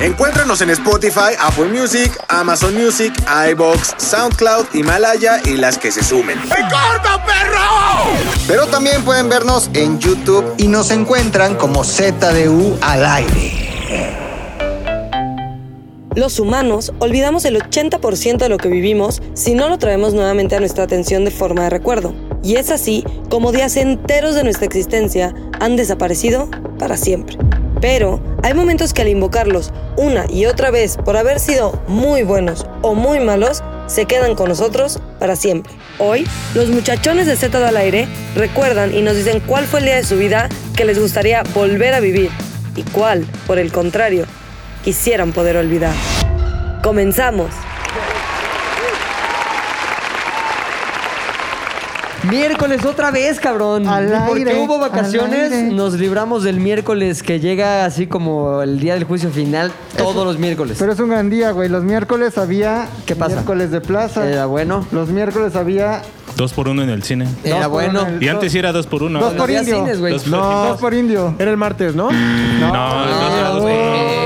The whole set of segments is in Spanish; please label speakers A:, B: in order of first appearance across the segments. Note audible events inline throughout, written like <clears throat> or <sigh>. A: Encuéntranos en Spotify, Apple Music, Amazon Music, iBox, SoundCloud, Himalaya y las que se sumen.
B: Pero también pueden vernos en YouTube.
C: y nos encuentran como ZDU al aire.
D: Los humanos olvidamos el 80% de lo que vivimos si no lo traemos nuevamente a nuestra atención de forma de recuerdo. Y es así como días enteros de nuestra existencia han desaparecido para siempre. Pero hay momentos que al invocarlos una y otra vez por haber sido muy buenos o muy malos, se quedan con nosotros para siempre. Hoy, los muchachones de Z al aire recuerdan y nos dicen cuál fue el día de su vida que les gustaría volver a vivir y cuál, por el contrario, quisieran poder olvidar. Comenzamos.
E: Miércoles otra vez, cabrón.
F: Al
E: Porque
F: aire,
E: hubo
F: al
E: vacaciones,
F: aire.
E: nos libramos del miércoles que llega así como el día del juicio final todos los miércoles.
F: Pero es un gran día, güey. Los miércoles había.
E: ¿Qué pasa?
F: Miércoles de plaza.
G: Eh,
E: Era bueno.
F: Los miércoles había.
H: Dos por uno en el cine.
E: Era
F: dos por
E: bueno.
F: uno en el-
H: Y antes sí era dos por uno.
F: Dos por
E: Había
F: indio.
E: cines, güey.
H: Los-
G: Ah.
F: No, dos por indio.
G: Era el martes,
H: No,
G: ¿no?
H: no,
E: Ah,
H: era dos por uno.
E: Eh,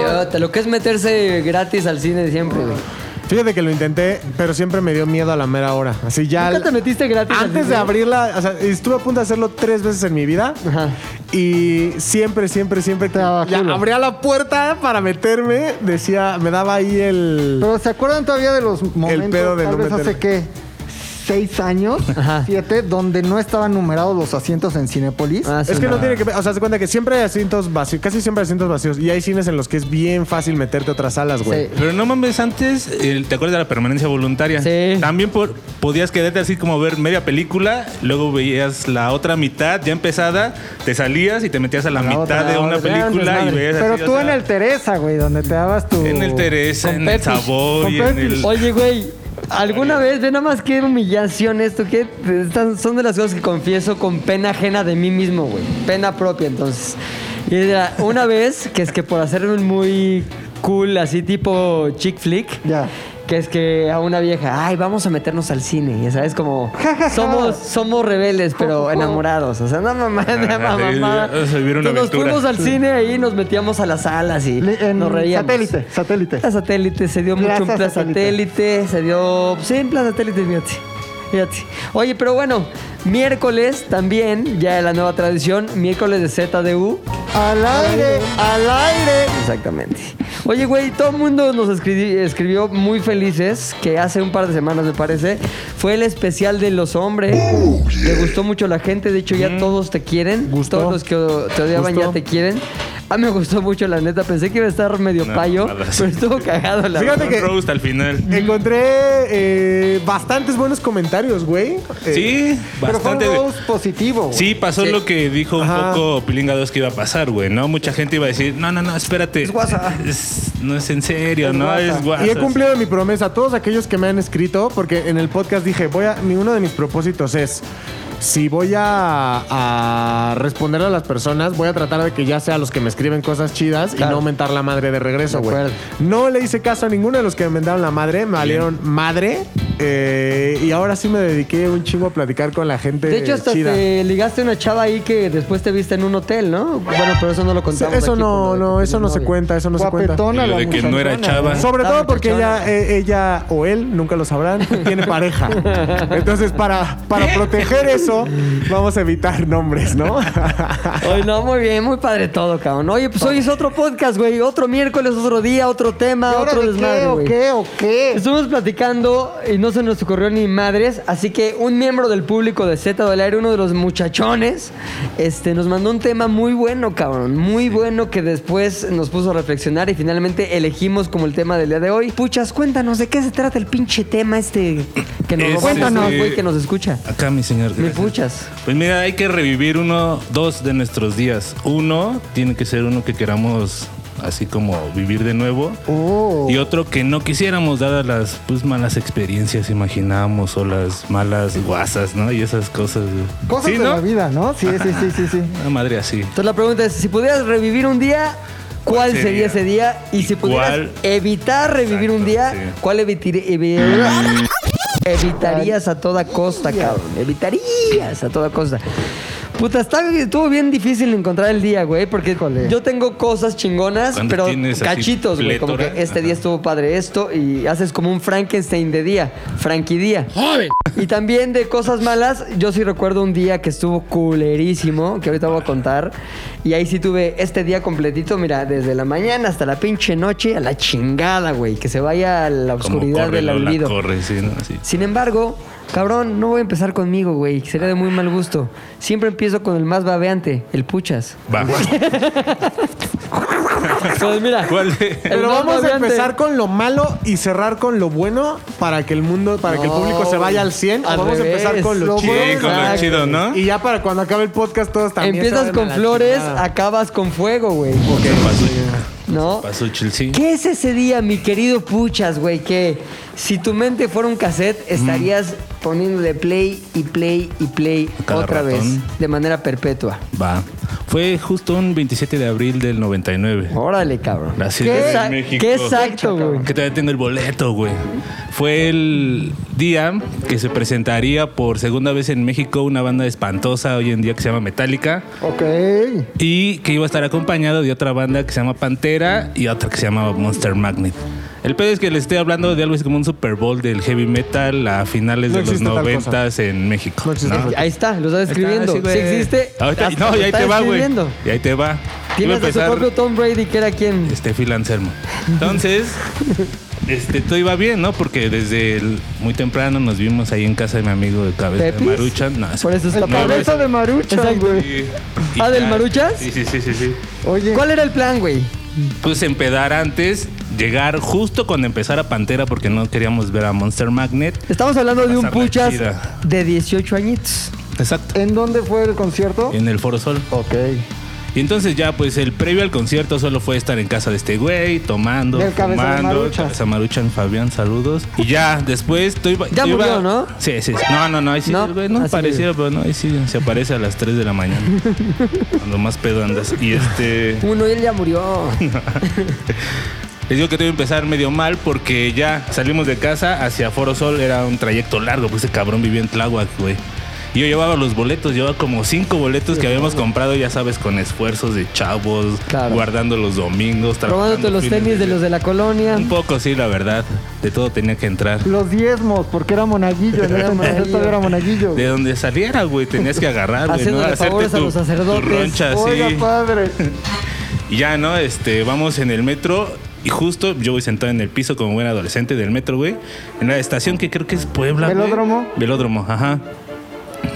E: Lo que es meterse gratis al cine siempre, güey.
G: Fíjate que lo intenté, pero siempre me dio miedo a la mera hora. Así ya.
E: ¿Nunca te metiste gratis al
G: Antes
E: cine?
G: de abrirla, o sea, estuve a punto de hacerlo tres veces en mi vida.
E: Ajá.
G: Y siempre, siempre, siempre que
F: daba
G: ya
F: culo.
G: abría la puerta para meterme, decía, me daba ahí el.
F: Pero ¿se acuerdan todavía de los momentos?
G: pedo de
F: tal
G: no
F: vez hace
G: meterme.
F: qué? ¿Seis años?
E: Ajá.
F: ¿Siete? Donde no estaban numerados los asientos en Cinépolis.
E: Ah, sí,
G: Es que no tiene que ver, o sea, se cuenta que siempre hay asientos vacíos, casi siempre hay asientos vacíos. Y hay cines en los que es bien fácil meterte a otras salas, güey.
E: Sí.
H: Pero no mames, antes, eh, ¿te acuerdas de la permanencia voluntaria?
E: Sí.
H: También por- podías quedarte así como ver media película, luego veías la otra mitad ya empezada, te salías y te metías a la, mitad
E: otra,
H: de una
E: otra,
H: película
E: desmadre.
H: y veías
F: Pero
H: así, o
F: tú
H: sea,
F: en el Teresa, güey, donde te dabas
G: Eh,
F: tu.
H: En el Teresa,
E: Con
H: en el
E: Pepsi.
H: Sabor y en el...
E: Oye, güey, ¿alguna vez, ve nada más qué humillación esto? Que estas son de las cosas que confieso con pena ajena de mí mismo, güey. Pena propia, entonces. Y era
F: <laughs>
E: una vez, que es que por hacerme un muy cool, así tipo chick flick.
F: Ya.
E: Que es que a una vieja, ay, vamos a meternos al cine, ya sabes,
F: <laughs>
E: como somos, somos rebeldes, pero enamorados. O sea, no mamá, <laughs> no mamá.
H: Ah, sí, vamos a vivir una
E: Entonces, Nos
H: aventura.
E: fuimos al cine ahí, nos metíamos a las salas y
F: Le- en
E: nos reíamos.
F: satélite, satélite.
E: Plaza Satélite, se dio mucho en
F: Plaza
E: Plaza Satélite,
F: Satélite.
E: se dio. Sí, en Plaza Satélite, fíjate. Fíjate. Oye, pero bueno, miércoles también, ya la nueva tradición, miércoles de ZDU.
F: Al aire, al aire.
E: Exactamente. Oye, güey, todo el mundo nos escribi- escribió muy felices que hace un par de semanas, me parece, fue el especial de los hombres. Le gustó mucho la gente, de hecho ya todos te quieren.
G: Gustó.
E: Todos los que te odiaban ya
G: Gustó.
E: te quieren. A mí me gustó mucho, la neta. Pensé que iba a estar medio
H: No,
E: payo,
H: nada, sí.
E: pero estuvo cagado la
G: Fíjate
H: Un
G: que-
H: roast al final.
G: Encontré eh, bastantes buenos comentarios, güey. Eh,
H: Sí,
F: Pero fue un
H: bastante...
F: roast positivo. güey.
H: Sí, pasó lo que dijo un
G: Ajá.
H: poco Pilinga 2 que iba a pasar, güey, ¿no? Mucha gente iba a decir, no, no, no, espérate. Es no es en serio, no es guasa.
G: Y he cumplido mi promesa a todos aquellos que me han escrito, porque en el podcast dije, voy a, mi- uno de mis propósitos es, si voy a, a responder a las personas, voy a tratar de que ya sea los que me escriben cosas chidas y no aumentar la madre de regreso,
E: De
G: güey.
E: acuerdo.
G: No le hice caso a ninguno de los que me mandaron la madre, me valieron madre. eh, y ahora sí me dediqué un chingo a platicar con la gente
E: De hecho, hasta
G: Este, chida.
E: te ligaste a una chava ahí que después te viste en un hotel, ¿no? Bueno, pero eso no lo
G: Sí,
E: contamos.
G: Eso
E: aquí
G: no,
E: por lo de
G: no,
E: que
G: eso no
E: tienes
G: se
E: novia.
G: cuenta, eso no se cuenta.
F: Guapetona
H: Y lo
F: la
H: de que no era
F: muchachona,
H: chava.
F: güey.
G: Sobre
E: Ah,
G: todo porque
E: muchachona.
G: ella, eh, ella o él, nunca lo sabrán, tiene
E: <laughs>
G: pareja. Entonces, para, para proteger eso, vamos a evitar nombres, ¿no?
E: <laughs> Ay, no, muy bien, muy padre todo, cabrón. Oye, pues hoy es otro podcast, güey. Otro miércoles, otro día, otro tema,
F: ¿Y ahora
E: otro
F: de
E: desmadre,
F: qué, o
E: güey.
F: qué, o qué?
E: Estuvimos platicando y no se nos ocurrió ni madres, así que un miembro del público de Z del Aire, uno de los muchachones, este, nos mandó un tema muy bueno, cabrón, muy bueno que después nos puso a reflexionar y finalmente elegimos como el tema del día de hoy. Puchas, cuéntanos de qué se trata el pinche tema este que nos
H: Ese,
E: cuéntanos,
H: sí.
E: güey, que nos escucha.
H: Acá, mi señor.
E: Me
H: gracias.
E: puchas.
H: Pues mira, hay que revivir uno, dos de nuestros días. Uno tiene que ser uno que queramos así como vivir de nuevo.
F: Oh.
H: Y otro que no quisiéramos, dadas las pues, malas experiencias, imaginábamos, o las malas guasas, ¿no? Y esas cosas. güey.
F: Cosas
H: ¿Sí,
F: de
H: no?
F: la vida, ¿no? Sí, sí, sí, sí, sí.
G: <laughs>
H: Una madre así.
E: Entonces la pregunta es, si pudieras revivir un día, ¿cuál
H: ¿Cuál
E: sería,
H: sería?
E: ese día? Y si pudieras
H: cuál?
E: evitar revivir un
H: Exacto,
E: día,
H: sí.
E: ¿cuál evitir- evi- evitarías a toda costa, cabrón? Evitarías a toda costa. Puta, está, estuvo bien difícil encontrar el día, güey, porque yo tengo cosas chingonas,
H: Cuando
E: pero
H: tienes así
E: cachitos, güey. Como que
H: plétora,
E: este día
H: ajá.
E: estuvo padre esto y haces como un Frankenstein de día, Frankie día. Y también de cosas malas, yo sí recuerdo un día que estuvo culerísimo, que ahorita voy a contar. Y ahí sí tuve este día completito, mira, desde la mañana hasta la pinche noche, a la chingada, güey, que se vaya a la
H: Como
E: oscuridad
H: corre,
E: del
H: Lola,
E: olvido.
H: corre, sí, ¿no? Así.
E: Sin embargo, cabrón, no voy a empezar conmigo, güey, que sería de muy mal gusto. Siempre empiezo con el más babeante, el puchas.
H: <laughs> Va.
E: Pues mira,
H: ¿Cuál de-
E: el
G: Pero
E: más
G: vamos a
E: babeante.
G: empezar con lo malo y cerrar con lo bueno para que el mundo, para que el
E: No,
G: público se vaya al 100.
E: al
G: o vamos
E: revés.
G: a empezar con lo
E: Lo
H: Sí,
G: chido.
E: bueno,
H: con lo
E: exacto.
H: chido, ¿no?
G: Y ya para cuando acabe el podcast todos también. se
E: Empiezas
G: vayan a
E: con
G: la
E: flores,
G: chingada.
E: acabas con fuego, güey.
H: Pasó-
E: ¿No?
H: Pasó Chelsea.
E: ¿Qué es ese día, mi querido Puchas, güey? Que si tu mente fuera un cassette,
H: Mm.
E: estarías poniéndole play y play y play
H: Cada
E: otra
H: ratón.
E: vez, de manera perpetua.
H: Va. Fue justo un 27 de abril del 99.
E: Órale, cabrón.
H: La Ciudad
E: ¿Qué,
H: de
E: sa-
H: México.
E: qué exacto, güey.
H: Que todavía tengo el boleto, güey. Fue el día que se presentaría por segunda vez en México una banda espantosa hoy en día que se llama Metallica
F: Ok.
H: y que iba a estar acompañado de otra banda que se llama Pantera y otra que se llama Monster Magnet. El pedo es que les estoy hablando de algo así como un Super Bowl del heavy metal a finales
G: No
H: de los
G: existe tal
H: noventas en México.
G: No existe tal cosa.
E: Ahí está, lo estás
H: Está
E: escribiendo. Si
H: así, güey.
E: existe.
H: Ah, Ahorita-
E: hasta
H: no,
E: lo
H: y ahí
E: estás
H: te va, güey.
E: escribiendo.
H: Y ahí te va. Iba a
E: Tienes a tu
H: empezar-
E: propio Tom Brady, que era quien.
H: este Phil Anselmo. Entonces,
E: <laughs>
H: este, todo iba bien, ¿no? Porque desde el- muy temprano nos vimos ahí en casa de mi amigo de cabeza
E: ¿Pepis?
H: de Maruchan. No,
E: Por eso es
H: no,
E: la
F: Cabeza
H: ese-
F: de marucha,
E: Exacto.
F: güey.
H: y- y
E: ¿Ah, del
H: ya.
E: Maruchas?
H: Sí, sí, sí, sí, sí.
F: Oye,
E: ¿Cuál era el plan, güey?
H: Pues empedar antes, llegar justo cuando empezara Pantera porque no queríamos ver a Monster Magnet.
E: Estamos hablando de un
H: Pasarla
E: Puchas
H: chida.
E: de 18 añitos.
H: Exacto.
F: ¿en dónde fue el concierto?
H: En el Foro Sol.
F: Ok.
H: Y entonces ya, pues el previo al concierto solo fue estar en casa de este güey, tomando,
F: Del Cabeza de
H: fumando,
F: Maruchan.
H: cabeza Maruchan, Fabián, saludos. Y ya, después tú iba-
E: Ya
H: tú iba-
E: murió, ¿no?
H: Sí, sí, sí. No, no, no, ahí sí,
E: No,
H: el güey no
E: así
H: apareció, pero no, ahí sí se aparece a las 3 de la mañana. cuando más pedo andas. Y este...
E: Uno, él ya
H: <laughs>
E: murió.
H: Les digo que tuve que empezar medio mal porque ya salimos de casa hacia Foro Sol, era un trayecto largo, pues ese cabrón vivía en Tláhuac, güey. Y Yo llevaba los boletos, llevaba como cinco boletos que habíamos comprado, ya sabes, con esfuerzos de chavos,
E: Claro.
H: guardando los domingos, trabajando
E: Robándote los
H: fines
E: tenis de los de la colonia.
H: Un poco, sí, la verdad. De todo tenía que entrar.
F: Los diezmos, porque era
G: <laughs>
F: monaguillo. En ese momento todavía era monaguillo.
H: De donde saliera, güey, tenías que agarrar, güey, ¿no?
E: Haciéndole
H: Hacerte
E: favores a
H: tu-
E: los sacerdotes.
H: tu roncha, sí.
F: Oiga, padre.
H: <laughs> Y ya, ¿no? Este, vamos en el metro y justo yo voy sentado en el piso como buen adolescente del metro, güey. En la estación que creo que es Puebla. güey.
F: ¿Velódromo?
H: Velódromo, ajá.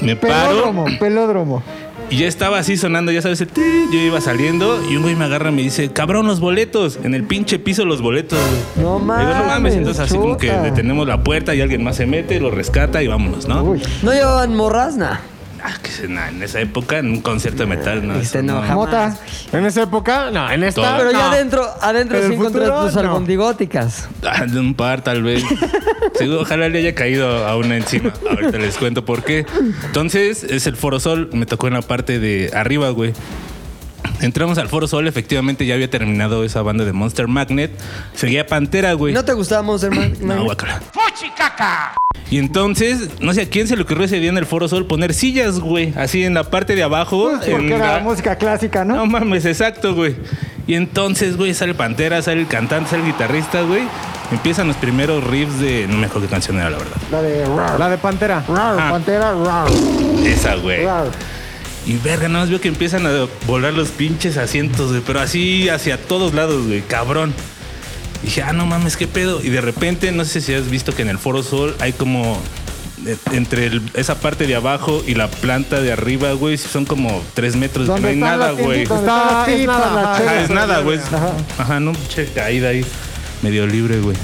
H: Me
F: Pelódromo,
H: paro
F: pelódromo.
H: y ya estaba así sonando, ya sabes, el ti, yo iba saliendo y un güey me agarra y me dice, cabrón, los boletos, en el pinche piso los boletos, güey.
E: No
H: Le digo, no mames,
E: mames,
H: entonces así como que
E: chuta.
H: detenemos la puerta y alguien más se mete, lo rescata y vámonos, ¿no?
F: Uy.
E: No llevaban morrazna.
H: Ah, que se- nah, en esa época, en un concierto de metal, no.
E: Este
H: eso
E: no,
H: no.
E: jamás.
F: Mota.
G: En esa época, no, en esta.
H: Todo.
E: Pero
G: Ah, no.
E: ya adentro, adentro
G: En
E: sí
G: el
E: encontré
G: futuro,
E: tus
G: no.
E: albondigóticas.
H: Ah, de un par, tal vez. Seguro, ojalá le haya caído a una encima. Ahorita les cuento por qué. Entonces, es el Foro Sol. Me tocó en la parte de arriba, güey. Entramos al Foro Sol. Efectivamente, ya había terminado esa banda de Monster Magnet. Seguía Pantera, güey.
E: ¿No te gustaba Monster Man?
H: No, guácala. Y entonces, no sé a quién se le ocurrió ese día en el Foro Sol poner sillas, güey. Así en la parte de abajo.
F: Pues porque
H: en
F: era
H: la-
F: música clásica, ¿no?
H: no mames, exacto, güey. Y entonces, güey, sale Pantera, sale el cantante, sale el guitarrista, güey. Empiezan los primeros riffs de. No me acuerdo qué canción era, la verdad.
F: La de rar,
G: La de Pantera.
F: rar,
H: Ah.
F: pantera, rar,
H: Esa, güey.
F: rar.
H: Y verga, nada más veo que empiezan a volar los pinches asientos, güey. Pero así hacia todos lados, güey, cabrón. Dije, ah, no mames, qué pedo. Y de repente, no sé si has visto que en el Foro Sol hay como. eh, Entre el- esa parte de abajo y la planta de arriba, güey, son como tres metros. que No
F: ¿Dónde
H: hay
F: están
H: nada,
F: las
H: güey.
F: tienditas? ¿Dónde
G: Está-
F: están las
G: es
F: pipas,
G: nada,
E: Ah,
F: las
G: ajá,
H: Ajá,
F: chelas?
H: es nada, güey. Ajá, no, che, caída ahí. Medio libre, güey.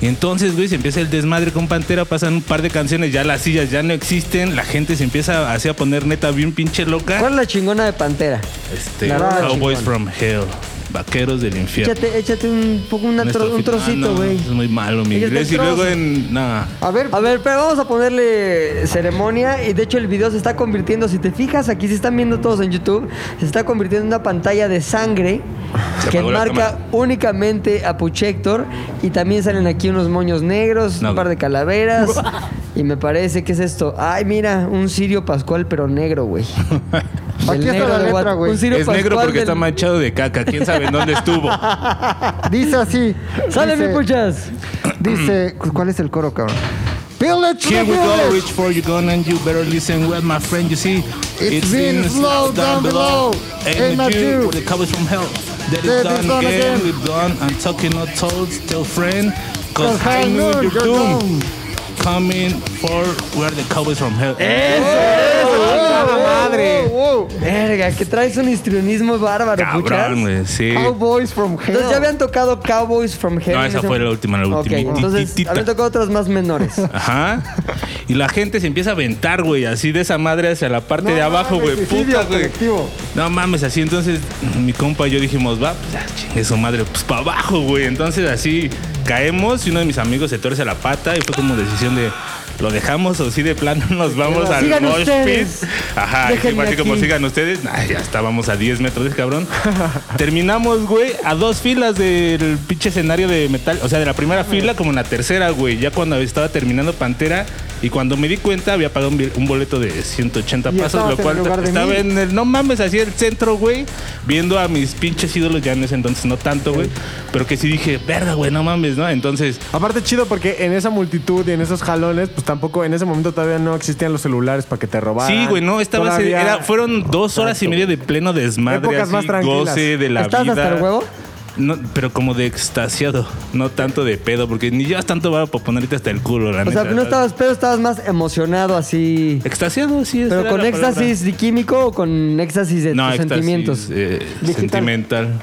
H: Y entonces, güey, se empieza el desmadre con Pantera, pasan un par de canciones, ya las sillas ya no existen, la gente se empieza así a poner neta bien pinche loca.
E: ¿Cuál es la chingona de Pantera?
H: Este,
E: La rola
H: Cowboys from Hell. Vaqueros del infierno.
E: Échate, échate un poco una
H: Néstor
E: tro- un
H: Fito- Ah,
E: trocito,
H: no,
E: güey.
H: es muy malo mi
E: Ella es
H: inglés. Y
E: destrozo.
H: luego en. Nada.
F: A ver,
E: A ver, pero vamos a ponerle ceremonia y de hecho el video se está convirtiendo, si te fijas aquí, si están viendo todos en YouTube, se está convirtiendo en una pantalla de sangre
H: Se
E: que
H: apagó la
E: marca
H: cámara.
E: únicamente a Puchector y también salen aquí unos moños negros,
H: No.
E: un par de
H: <laughs>
E: calaveras y me parece que es esto. Ay, mira, un Sirio Pascual pero negro,
H: <laughs>
E: güey. Del
F: Aquí está la
E: de
F: letra,
E: Guat-
F: güey.
E: un Sirio
H: Es negro
E: Pascual
H: porque
E: del-
H: está manchado de caca. ¿Quién sabe en dónde estuvo?
F: dice así.
E: Sale
F: dice,
E: mi puchas.
F: Dice, ¿cuál es el coro, cabrón? Village
H: Here we
F: Village.
H: go, reach for your gun and you better listen well, my friend. You see,
F: It's been slow down below. Aim
H: Aim at
F: at you.
H: you with the covers from hell. That is done again. We've done and talking not told. Tell friend, cause I knew your doom. Coming for where the covers from hell.
G: madre!
E: Verga, que traes un histrionismo bárbaro, puchas.
H: Cabrón, güey, sí.
F: Ah, Cowboys from Hell.
E: Entonces ya habían tocado Cowboys from Hell.
H: No, esa fue la última, la
E: Ok,
H: última.
E: entonces
H: Titita.
E: habían tocado otras más menores.
H: Ajá. Y la gente se empieza a aventar, güey, así de esa madre hacia la parte de abajo, güey. Puta, güey. No mames, así entonces mi compa y yo dijimos, va, pues, ah, chingue su madre, pues para abajo, güey. Entonces así caemos y uno de mis amigos se torce la pata y fue como decisión de lo dejamos o sí de plano nos vamos al
E: Sigan
H: mosh pit.
E: ustedes.
H: Ajá, y
E: Déjenme
H: fue así como
E: aquí.
H: sigan ustedes. Ay, ya estábamos a 10 metros de
F: <laughs>
H: cabrón. Terminamos, güey, a dos filas del pinche escenario de metal. O sea, de la primera fila como en la tercera, güey. Ya cuando estaba terminando Pantera y cuando me di cuenta había pagado un, bi- un boleto de 180
F: Y
H: pasos,
F: estabas
H: lo
F: en el
H: cual
F: lugar de
H: estaba
F: mil.
H: en el, no mames, así el centro, güey, viendo a mis pinches ídolos, ya en ese entonces no tanto, güey, pero que sí dije, verga, güey, no mames, ¿no? Entonces,
G: Aparte chido porque en esa multitud y en esos jalones, pues tampoco en ese momento todavía no existían los celulares para que te robaran.
H: sí, güey, no, esta vez
G: Todavía-
H: era- fueron dos horas y media de pleno desmadre,
G: Épocas
H: así,
G: más tranquilas.
H: goce de <laughs> la
E: ¿Estabas
H: vida.
E: hasta el huevo?
H: No, pero como de extasiado, no tanto de pedo, porque ni llevas tanto varo para ponerte hasta el culo, la
E: O sea,
H: neta.
E: no estabas pedo, estabas más emocionado así.
H: Extasiado, sí. esa
E: Pero
H: era
E: con
H: la palabra.
E: éxtasis de químico o con éxtasis de
H: No,
E: tus
H: éxtasis,
E: sentimientos.
H: eh, sentimental.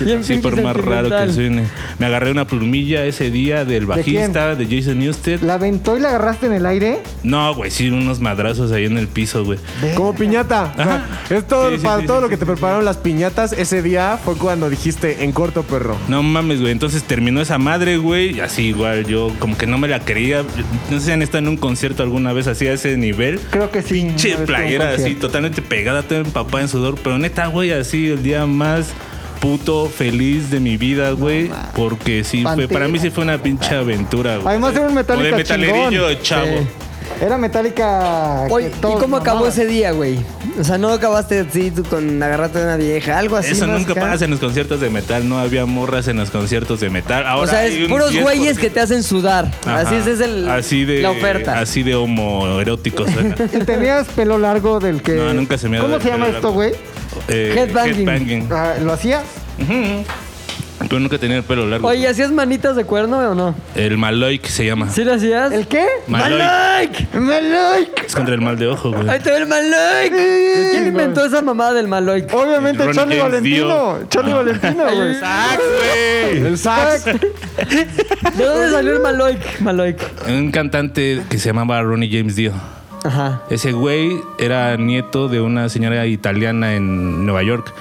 E: Bien
H: Sí,
E: pinche
H: por más raro que
E: sentimental.
H: suene. Me agarré una plumilla ese día del bajista, de, Jason Newsted.
F: La aventó y la agarraste en el aire.
H: No, güey, sí, unos madrazos ahí en el piso, güey.
G: Como piñata.
H: Ajá.
G: Es todo,
H: Sí, sí,
G: para
H: sí,
G: todo
H: sí,
G: lo que
H: sí,
G: te
H: sí,
G: prepararon las piñatas ese día fue cuando dijiste en corto perro.
H: No mames, güey. Entonces terminó esa madre, güey. y Así igual, yo como que no me la quería. No sé si han estado en un concierto alguna vez así a ese nivel.
F: Creo que sí.
H: Pinche
F: una vez
H: playera
F: tuvo un
H: así, totalmente pegada, toda empapada en sudor. Pero neta, güey, así el día más puto feliz de mi vida, güey. porque sí, fue,
F: Pantera.
H: para mí sí fue una pinche aventura, güey.
F: Además, era un
H: O de
F: Metallica
H: metalerillo,
F: chingón.
H: chavo.
F: concierto. Era metálica.
E: Oye, ¿y cómo acabó ese día, güey? O sea, no acabaste así tú con agarrarte a una vieja, algo así.
H: Eso
E: más
H: nunca
E: acá?
H: pasa en los conciertos de metal, no había morras en los conciertos de metal.
E: O
H: Ahora
E: sea,
H: hay
E: es
H: un
E: puros
H: 10%.
E: güeyes que te hacen sudar.
H: Ajá.
E: Así es, es el,
H: Así de-
E: la oferta.
H: Así de homoerótico suena.
E: <laughs>
F: Y tenías pelo largo del que.
H: No, nunca se me ha dado
F: ¿Cómo
H: el
F: se llama
H: pelo
F: esto,
H: largo.
F: güey?
H: Eh,
E: Headbanging.
F: Ah, ¿Lo hacías?
H: Ujú. Pero nunca tenía el pelo largo.
E: Oye, ¿hacías manitas de cuerno o no?
H: El Maloik se llama.
E: ¿Sí lo hacías?
F: ¿El qué?
H: Maloik.
F: ¡Me like!
H: Es contra el mal de ojo, güey.
E: ¡Ahí te ve el Maloik! ¿Quién inventó esa mamada del Maloik?
F: Obviamente,
H: Ronnie Ah.
F: Charlie
H: James
F: Valentino.
H: Dio.
F: Charlie Valentino,
E: <laughs>
F: güey.
H: ¡Sax, güey!
G: El sax.
E: ¿De dónde salió el Maloik? Maloik.
H: Un cantante que se llamaba Ronnie James Dio.
E: Ajá.
H: Ese güey era nieto de una señora italiana en Nueva York.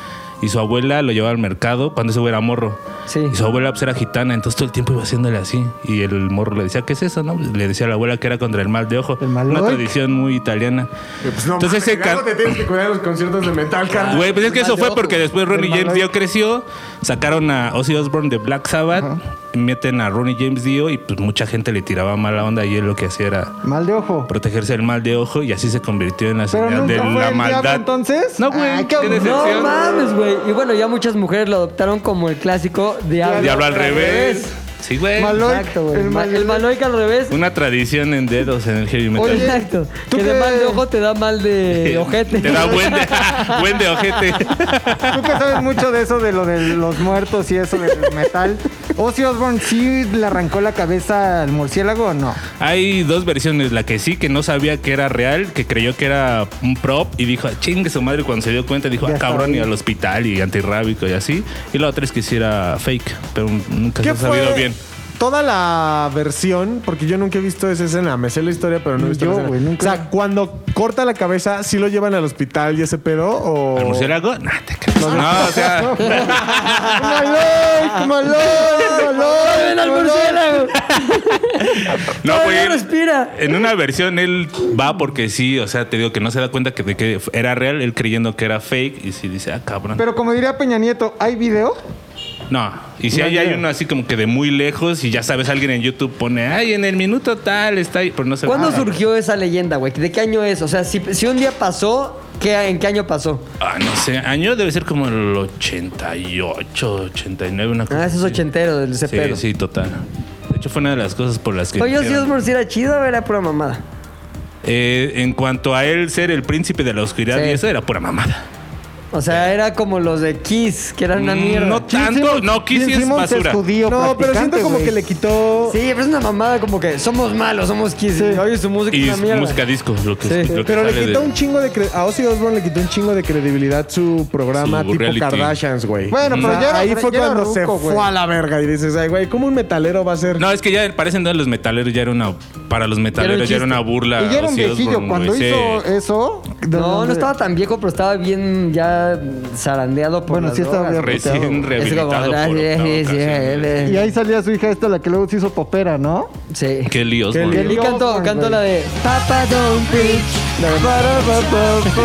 H: Y su abuela lo llevaba al mercado cuando ese güey era morro.
E: Sí.
H: Y su abuela pues, era gitana, entonces todo el tiempo iba haciéndole así. Y el morro le decía, ¿qué es eso? No? Le decía a la abuela que era contra el mal de ojo. Una tradición muy italiana.
G: pues,
H: entonces ese can-
G: te tienes que cuidar los conciertos de metal, carnal.
H: Güey, pues es que eso fue porque después Ronnie James Dio creció, sacaron a Ozzy Osbourne de Black Sabbath, y meten a Ronnie James Dio y pues mucha gente le tiraba mala onda y él lo que hacía era
F: Mal de ojo.
H: protegerse del mal de ojo y así se convirtió en la
F: Pero
H: señal
F: nunca
H: de
F: fue
H: la
F: el diablo,
H: maldad.
F: entonces.
H: No, güey,
F: Ay,
H: Ah, qué
F: cabrón.
H: decepción.
E: Ah, No mames, güey. Y bueno, ya muchas mujeres lo adoptaron como el clásico diablo.
H: Diablo al revés. Sí, güey.
F: Maloic.
E: Exacto, güey.
F: El
E: El,
F: mal-
E: Maloic al revés.
H: Una tradición en dedos en el heavy metal. Eh,
F: Oye,
E: Exacto.
F: ¿tú
E: Que de
F: qué?
E: mal de ojo te da mal de
H: <laughs>
E: ojete. <laughs>
H: Te da buen de, <laughs> buen de ojete. <laughs>
F: Tú que sabes mucho de eso, de lo de los muertos y eso del metal. Ozzy Osbourne sí le arrancó la cabeza al murciélago o no.
H: Hay dos versiones, la que sí, que no sabía que era real, que creyó que era un prop y dijo, chingue su madre, cuando se dio cuenta dijo,
F: Ya
H: ah, cabrón,
F: sabía.
H: y al hospital y antirrábico y así. Y la otra es que sí era fake, pero nunca se
G: ¿Qué
H: ha sabido
G: fue?
H: bien.
G: toda la versión, porque yo nunca he visto esa escena. Me sé la historia, pero no he
F: Ni
G: visto la
F: yo,
G: escena.
F: güey, nunca.
G: O sea, cuando corta la cabeza, ¿sí lo llevan al hospital y ese pedo? O...
H: ¿Al murciélago? Nah, te creas. No, o sea,
F: ¡Malón! ¡Malón! ¡Malón!
E: ¡Ven al murciélago!
H: no,
E: Todavía
H: güey.
E: respira!
H: En una versión él va porque sí, o sea, te digo que no se da cuenta que, de que era real, él creyendo que era fake y sí dice, ah, cabrón.
F: Pero como diría Peña Nieto, ¿hay video?
H: no, y si
G: No
H: ahí hay
G: creo.
H: uno así como que de muy lejos y ya sabes, alguien en YouTube pone, ay, en el minuto tal está ahí, pero no se ve
E: ¿Cuándo
H: nada.
E: surgió esa leyenda, güey? ¿De qué año es? O sea, si, si un día pasó, ¿qué, ¿en qué año pasó?
H: Ah, no sé, año debe ser como el 88, 89, una cosa.
E: Ah, ese es
H: así.
E: ochentero del
H: Sí,
E: cepero.
H: sí, total. De hecho, fue una de las cosas por las que.
E: Oye, si
H: hicieron-
E: Osborne sí era chido, era pura mamada.
H: Eh, en cuanto a él ser el príncipe de la oscuridad,
E: Sí.
H: y eso era pura mamada.
E: O sea, era como los de Kiss, que eran una
H: Mm,
E: mierda.
H: no tanto, no, Kiss sí es basura.
F: judío
G: No, pero siento como que le quitó.
E: Sí, pero es una mamada como que somos malos, somos Kiss.
G: Sí.
E: Y Oye, su música
H: Y
E: es una mierda.
H: música disco, lo que,
E: Sí.
H: lo que
G: Pero le
H: sale
G: quitó
H: de-
G: un chingo de. cre- A Ozzy Osbourne le quitó un chingo de credibilidad su programa
H: Su
G: tipo
H: reality.
G: Kardashians, güey.
F: Bueno, pero
G: O sea,
F: ya era-
G: Ahí fue
F: ya era
G: cuando se
F: ruco, güey.
G: fue a la verga y dices, ay, güey, ¿cómo un metalero va a ser? <laughs>
H: No, es que ya parecen de los metaleros, ya era una. Para los metaleros ya era una burla.
F: Y ya era un
H: Ah, Ozzy
F: viejillo.
H: Osbourne,
F: Cuando
H: güey,
F: hizo eh,
H: sí.
F: eso... de
E: No, no
F: donde-
E: estaba tan viejo, pero estaba bien ya zarandeado por
F: Bueno,
E: las
F: sí estaba
E: drogas.
F: bien
H: Recién
E: Es como,
H: rehabilitado.
E: "Ah, sí,
H: por octava
E: sí, sí,
H: ocasión".
E: él,
F: Y ahí salía su hija esta, la que luego se hizo popera, ¿no?
E: Sí.
H: Qué líos,
G: Qué
H: güey.
E: Y
F: Dios,
E: canto,
F: güey.
E: canto la de Papa Don't Preach.
F: La de-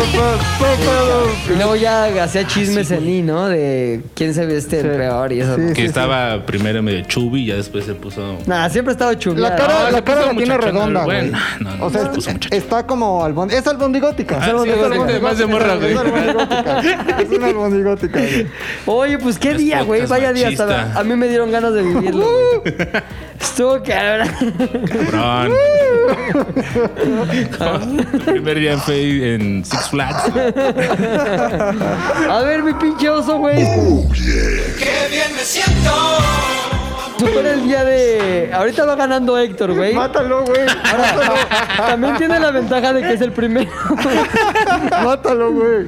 E: Y luego ya hacía chismes en mí, ¿no? De quién se viste
F: Ah, Sí.
E: peor y eso.
F: Sí.
H: Que estaba primero medio chubi y ya después se puso.
E: Nah, siempre he estado
F: La
E: chuleado.
F: cara,
H: No,
F: la
H: se
F: cara
H: puso
F: la tiene
H: muchachona,
F: redonda,
H: güey.
F: güey.
H: No, no,
F: o
H: no,
F: sea,
H: se puso muchachona.
F: está como albond... Es albondigótica.
H: Ah, sí, exacto, más de morra, güey.
F: Es
H: <laughs>
F: albondigótica. Es una albondigótica, güey.
E: Oye, pues qué
H: Es
E: día, güey.
H: podcast
E: Vaya día.
H: machista.
E: hasta- A mí me dieron ganas de vivirlo, güey.
F: <laughs>
E: Estuvo cabrón.
H: Cabrón. Tu <laughs> primer día en, Fe- en Six
F: <laughs>
H: Flags.
E: A ver, mi pinche oso, güey. ¡Qué bien me siento! Super el día de. Ahorita va ganando Héctor, güey.
F: Mátalo, güey.
E: También tiene la ventaja de que es el
G: <laughs>
E: primero.
F: Mátalo, güey.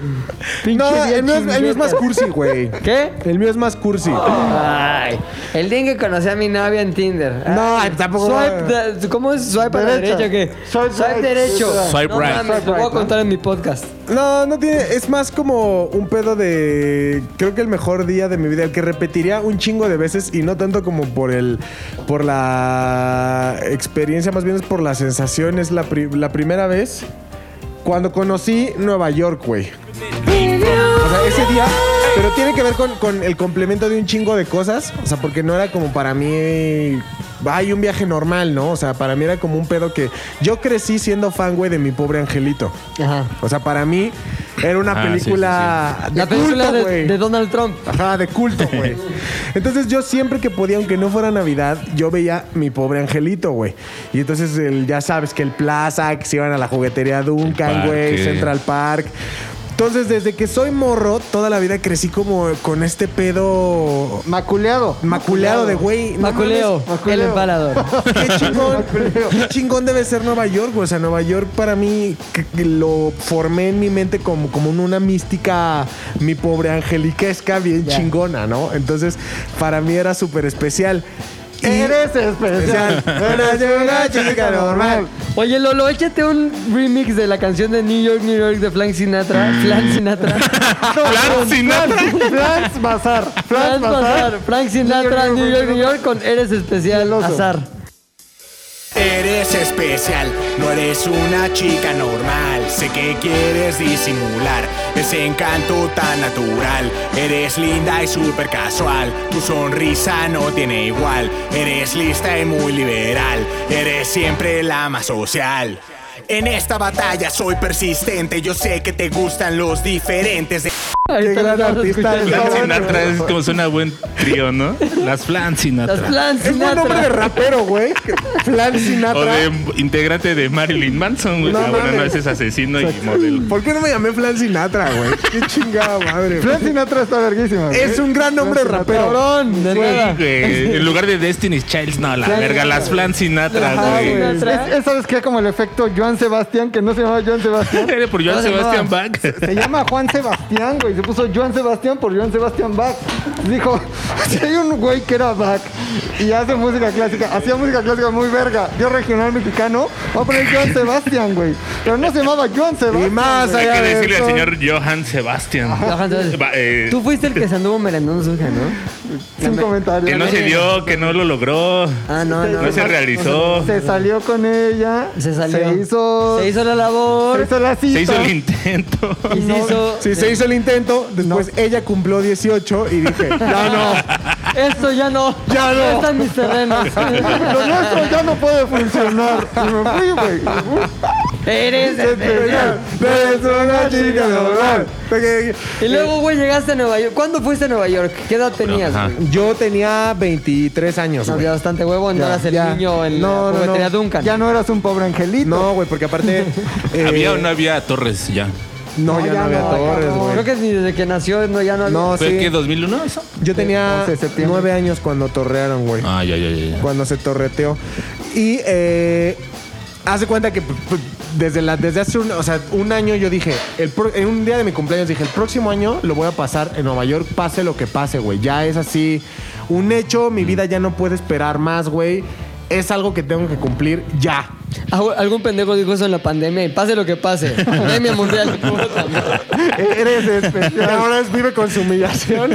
E: Pinche
G: No,
E: día
G: el mío, es, el mío es más
E: chingota.
G: cursi, güey.
E: ¿Qué?
G: El mío es más cursi.
E: Ah. Ay, el día en que conocí a mi novia en Tinder.
G: No,
E: Ay,
G: tampoco-
E: Swipe, de- ¿Cómo es swipe a la
F: Derecha.
E: derecha o qué?
F: Swipe right.
E: derecho.
H: Swipe
E: no
H: right.
E: mames,
F: Swipe
E: lo voy a
F: right, ¿no?
E: contar en mi podcast.
G: No, no tiene. Es más como un pedo de. Creo que el mejor día de mi vida, el que repetiría un chingo de veces y no tanto como por el. Por la experiencia, más bien es por la sensación. Es la, pri- la primera vez cuando conocí Nueva York, güey. O sea, ese día. Pero tiene que ver con, con el complemento de un chingo de cosas. O sea, porque no era como para mí. Hay un viaje normal, ¿no? O sea, para mí era como un pedo que. Yo crecí siendo fan, güey, de mi pobre angelito.
E: Ajá.
G: O sea, para mí era una
H: Ah,
G: película de
E: La película
G: culto,
E: de,
G: güey.
E: de Donald Trump.
G: Ajá,
H: <laughs>
G: de culto, güey. Entonces yo siempre que podía, aunque no fuera Navidad, yo veía mi pobre angelito, güey. Y entonces el- ya sabes que el Plaza, que se iban a la juguetería Duncan,
H: El
G: güey,
H: parque.
G: Central Park. Entonces desde que soy morro, toda la vida crecí como con este pedo
F: Maculeado.
G: maculado de güey. no
E: Maculeo,
G: mames,
E: el
F: Maculeo.
E: empalador.
F: <laughs>
G: Qué chingón, qué chingón debe ser Nueva York, güey. O sea, Nueva York para mí que- que lo formé en mi mente como, como en una mística, mi pobre angeliquesca, bien chingona, ¿no? Entonces, para mí era súper especial. Y-
F: Eres especial. <laughs> Eres una chica normal.
E: Oye, Lolo, échate un remix de la canción de New York, New York de Frank Sinatra.
G: Mm.
E: Frank
G: <laughs>
E: Sinatra.
H: Plan Sinatra.
F: Flans Bazar. Flans
E: Frank
F: Bazar.
E: Bazar. Frank Sinatra, New York, New York con Eres Especial
F: oso.
E: Azar.
I: Eres especial, no eres una chica normal. Sé que quieres disimular ese encanto tan natural. Eres linda y súper casual, tu sonrisa no tiene igual. Eres lista y muy liberal, eres siempre la más social. En esta batalla soy persistente, yo sé que te gustan los diferentes.
E: Ahí
G: Qué
E: está,
G: gran
E: lo estamos
G: artista
E: escuchando.
H: Plan Sinatra es como suena buen trío, ¿no? Las Plan
E: Las
H: Sinatra.
E: Frank
G: Es buen nombre de
E: Sinatra.
G: rapero, güey. Flan
H: O
G: Sinatra.
H: de integrante de Marilyn Manson, güey.
G: No
H: ah, bueno,
G: mames.
H: no, ese es asesino y modelo.
G: ¿Por qué no me llamé Flan Sinatra, güey? Qué chingada madre. güey.
F: Flans Sinatra está verguísima. güey.
G: Es un gran nombre de rapero.
E: Cabrón, de
H: Sí,
E: nada.
H: güey. <laughs> En lugar de Destiny's Child, no, la verga, las Flan Sinatra, güey.
F: Es, es, ¿Sabes qué? Como el efecto Joan Sebastián, que no se llamaba Joan Sebastián.
H: Era por Joan
F: No, se llamaba-
H: Sebastian Bach.
F: Se llama Juan Sebastián, güey. Se <laughs> puso Joan Sebastián por Joan Sebastián Bach. Dijo, si hay un güey que era Bach y hace música clásica. Hacía música clásica muy verga. Yo regional mexicano. Voy a poner Joan Sebastián, güey. Pero no se llamaba Joan Sebastián.
G: Y más
F: güey.
H: Hay
G: allá
H: que
G: de
H: decirle al
G: eso.
H: señor Johan Sebastián.
E: Johan Sebastián.
H: Va, eh,
E: Tú fuiste el que se anduvo merendando su hija, ¿no?
F: Sin comentarios.
H: que no se dio, que no lo logró.
E: Ah, no, no.
H: No se realizó.
F: Se salió con ella.
E: Se salió.
F: Se hizo.
E: Se hizo la
F: se
E: labor.
F: hizo la cita.
H: Se hizo el intento.
E: Y se hizo.
G: Sí, se hizo el intento,
F: <laughs>
G: después ella cumplió 18 y dije, <laughs> ya no.
E: Esto ya no.
G: Ya no.
E: Están mis
G: <laughs>
E: terrenos.
F: "Ah, Lo nuestro ya no puede funcionar. Y me fui, güey.
E: Eres.
G: Eres una chica normal.
E: Y luego, güey, llegaste a Nueva York. ¿Cuándo fuiste a Nueva York? ¿Qué edad tenías?
H: Ajá.
E: güey?
G: Yo tenía 23 años,
E: No,
G: güey.
E: había bastante huevo, no eras el
F: Ya.
E: niño en
F: No, no,
E: la juguetería
F: no.
E: Duncan.
F: Ya no eras un pobre angelito.
G: No, güey,
H: <laughs>
G: porque aparte... eh,
H: ¿Había o no había Torres ya?
G: No,
E: Ah,
G: ya no había
F: no, ya
G: torres,
F: no.
E: Creo
G: güey.
E: que ni desde que nació no, ya no había.
G: No,
H: ¿Fue que
G: sí.
H: 2001 eso?
G: Yo tenía
F: 11 de septiembre.
G: 9 años cuando torrearon, güey.
H: Ah, ya, ya, ya. ya.
G: cuando se torreteó. Y eh, hace cuenta que p- p- desde, la, desde hace un, o sea, un año yo dije, el pro- en un día de mi cumpleaños dije, el próximo año lo voy a pasar en Nueva York, pase lo que pase, güey. Ya es así un hecho,
H: Mm.
G: mi vida ya no puede esperar más, güey. Es algo que tengo que cumplir ya.
E: Ah, güey, Algún pendejo dijo eso en la pandemia y pase lo que
G: <laughs>
E: pase. Pandemia mundial. puta madre.
H: <laughs>
G: Eres especial. Ahora es- vive con su humillación.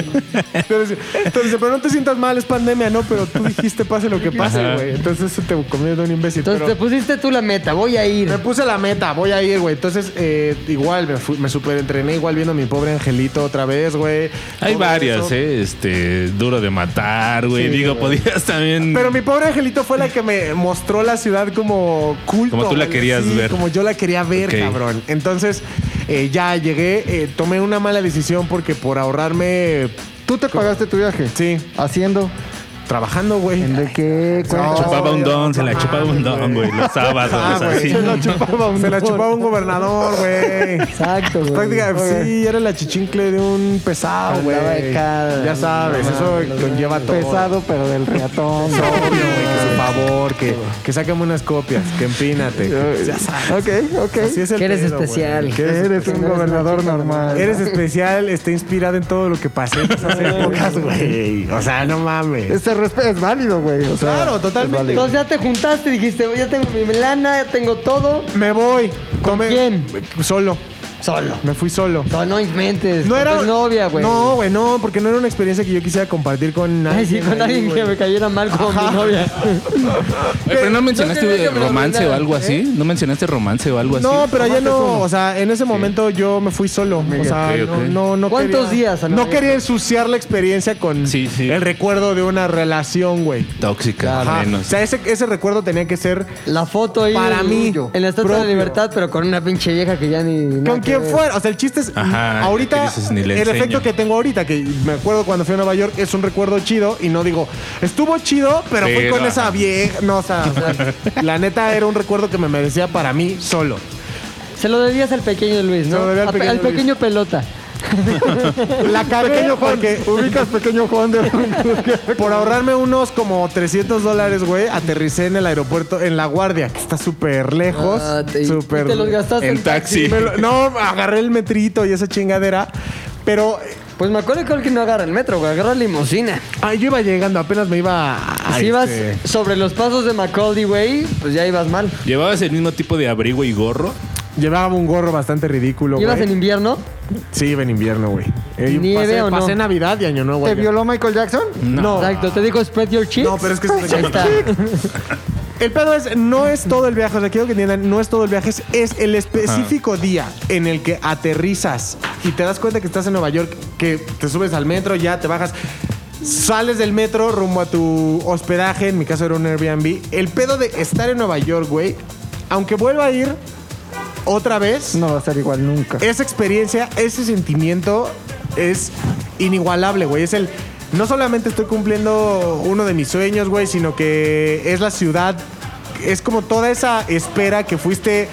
G: Entonces, entonces, pero no te sientas mal, es pandemia, ¿no? Pero tú dijiste pase lo que pase,
H: Ajá.
G: güey. Entonces eso te comió de un imbécil.
E: Entonces
G: pero-
E: te pusiste tú la meta, voy a ir.
G: Me puse la meta, voy a ir, güey. Entonces, eh, igual me, fui- me superentrené, igual viendo a mi pobre angelito otra vez, güey.
H: Hay
G: Todo
H: varias,
G: eso.
H: ¿eh? Este, duro de matar, güey. Digo, podías también.
G: Pero mi pobre angelito fue la que me mostró la ciudad como culto.
H: Como tú la
G: güey.
H: querías
G: Sí,
H: ver.
G: Como yo la quería ver,
H: Ok.
G: cabrón. Entonces, eh, ya llegué, eh, tomé una mala decisión porque por ahorrarme.
F: ¿Tú te pagaste tu viaje?
G: Sí,
F: Haciendo.
G: trabajando, güey.
F: ¿De qué?
H: Se
F: Cuenta.
H: <laughs> chupaba un don, se la chupaba un don, güey. Los
G: Ah,
H: sábados,
G: güey,
H: así.
G: Se la chupaba un, se la chupaba un gobernador, güey.
E: Exacto, güey.
G: Práctica,
E: Oye,
G: <laughs> sí, era la chichincle de un pesado, güey.
E: Andaba de cada-
G: Ya sabes, eso conlleva todo.
F: Pesado, pero del reatón.
G: Obvio, güey, que por favor, que, que sácame unas copias, que empínate. que- Ya sabes.
F: ok, ok.
G: Así es el
E: Que eres
G: pedo, güey.
E: especial.
G: Que eres,
F: Eres un
E: eres
F: gobernador normal.
G: eres especial, está inspirado en todo lo que pasé en esas épocas, güey. O sea, no mames.
F: Ese respeto es válido, güey. o sea,
G: Claro,
F: es
G: totalmente.
F: válido.
E: Entonces ya te juntaste y dijiste, ya tengo mi lana, ya tengo todo.
G: Me voy. Tomé-
E: quién?
G: Solo.
E: Solo.
G: Me fui solo.
E: No, no inventes.
G: No era
E: tu novia, güey.
G: No, güey, no, porque no era una experiencia que yo quisiera compartir con nadie.
E: Ay, sí, con
G: güey,
E: alguien que
G: güey.
E: me cayera mal como mi novia.
H: Oye, pero no
E: quería que
H: mencionaste
E: me lo
H: romance o
E: mandaran,
H: algo así. No mencionaste romance o algo así.
G: ¿eh? No, pero allá no, o sea, en ese momento yo me fui solo, o sea,
H: Ok, ok.
G: no, no, no
E: ¿Cuántos
G: quería-
E: días a la
G: No
E: vez?
G: quería ensuciar la experiencia con
H: Sí, sí.
G: el recuerdo de una relación, güey.
H: Tóxica,
G: Ajá.
H: al
G: O
H: menos.
G: sea, ese, ese recuerdo tenía que ser
E: La foto ahí.
G: Para
E: en-
G: mí,
E: En la estatua de
G: propio.
E: la libertad, pero con una pinche vieja que ya ni. nada
G: con
E: que
G: quien
E: ver.
G: fuera. O sea, el chiste es
H: Ajá,
G: ahorita
H: que dices, ni le
G: el
H: enseño.
G: efecto que tengo ahorita, que me acuerdo cuando fui a Nueva York, es un recuerdo chido y no digo, estuvo chido, pero fui
H: Pero,
G: con
H: ajá.
G: esa vieja. No, o sea,
H: <laughs>
G: o sea, la neta era un recuerdo que me merecía para mí solo.
E: Se lo debías al pequeño Luis, ¿no?
G: Se lo debía al
E: A-
G: pequeño Luis.
E: pequeño pelota. <laughs>
G: La cagué
F: Pequeño Juan,
G: porque
F: ubicas pequeño Juan de
G: Por ahorrarme unos como 300 dólares, güey, aterricé en el aeropuerto en La Guardia, que está súper lejos.
E: Ah, te-
G: súper.
E: y Te los gastaste.
H: En taxi.
G: Me lo- no, agarré el metrito y esa chingadera. Pero eh,
E: Pues me acuerdo que alguien no agarra el metro, güey. Agarra limusina.
G: ay, Ah, yo iba llegando, apenas me iba a.
E: si ibas
G: este,
E: sobre los pasos de Macaulay, güey, pues ya ibas mal.
H: ¿Llevabas el mismo tipo de abrigo y gorro?
G: Llevaba un gorro bastante ridículo, güey.
E: ¿Ibas en invierno?
G: Sí, iba en invierno, güey. Eh,
E: ¿Nieve
G: pasé,
E: o no?
G: pasé Navidad y Año Nuevo.
F: ¿Te
G: allá.
F: violó Michael Jackson?
G: No.
E: Exacto. Te dijo spread your cheeks.
G: No, pero es que se
E: Ahí está.
G: El pedo es, no es todo el viaje, o sea, quiero que entiendan, no es todo el viaje, es, es el específico día en el que aterrizas y te das cuenta que estás en Nueva York, que te subes al metro, ya te bajas, sales del metro rumbo a tu hospedaje, en mi caso era un Airbnb. El pedo de estar en Nueva York, güey, aunque vuelva a ir otra vez,
F: No va a ser igual nunca.
G: esa experiencia, ese sentimiento es inigualable, güey. Es el. No solamente estoy cumpliendo uno de mis sueños, güey, sino que es la ciudad. Es como toda esa espera que fuiste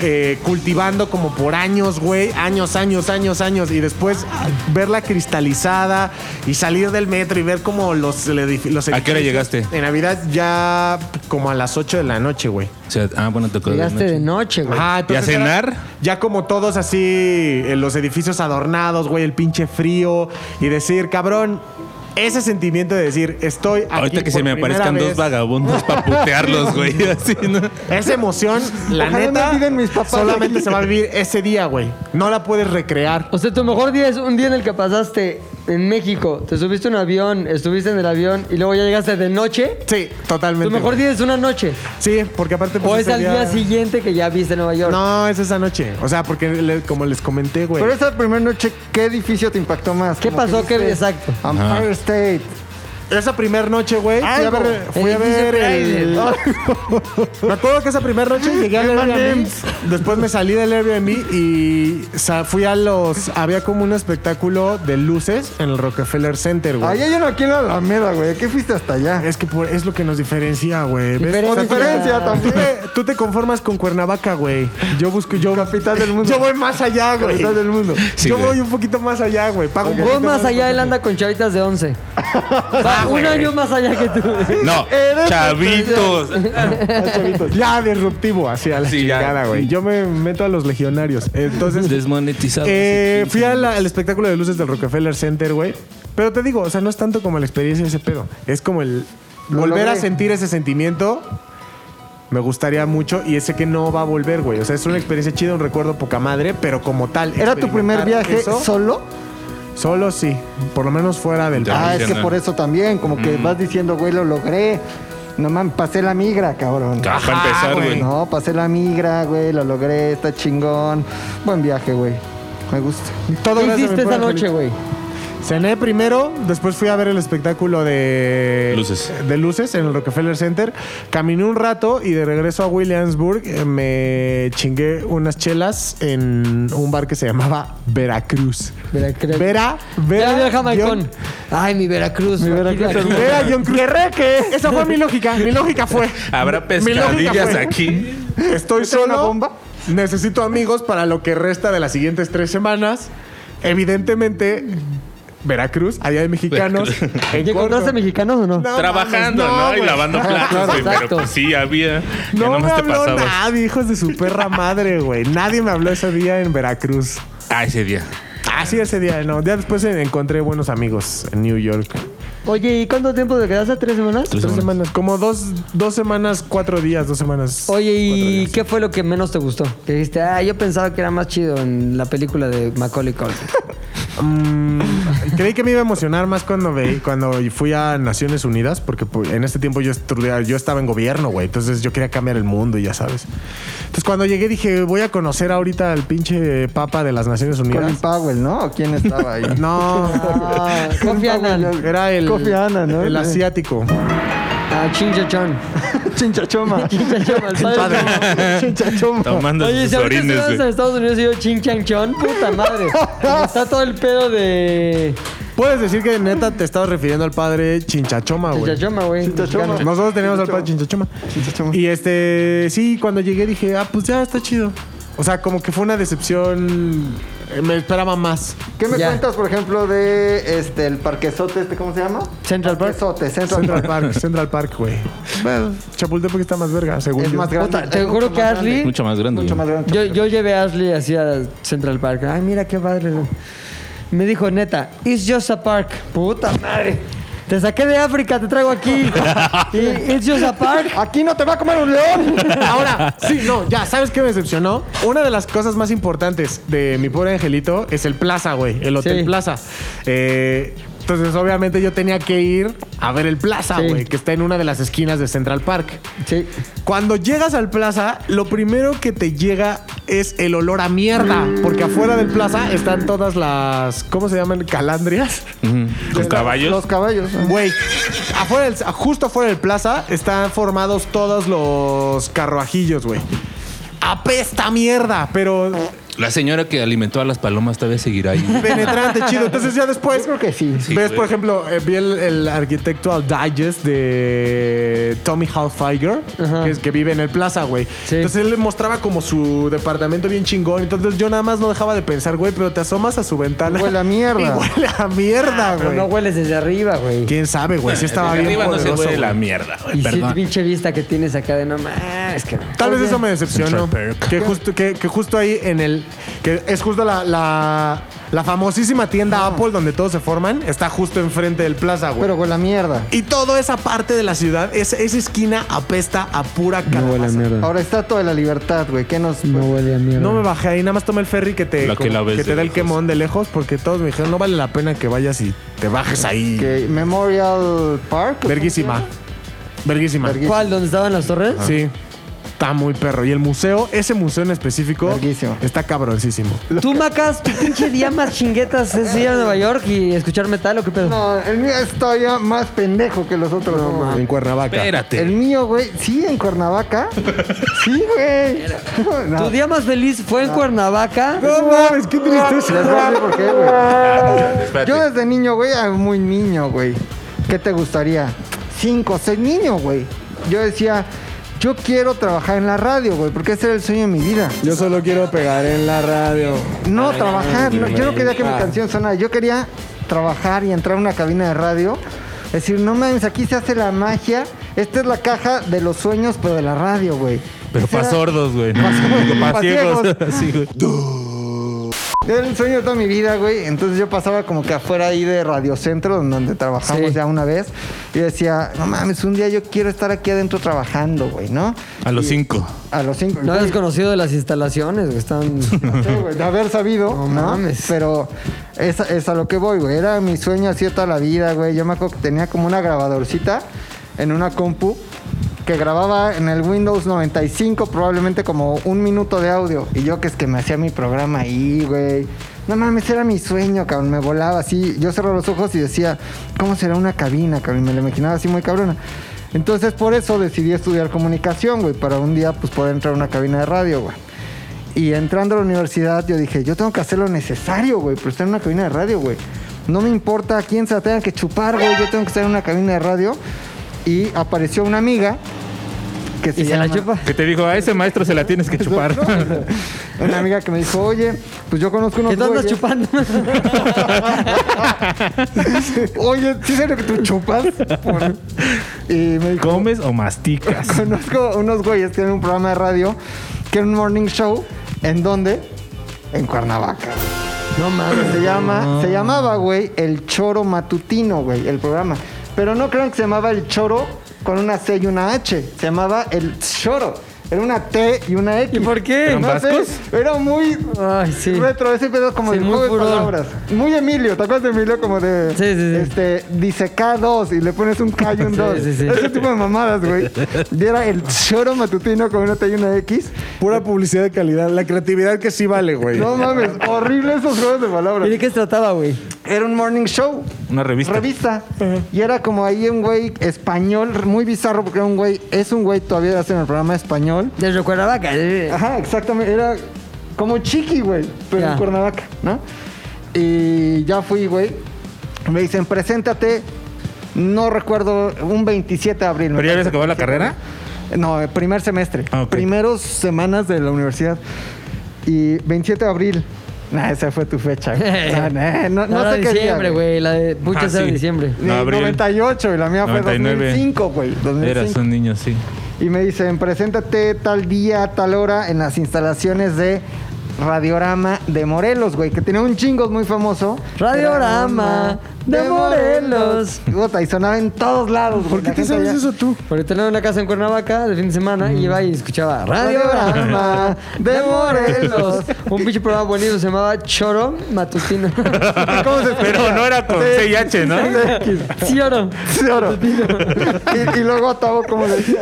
G: eh, cultivando como por años, güey. Años, años, años, años. Y después ah, verla cristalizada y salir del metro y ver como los, edifi- los
H: ¿A qué hora llegaste?
G: En Navidad ya como a las 8 de la noche, güey.
H: O sea, ah, bueno, tocó. de
E: Llegaste
H: noche.
E: de noche, güey.
G: Ajá,
H: ¿Y a
G: entonces era-
H: cenar?
G: ya como todos eh, así, en los edificios adornados, güey, el pinche frío. Y decir, cabrón, ese sentimiento de decir, estoy aquí
H: Ahorita que
G: por
H: se me
G: primera
H: aparezcan dos
G: vez.
H: vagabundos para putearlos, güey. <laughs> Así, ¿no?
G: Esa emoción, la
F: Ojalá
G: neta,
F: me digan mis papás
G: solamente
F: aquí.
G: se va a vivir ese día, güey. No la puedes recrear.
E: O sea, tu mejor día es un día en el que pasaste en México, te subiste a un avión, estuviste en el avión y luego ya llegaste de noche.
G: Sí, totalmente.
E: Tu mejor
G: güey.
E: día es una noche.
G: Sí, porque aparte... pues,
E: O es
G: ese
E: al día siguiente que ya viste Nueva York.
G: No, es esa noche. O sea, porque le- como les comenté, güey.
F: Pero esa primera noche, ¿qué edificio te impactó más?
E: ¿Qué
F: Como
E: pasó?
F: que
E: ¿Qué-
F: dices,
E: exacto.
F: Empire State.
G: Esa primera noche, güey, fui a
F: Algo.
G: ver, fui a
E: Edificio
G: ver el... <laughs> Me acuerdo que esa primera noche llegué al Airbnb.
F: M&Ms.
G: Después me salí del Airbnb y sa- fui a los... Había como un espectáculo de luces en el Rockefeller Center, güey.
F: Ahí hay uno aquí en la Alameda, güey. ¿Qué fuiste hasta allá?
G: Es que por- es lo que nos diferencia, güey. ¿Ves?
F: Diferencia.
G: O sea, tú-
F: Diferencia
G: Tú
F: también.
G: te, tú te conformas con Cuernavaca, güey. Yo busco... Yo,
F: Capital del mundo.
G: yo voy más allá, güey.
F: Capital del mundo.
H: Sí,
G: yo
H: güey.
G: voy un poquito más allá, güey. Pago un
E: Vos
G: poquito
E: más allá,
G: güey.
E: él anda con chavitas de 11. Va un año más allá que tú.
H: No, chavitos.
G: Ya disruptivo, así a la
H: Sí, ya.
G: chingada, güey. Yo me meto a los legionarios.
H: <laughs>
G: Entonces,
H: Desmonetizados.
G: eh, fui a la- al espectáculo de luces del Rockefeller Center, güey. Pero te digo, o sea, no es tanto como la experiencia de ese pedo. Es como el
F: Lo
G: volver a
F: logré.
G: sentir ese sentimiento. Me gustaría mucho y ese que no va a volver, güey. O sea, es una experiencia chida, un recuerdo poca madre, pero como tal.
F: ¿Era tu primer
G: experimentar
F: viaje
G: eso,
F: solo?
G: solo sí. Por lo menos fuera del
H: Ya.
G: país.
F: Ah, es que
H: diciendo.
F: por eso también, como que vas diciendo, güey, lo logré. No mames, pasé la migra, cabrón.
H: Ah, Para empezar, güey.
F: No, pasé la migra, güey, lo logré, está chingón. Buen viaje, güey. Me gusta.
G: Todo
E: ¿Qué
G: gracias a mi
E: hiciste
G: pobre
E: esa noche,
G: Angelito.
E: güey?
G: Cené primero, después fui a ver el espectáculo de
H: Luces.
G: de luces en el Rockefeller Center. Caminé un rato y de regreso a Williamsburg eh, me chingué unas chelas en un bar que se llamaba Veracruz.
E: Veracruz.
G: Vera,
E: Vera,
G: Vera,
E: Vera Jamaicón.
G: guión-
E: Ay, mi Veracruz. Mi
G: Vera, guión Cruz. Esa fue mi lógica. Mi lógica fue.
H: Habrá
G: Mi lógica
H: pescadillas
G: fue,
H: aquí.
G: Estoy
F: ¿Usted
G: solo.
F: una bomba?
G: Necesito amigos para lo que resta de las siguientes tres semanas. Evidentemente, Veracruz, allá de mexicanos. <laughs> en
E: ¿Y encontraste
G: corto.
E: mexicanos o no?
G: No
H: Trabajando,
G: mames,
H: ¿no? Y
G: güey.
H: lavando platos,
E: Claro,
H: güey. Pero
E: exacto.
H: pues sí, había. que
G: No me
H: nomás te
G: habló
H: pasabas.
G: nadie, hijos de su perra madre, güey. Nadie me habló ese día en Veracruz.
H: Ah, ese día.
G: Ah, sí, ese día, no. Ya después encontré buenos amigos en New York.
E: Oye, ¿y cuánto tiempo te quedaste? ¿Tres semanas?
G: Tres semanas. Como dos, dos semanas, cuatro días, dos semanas.
E: Oye, ¿y qué fue lo que menos te gustó? Que dijiste, ah, yo pensaba que era más chido en la película de Macaulay Culkin.
G: Mm, creí que me iba a emocionar más cuando veí, cuando fui a Naciones Unidas, porque pues, en este tiempo yo estudiaba, yo estaba en gobierno, güey. Entonces yo quería cambiar el mundo y ya sabes. Entonces cuando llegué dije, voy a conocer ahorita al pinche papa de las Naciones
F: Colin
G: Unidas.
F: Powell, ¿no? ¿O quién estaba ahí?
E: <laughs>
G: No,
E: Ah, Kofi Annan.
G: era el,
F: Kofi Annan, ¿no?
G: el asiático.
E: Ah, Chinchachón.
F: Chinchachoma.
E: Chinchachón, al padre.
F: <laughs> Chinchachoma.
H: Tomando
E: Oye,
H: sus
E: si ahorita
H: orines,
E: estuvieras en
H: güey.
E: Estados Unidos y yo ching chang chon, puta madre. Como Está todo el pedo de
G: Puedes decir que neta te estabas refiriendo al padre Chinchachoma, güey.
E: Chinchachoma, güey.
F: Chinchachoma.
E: mexicano.
G: Nosotros teníamos al padre Chinchachoma.
F: Chinchachoma.
G: Y este, sí, cuando llegué dije, ah, pues ya está chido. O sea, como que fue una decepción. eh, Me esperaba más.
F: ¿Qué me
E: Ya.
F: cuentas, por ejemplo, de este el parquezote este, ¿cómo se llama?
E: Central Park.
F: Parquezote, Central,
G: Central
F: Park.
G: Park, Central Park, güey. Bueno, Chapultepec está más verga, según
F: Es
G: yo.
F: más
G: <laughs>
F: grande.
E: Puta, te
F: es
E: juro
F: mucho
E: que
F: más grande.
E: Ashley.
H: Mucho más grande.
F: Mucho
H: güey.
F: más grande.
E: Yo, yo llevé a Ashley hacia Central Park. Ay, mira qué padre. Me dijo, neta, it's just a park. Puta madre. Te saqué de África, te traigo aquí. Y it's just a park.
F: Aquí no te va a comer un león.
G: Ahora, sí, no, ya, ¿sabes qué me decepcionó? Una de las cosas más importantes de mi pobre angelito es el Plaza, güey, el Hotel
E: Sí.
G: Plaza. Eh, entonces, obviamente, yo tenía que ir a ver el Plaza,
E: Sí.
G: güey, que está en una de las esquinas de Central Park.
E: Sí.
G: Cuando llegas al plaza, lo primero que te llega es el olor a mierda. Porque afuera del plaza están todas las. ¿Cómo se llaman? Calandrias.
H: Ujú. Con caballos.
F: Los caballos. ¿no?
G: Güey, afuera del- justo afuera del plaza están formados todos los carruajillos, güey. Apesta a mierda, pero
H: La señora que alimentó a las palomas todavía seguirá ahí.
G: penetrante, chido. Entonces ya después.
F: Creo que sí.
H: Sí,
G: ves,
H: güey.
G: por ejemplo, eh, vi el, el Architectural Digest de Tommy Hilfiger,
E: Ajá.
G: que, es- que vive en el Plaza, güey.
E: Sí.
G: Entonces él le mostraba como su departamento bien chingón. Entonces yo nada más no dejaba de pensar, güey, pero te asomas a su ventana.
F: Huele
E: <laughs>
F: a mierda.
G: Y <laughs> huele a mierda,
E: Pero
G: güey.
E: no hueles desde arriba, güey.
G: ¿Quién sabe, güey? Sí estaba
H: Desde
G: bien
H: arriba no se
G: poderoso,
H: huele la
G: güey.
H: mierda, güey.
E: Y si
H: Perdón.
E: pinche vista que tienes acá de no más. Que...
G: Tal vez eso me decepcionó.
H: Central Perk.
G: Que justo, que, que justo ahí en el. Que es justo la, la, La famosísima tienda Apple donde todos se forman está justo enfrente del plaza, güey.
F: Pero con la mierda.
G: y toda esa parte de la ciudad, esa, esa esquina apesta a pura calabaza. No,
E: mierda.
F: Ahora Estatua de la Libertad, güey. ¿Qué nos.?
E: No huele a mierda.
G: me bajé ahí, nada más tomé el ferry que te,
H: La que la ves
G: te
H: de
G: da el
H: lejos.
G: quemón de lejos porque todos me dijeron, no vale la pena que vayas y te bajes ahí.
F: que- Memorial Park.
G: Verguísima. Verguísima.
F: Verguísima.
E: ¿Cuál? ¿Dónde estaban las torres?
G: Sí. Está muy perro. Y el museo, ese museo en específico,
F: Verguísimo.
G: está cabroncísimo.
E: Tú macas, tu pinche día más chinguetas es ir a Nueva York y escuchar metal o qué pedo.
F: No, el mío es todavía más pendejo que los otros. No,
G: En Cuernavaca.
H: Espérate.
F: El mío, güey, sí, en Cuernavaca. Sí, güey. No,
E: Tu día más feliz fue en Cuernavaca.
G: No mames, qué
F: les
G: tristeza.
F: voy a decir por qué, güey.
H: Espérate.
F: Yo desde niño, güey, ah, muy niño, güey. ¿Qué te gustaría? Cinco, seis niño, güey. Yo decía, yo quiero trabajar en la radio, güey, porque ese era el sueño de mi vida.
G: Yo solo quiero pegar en la radio.
F: No trabajar, no, yo no quería que mi
G: Ah.
F: canción sonara, yo quería trabajar y entrar a una cabina de radio. Es decir, no mames, aquí se hace la magia. Esta es la caja de los sueños, pero de la radio, güey.
H: Pero para
F: Era-
H: sordos, güey.
F: Pa' sordos,
H: Pa'
F: pa'
H: ciegos.
F: ciegos.
H: Sí, güey.
F: Era el sueño de toda mi vida, güey. Entonces yo pasaba como que afuera ahí de Radio Centro, donde- donde trabajamos
E: Sí.
F: ya una vez. Y decía, no mames, un día yo quiero estar aquí adentro trabajando, güey, ¿no?
H: A los cinco.
F: A los cinco.
E: No
F: güey,
E: habías conocido de las instalaciones, güey,
F: <laughs>
E: están...
F: sí, güey, de haber sabido,
E: No
F: ¿no?
E: mames.
F: Pero es, es a lo que voy, güey. Era mi sueño así toda la vida, güey. Yo me acuerdo que tenía como una grabadorcita en una compu que grababa en el Windows 95 probablemente como un minuto de audio. Y yo que es que me hacía mi programa ahí, güey. No mames, era mi sueño, cabrón. Me volaba así. Yo cerraba los ojos y decía, ¿cómo será una cabina, cabrón? Y me lo imaginaba así muy cabrona. Entonces por eso decidí estudiar comunicación, güey, para un día pues poder entrar a una cabina de radio, güey. Y entrando a la universidad, yo dije, yo tengo que hacer lo necesario, güey, pero estar en una cabina de radio, güey. No me importa a quién se la tenga que chupar, güey, yo tengo que estar en una cabina de radio. Y apareció una amiga que se,
E: Y se
F: llama,
E: la chupa.
H: Que te dijo, a ese maestro se la tienes que <laughs> chupar.
F: Una amiga que me dijo, oye, pues yo conozco unos
E: ¿Qué tú andas
F: güeyes".
E: chupando?
F: <laughs> Oye, ¿sí es lo que tú chupas? Por- Y me dijo,
H: ¿Comes o masticas?
F: conozco unos güeyes que tienen un programa de radio, que era un morning show, ¿en dónde? En Cuernavaca.
E: No mames.
F: Se
E: Ah.
F: llama, se llamaba, güey, el choro matutino, güey, el programa. Pero no crean que se llamaba el choro con una C y una H. Se llamaba el choro. Era una T y una X.
E: ¿Y por qué?
F: No sé, era muy
E: Ay, sí.
F: retro, ese pedo como
E: Sí,
F: de
E: muy
F: juego de
E: furor.
F: palabras. Muy Emilio, ¿te acuerdas de Emilio? Como de
E: Sí, sí, sí.
F: este disecá dos y le pones un K y un
E: Sí,
F: dos.
E: sí, sí.
F: Ese tipo de mamadas, güey. Y era el choro matutino con una T y una X.
G: Pura publicidad de calidad. La creatividad que sí vale, güey.
F: No mames, horrible esos juegos de palabras.
E: ¿Y de qué se trataba, güey?
F: Era un morning show.
H: Una revista.
F: Revista. Y era como ahí un güey español, muy bizarro, porque era un güey, es un güey todavía hacen el programa español.
E: De Cuernavaca. <laughs> eh.
F: Ajá, exactamente. Era como chiqui, güey, pero
E: Ya.
F: en Cuernavaca, ¿no? Y ya fui, güey. Me dicen, preséntate. No recuerdo, un 27 de abril. me
H: ¿Pero ya habías
F: parece.
H: acabado la carrera?
F: No, eh, primer semestre.
H: Ah, ok.
F: Primeros semanas de la universidad. Y 27 de abril. Nah, esa fue tu
H: <laughs>
F: fecha. güey. No, nah, no, no,
E: la
F: sé
E: de
F: qué día,
E: diciembre, güey. La de muchas
H: Ah,
E: era de
H: sí.
E: diciembre.
F: Sí,
H: No, abril.
F: 98 y la mía
H: 99.
F: fue 2005, güey. 2005.
H: Eras un niño, sí.
F: Y me dicen, preséntate tal día, tal hora en las instalaciones de Radiorama de Morelos, güey, que tenía un chingo muy famoso.
E: Radiorama de Morelos.
F: Puta, y sonaba en todos lados, güey.
G: ¿Por qué
F: La
G: te
F: gente
G: sabes
F: allá,
G: eso tú?
E: Porque tenía una casa en Cuernavaca de fin de semana y iba y escuchaba Radiorama
F: Radiorama
E: de
F: Mm. de
E: Morelos.
F: Morelos.
E: Un pinche programa buenísimo se llamaba Choro
F: <laughs>
E: Matutino.
F: ¿Cómo se
H: Pero no era con CIH, ¿no?
E: Choro.
F: <laughs> Choro. y, y luego Tavo, como le decía.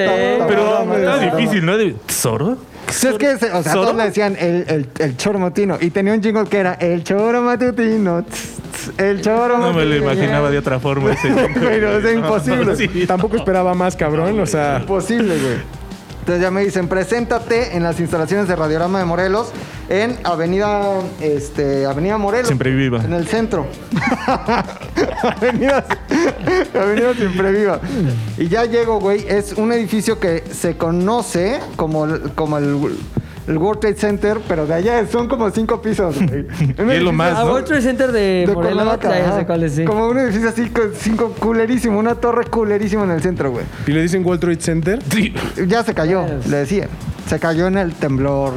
H: Pero estaba difícil, ¿no? De- ¿Tesoro?
F: Sí, es que, se- o sea,
H: ¿Soro?
F: todos le decían el, el, el choro matutino. Y tenía un jingle que era el choro matutino. tss, tss, El choro
H: No me lo
F: matutino.
H: imaginaba de otra forma ese.
F: Pero es imposible.
H: Sí.
G: Tampoco esperaba más, cabrón. O sea,
F: Imposible, güey. Entonces ya me dicen, preséntate en las instalaciones de Radiorama de Morelos en Avenida, este, Avenida Morelos.
H: Siempre viva.
F: En el centro. <laughs> Avenida, Avenida Siempre Viva. Y ya llego, güey. Es un edificio que se conoce como, el- como el, el World Trade Center, pero de allá son como cinco pisos,
H: <laughs>
F: güey. Un
H: Y es lo
F: edificio
H: más,
E: A
H: ¿no?
E: Ah, World Trade Center de,
F: de
E: Morelos.
F: Cuernavaca,
E: Ya, ya
F: ajá.
E: sé cuál es, sí.
F: Como un edificio así con cinco culerísimo, una torre culerísima en el centro, güey.
G: y le dicen World Trade Center.
H: Sí.
F: Ya se cayó,
E: Yes.
F: le decía. Se cayó en el temblor.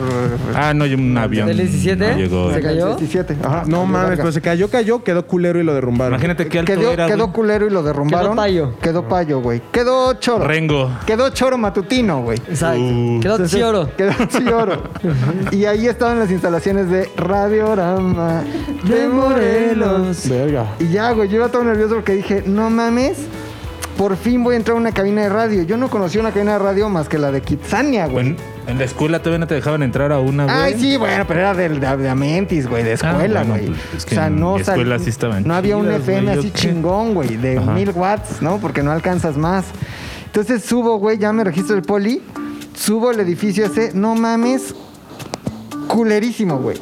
H: Ah, no, un avión.
E: ¿Del 17?
H: no llegó.
E: ¿Se cayó?
F: 17. Ajá, valió
G: No mames, pues,
F: verga.
G: pero se cayó, cayó, quedó culero y lo derrumbaron.
H: Imagínate qué alto
F: Quedó,
H: era.
F: quedó
H: güey.
F: culero y lo derrumbaron.
E: Quedó payo.
F: Quedó payo, güey. Quedó choro.
H: Rengo.
F: Quedó choro matutino, güey.
E: Exacto.
H: Uh.
E: Quedó
F: Entonces,
E: chioro.
F: Quedó <laughs> choro. y ahí estaban las instalaciones de Radiorama de Morelos.
G: Verga.
F: Y ya, güey, yo iba todo nervioso porque dije, no mames, por fin voy a entrar a una cabina de radio. Yo no conocía una cabina de radio más que la de Kitsania, güey.
H: Bueno, en la escuela todavía no te dejaban entrar a una, güey.
F: Ay, Ah, sí, bueno, pero era del- de, de Amentis, güey, de escuela,
H: Ah, bueno,
F: güey.
H: pues, es que
F: o sea,
H: en
F: no
H: mi
F: sal-
H: escuela sí estaban
F: No había un
H: chidas,
F: FM
H: güey, ¿yo
F: así
H: qué?
F: chingón, güey, de
H: Ajá.
F: mil watts, ¿no? Porque no alcanzas más. Entonces subo, güey, ya me registro el poli, subo el edificio ese, no mames, culerísimo, güey.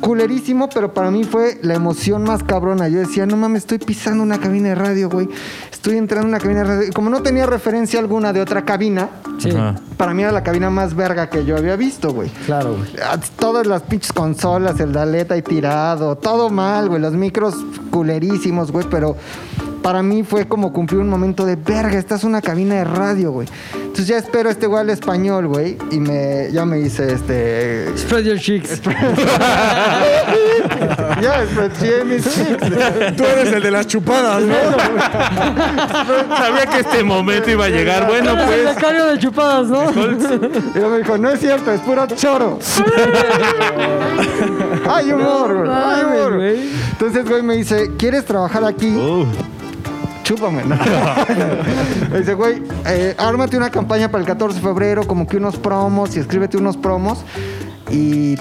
F: Culerísimo, pero para mí fue la emoción más cabrona. Yo decía, no mames, estoy pisando una cabina de radio, güey. Estoy entrando en una cabina de radio. Y Como no tenía referencia alguna de otra cabina,
E: Sí.
H: Ajá.
F: para mí era la cabina más verga que yo había visto, güey.
E: Claro, güey.
F: Ah, Todas las pinches consolas, el Daleta y tirado, todo mal, güey. Los micros culerísimos, güey, pero para mí fue como cumplir un momento de verga. Esta es una cabina de radio, güey. Entonces ya espero este güey al español, güey, y me, ya me hice este.
E: Spread your cheeks.
F: <laughs> ya espeché mis chicks.
E: <laughs>
G: Tú eres el de las chupadas, ¿no?
H: Sabía que este momento iba a llegar. Bueno,
E: El
H: pues.
E: becario Ah, de chupadas, ¿no?
F: Y me dijo, no es cierto, es puro
E: <laughs>
F: choro. Hay humor, güey. Hay
E: mames,
F: humor.
E: güey.
F: Entonces, güey, me dice, ¿quieres trabajar aquí?
H: Uh,
F: Chúpame. ¿no? <laughs> Me dice, güey, eh, ármate una campaña para el 14 de febrero, como que unos promos, y escríbete unos promos. Y,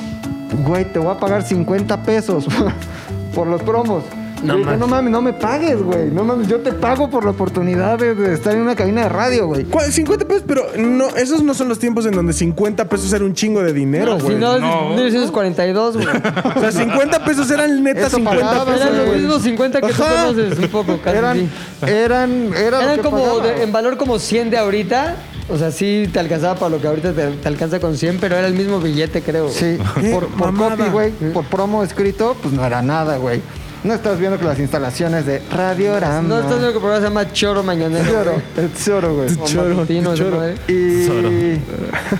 F: güey, te voy a pagar 50 pesos <laughs> por los promos. No, no mames, no me pagues, güey. No mames, yo te pago por la oportunidad de, de estar en una cabina de radio, güey.
G: ¿Cuál? 50 pesos, pero no, esos no son los tiempos en donde 50 pesos era un chingo de dinero,
E: Si
G: güey.
E: no, es
H: no.
E: 1942,
F: <laughs>
E: güey.
G: O sea, 50 pesos eran neta
F: Eso
G: 50
F: pagaba,
G: pesos.
E: Eran los
F: Ah, güey.
E: mismos 50 que tú
G: Ajá.
E: conoces, un poco, casi.
F: Eran,
E: sí.
F: eran, era lo
E: Eran
F: que
E: como
F: pagaba.
E: de- en valor como 100 de ahorita. O sea, sí te alcanzaba para lo que ahorita te, te alcanza con 100, pero era el mismo billete, creo.
F: Sí,
G: <laughs> ¿Qué
F: por, por
G: mamada?
F: copy, güey, por promo escrito, pues no era nada, güey. No estás viendo que las instalaciones de Radiorama.
E: No estás viendo que el programa se llama Choro Mañanero.
F: Choro, el choro, güey.
E: O matutino, ¿eh? esa madre.
F: Y,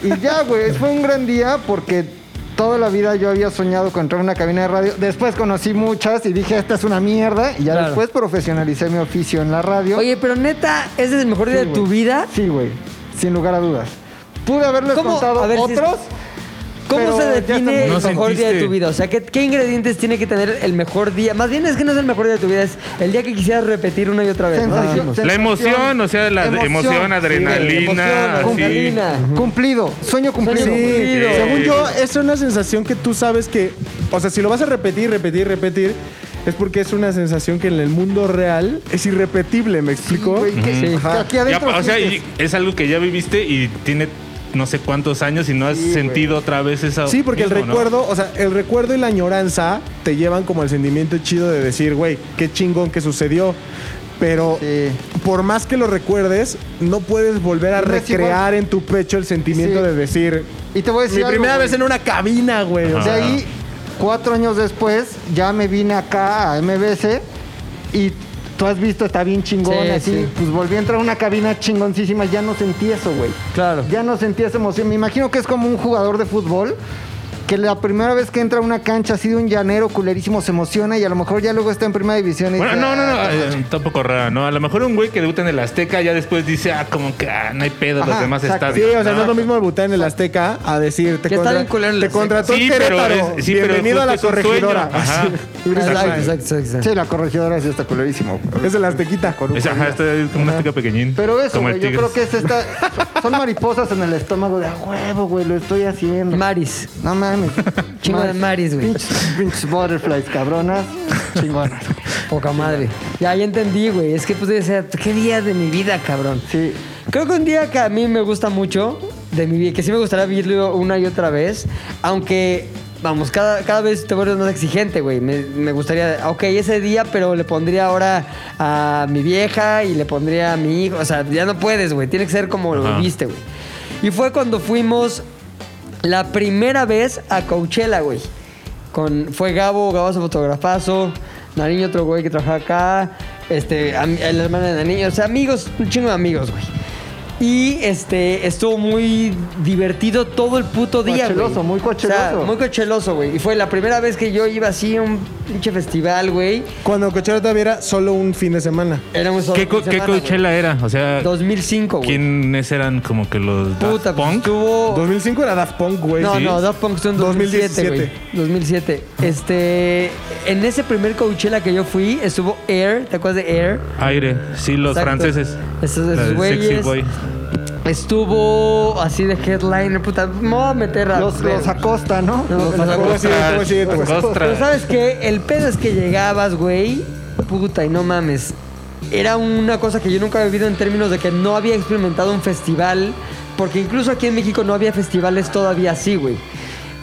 F: y ya, güey, fue un gran día porque toda la vida yo había soñado con entrar a una cabina de radio. Después conocí muchas y dije, esta es una mierda. Y ya
E: Claro.
F: después profesionalicé mi oficio en la radio.
E: Oye, pero neta, ese es el mejor día de tu vida.
F: Sí, güey, sin lugar a dudas. Pude haberles
E: ¿Cómo?
F: contado
E: A ver, si-
F: otros.
E: ¿Cómo
F: Pero
E: se
F: ya
E: define el
H: estamos- No
E: mejor día de
H: sentiste.
E: tu vida? O sea, ¿qué, qué ingredientes tiene que tener el mejor día? Más bien es que no es el mejor día de tu vida, es el día que quisieras repetir una y otra vez. ¿no?
F: Sensación,
H: La emoción, o sea, la emoción, adrenalina,
F: emoción,
H: así.
E: adrenalina.
F: Cumplido, sueño cumplido.
E: Sueño cumplido.
H: Sí.
G: Según yo, es una sensación que tú sabes que, o sea, si lo vas a repetir, repetir, repetir, es porque es una sensación que en el mundo real es irrepetible, ¿me explico?
F: Güey, que-
E: Sí.
F: que aquí
H: Ya,
F: adentro
H: o sea, y
F: sientes-
H: es algo que ya viviste y tiene no sé cuántos años y no has sentido otra vez esa.
G: Sí, porque el
H: mismo, ¿no?
G: recuerdo, o sea, el recuerdo y la añoranza te llevan como al sentimiento chido de decir, güey, qué chingón que sucedió. Pero
F: Sí.
G: por más que lo recuerdes, no puedes volver a
F: No es igual.
G: recrear en tu pecho el sentimiento
F: Sí.
G: de decir,
F: y te voy a decir
G: mi
F: algo,
G: primera
F: güey.
G: vez en una cabina, güey. O
F: De
G: sea,
F: ahí, cuatro años después, ya me vine acá a MBC y tú has visto, está bien chingón,
E: Sí,
F: así.
E: sí.
F: Pues volví a entrar a una cabina chingoncísima, ya no sentí eso, güey.
E: Claro.
F: Ya no sentí esa emoción. Me imagino que es como un jugador de fútbol que la primera vez que entra a una cancha así de un llanero culerísimo se emociona y a lo mejor ya luego está en primera división. Y
H: Bueno,
F: dice,
H: no, no, no,
F: "Ah,
H: eh, tampoco raro, ¿no? A lo mejor un güey que debuta en el Azteca ya después dice, ah, como que ah, no hay pedo en los
F: Ajá,
H: demás
F: exacto.
G: Sí,
H: estadios.
G: o sea, no es lo mismo debutar en el Azteca a decir, te,
E: Que está bien culero el
G: te
E: Azteca.
G: contrató
H: Sí,
G: el
H: pero
G: Querétaro,
H: es- sí, pero
G: bienvenido a la
H: justo es un sueño.
G: corregidora.
H: Ajá.
G: Así.
E: Exacto, exacto, exacto.
F: "Ah, Sí, la corregidora sí está culerísimo. güey.
G: Es el Aztequita.
H: Es, ajá, está- es como un Azteca pequeñín.
F: Pero eso,
H: como el
F: güey, yo
H: Tigres.
F: creo que es esta. Son mariposas en el estómago de a huevo, güey, lo estoy haciendo.
E: Maris.
F: no mames.
E: Chingo de maris, güey.
F: Pinches, pinches butterflies, cabronas. Chingonas.
E: Poca madre. Ya, ya entendí, güey. Es que pues decía, qué día de mi vida, cabrón.
F: Sí.
E: Creo que un día que a mí me gusta mucho de mi vida, que sí me gustaría vivirlo una y otra vez, aunque, vamos, cada, cada vez te vuelves más exigente, güey. Me, me gustaría, ok, ese día, pero le pondría ahora a mi vieja y le pondría a mi hijo. O sea, ya no puedes, güey. Tiene que ser como lo
H: Ajá.
E: viviste, güey. Y fue cuando fuimos la primera vez a Coachella, güey. Con, fue Gabo, Gabazo Fotografazo, Nariño, otro güey que trabajaba acá, este, am- la hermana de Nariño, o sea, amigos, un chingo de amigos, güey. Y este estuvo muy divertido todo el puto día, güey.
F: Cocheloso, muy cocheloso.
E: O sea, muy cocheloso, güey. Y fue la primera vez que yo iba así a un pinche festival, güey.
G: Cuando Coachella todavía era solo un fin de semana.
E: Era un solo
H: ¿Qué, co-
E: fin de
H: qué
E: semana, güey.
H: Coachella era? O sea,
E: 2005, güey.
H: ¿quiénes eran como que los Daft
E: Puta, pues
H: Punk?
E: estuvo-
G: 2005 era Daft Punk, güey.
E: No,
H: sí.
E: no, Daft Punk son 2007,
G: 2017.
E: güey. 2007. Este, en ese primer Coachella que yo fui, estuvo Air, ¿te acuerdas de Air?
H: Aire, sí, los
E: Exacto.
H: franceses.
E: Esos-
H: La
E: esos
H: del Sexy
E: güeyes.
H: Boy.
E: Estuvo así de headliner, puta, me voy a meter a
F: Los, los Acosta, ¿no?
E: Los
F: Los
E: Acosta.
G: ¿Cómo sigue? ¿Cómo sigue? ¿Cómo sigue?
H: Ostras.
E: Pero sabes qué, el pedo es que llegabas, güey, puta, y no mames. Era una cosa que yo nunca había vivido en términos de que no había experimentado un festival, porque incluso aquí en México no había festivales todavía así, güey.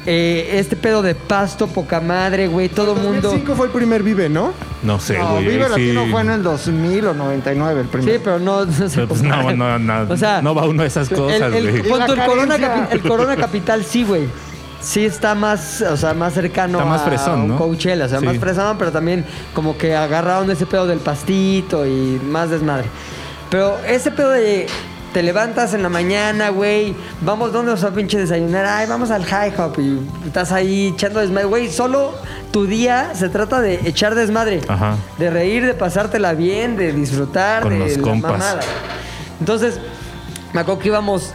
E: Eh, este pedo de pasto, poca madre, güey, todo mundo...
G: 2005 fue el primer Vive, ¿no?
H: No sé,
F: No,
H: güey.
F: Vive
H: ahí sí.
F: Latino fue en el 2000 o 99 el
E: Sí,
F: primero.
E: pero no, no se
H: Pero, pues, no,
E: comparan.
H: no, no,
E: O sea,
H: no va uno a esas cosas,
E: el, el,
H: güey.
E: pon tú, el
F: La
E: corona
F: carencia.
E: Capi- el Corona Capital sí, güey. Sí está más, o sea, más cercano
H: Está más
E: a
H: fresón,
E: un
H: ¿no?
E: Coachella, o sea,
H: Sí.
E: más fresón, pero también como que agarraron ese pedo del pastito y más desmadre. Pero ese pedo de te levantas en la mañana, güey, vamos dónde vas a pinche desayunar, ay, vamos al high hop y estás ahí echando desmadre, güey, solo tu día se trata de echar desmadre,
H: Ajá.
E: de reír, de pasártela bien, de disfrutar
H: Con
E: de
H: los
E: la
H: compas.
E: mamada. Entonces, me acuerdo que íbamos.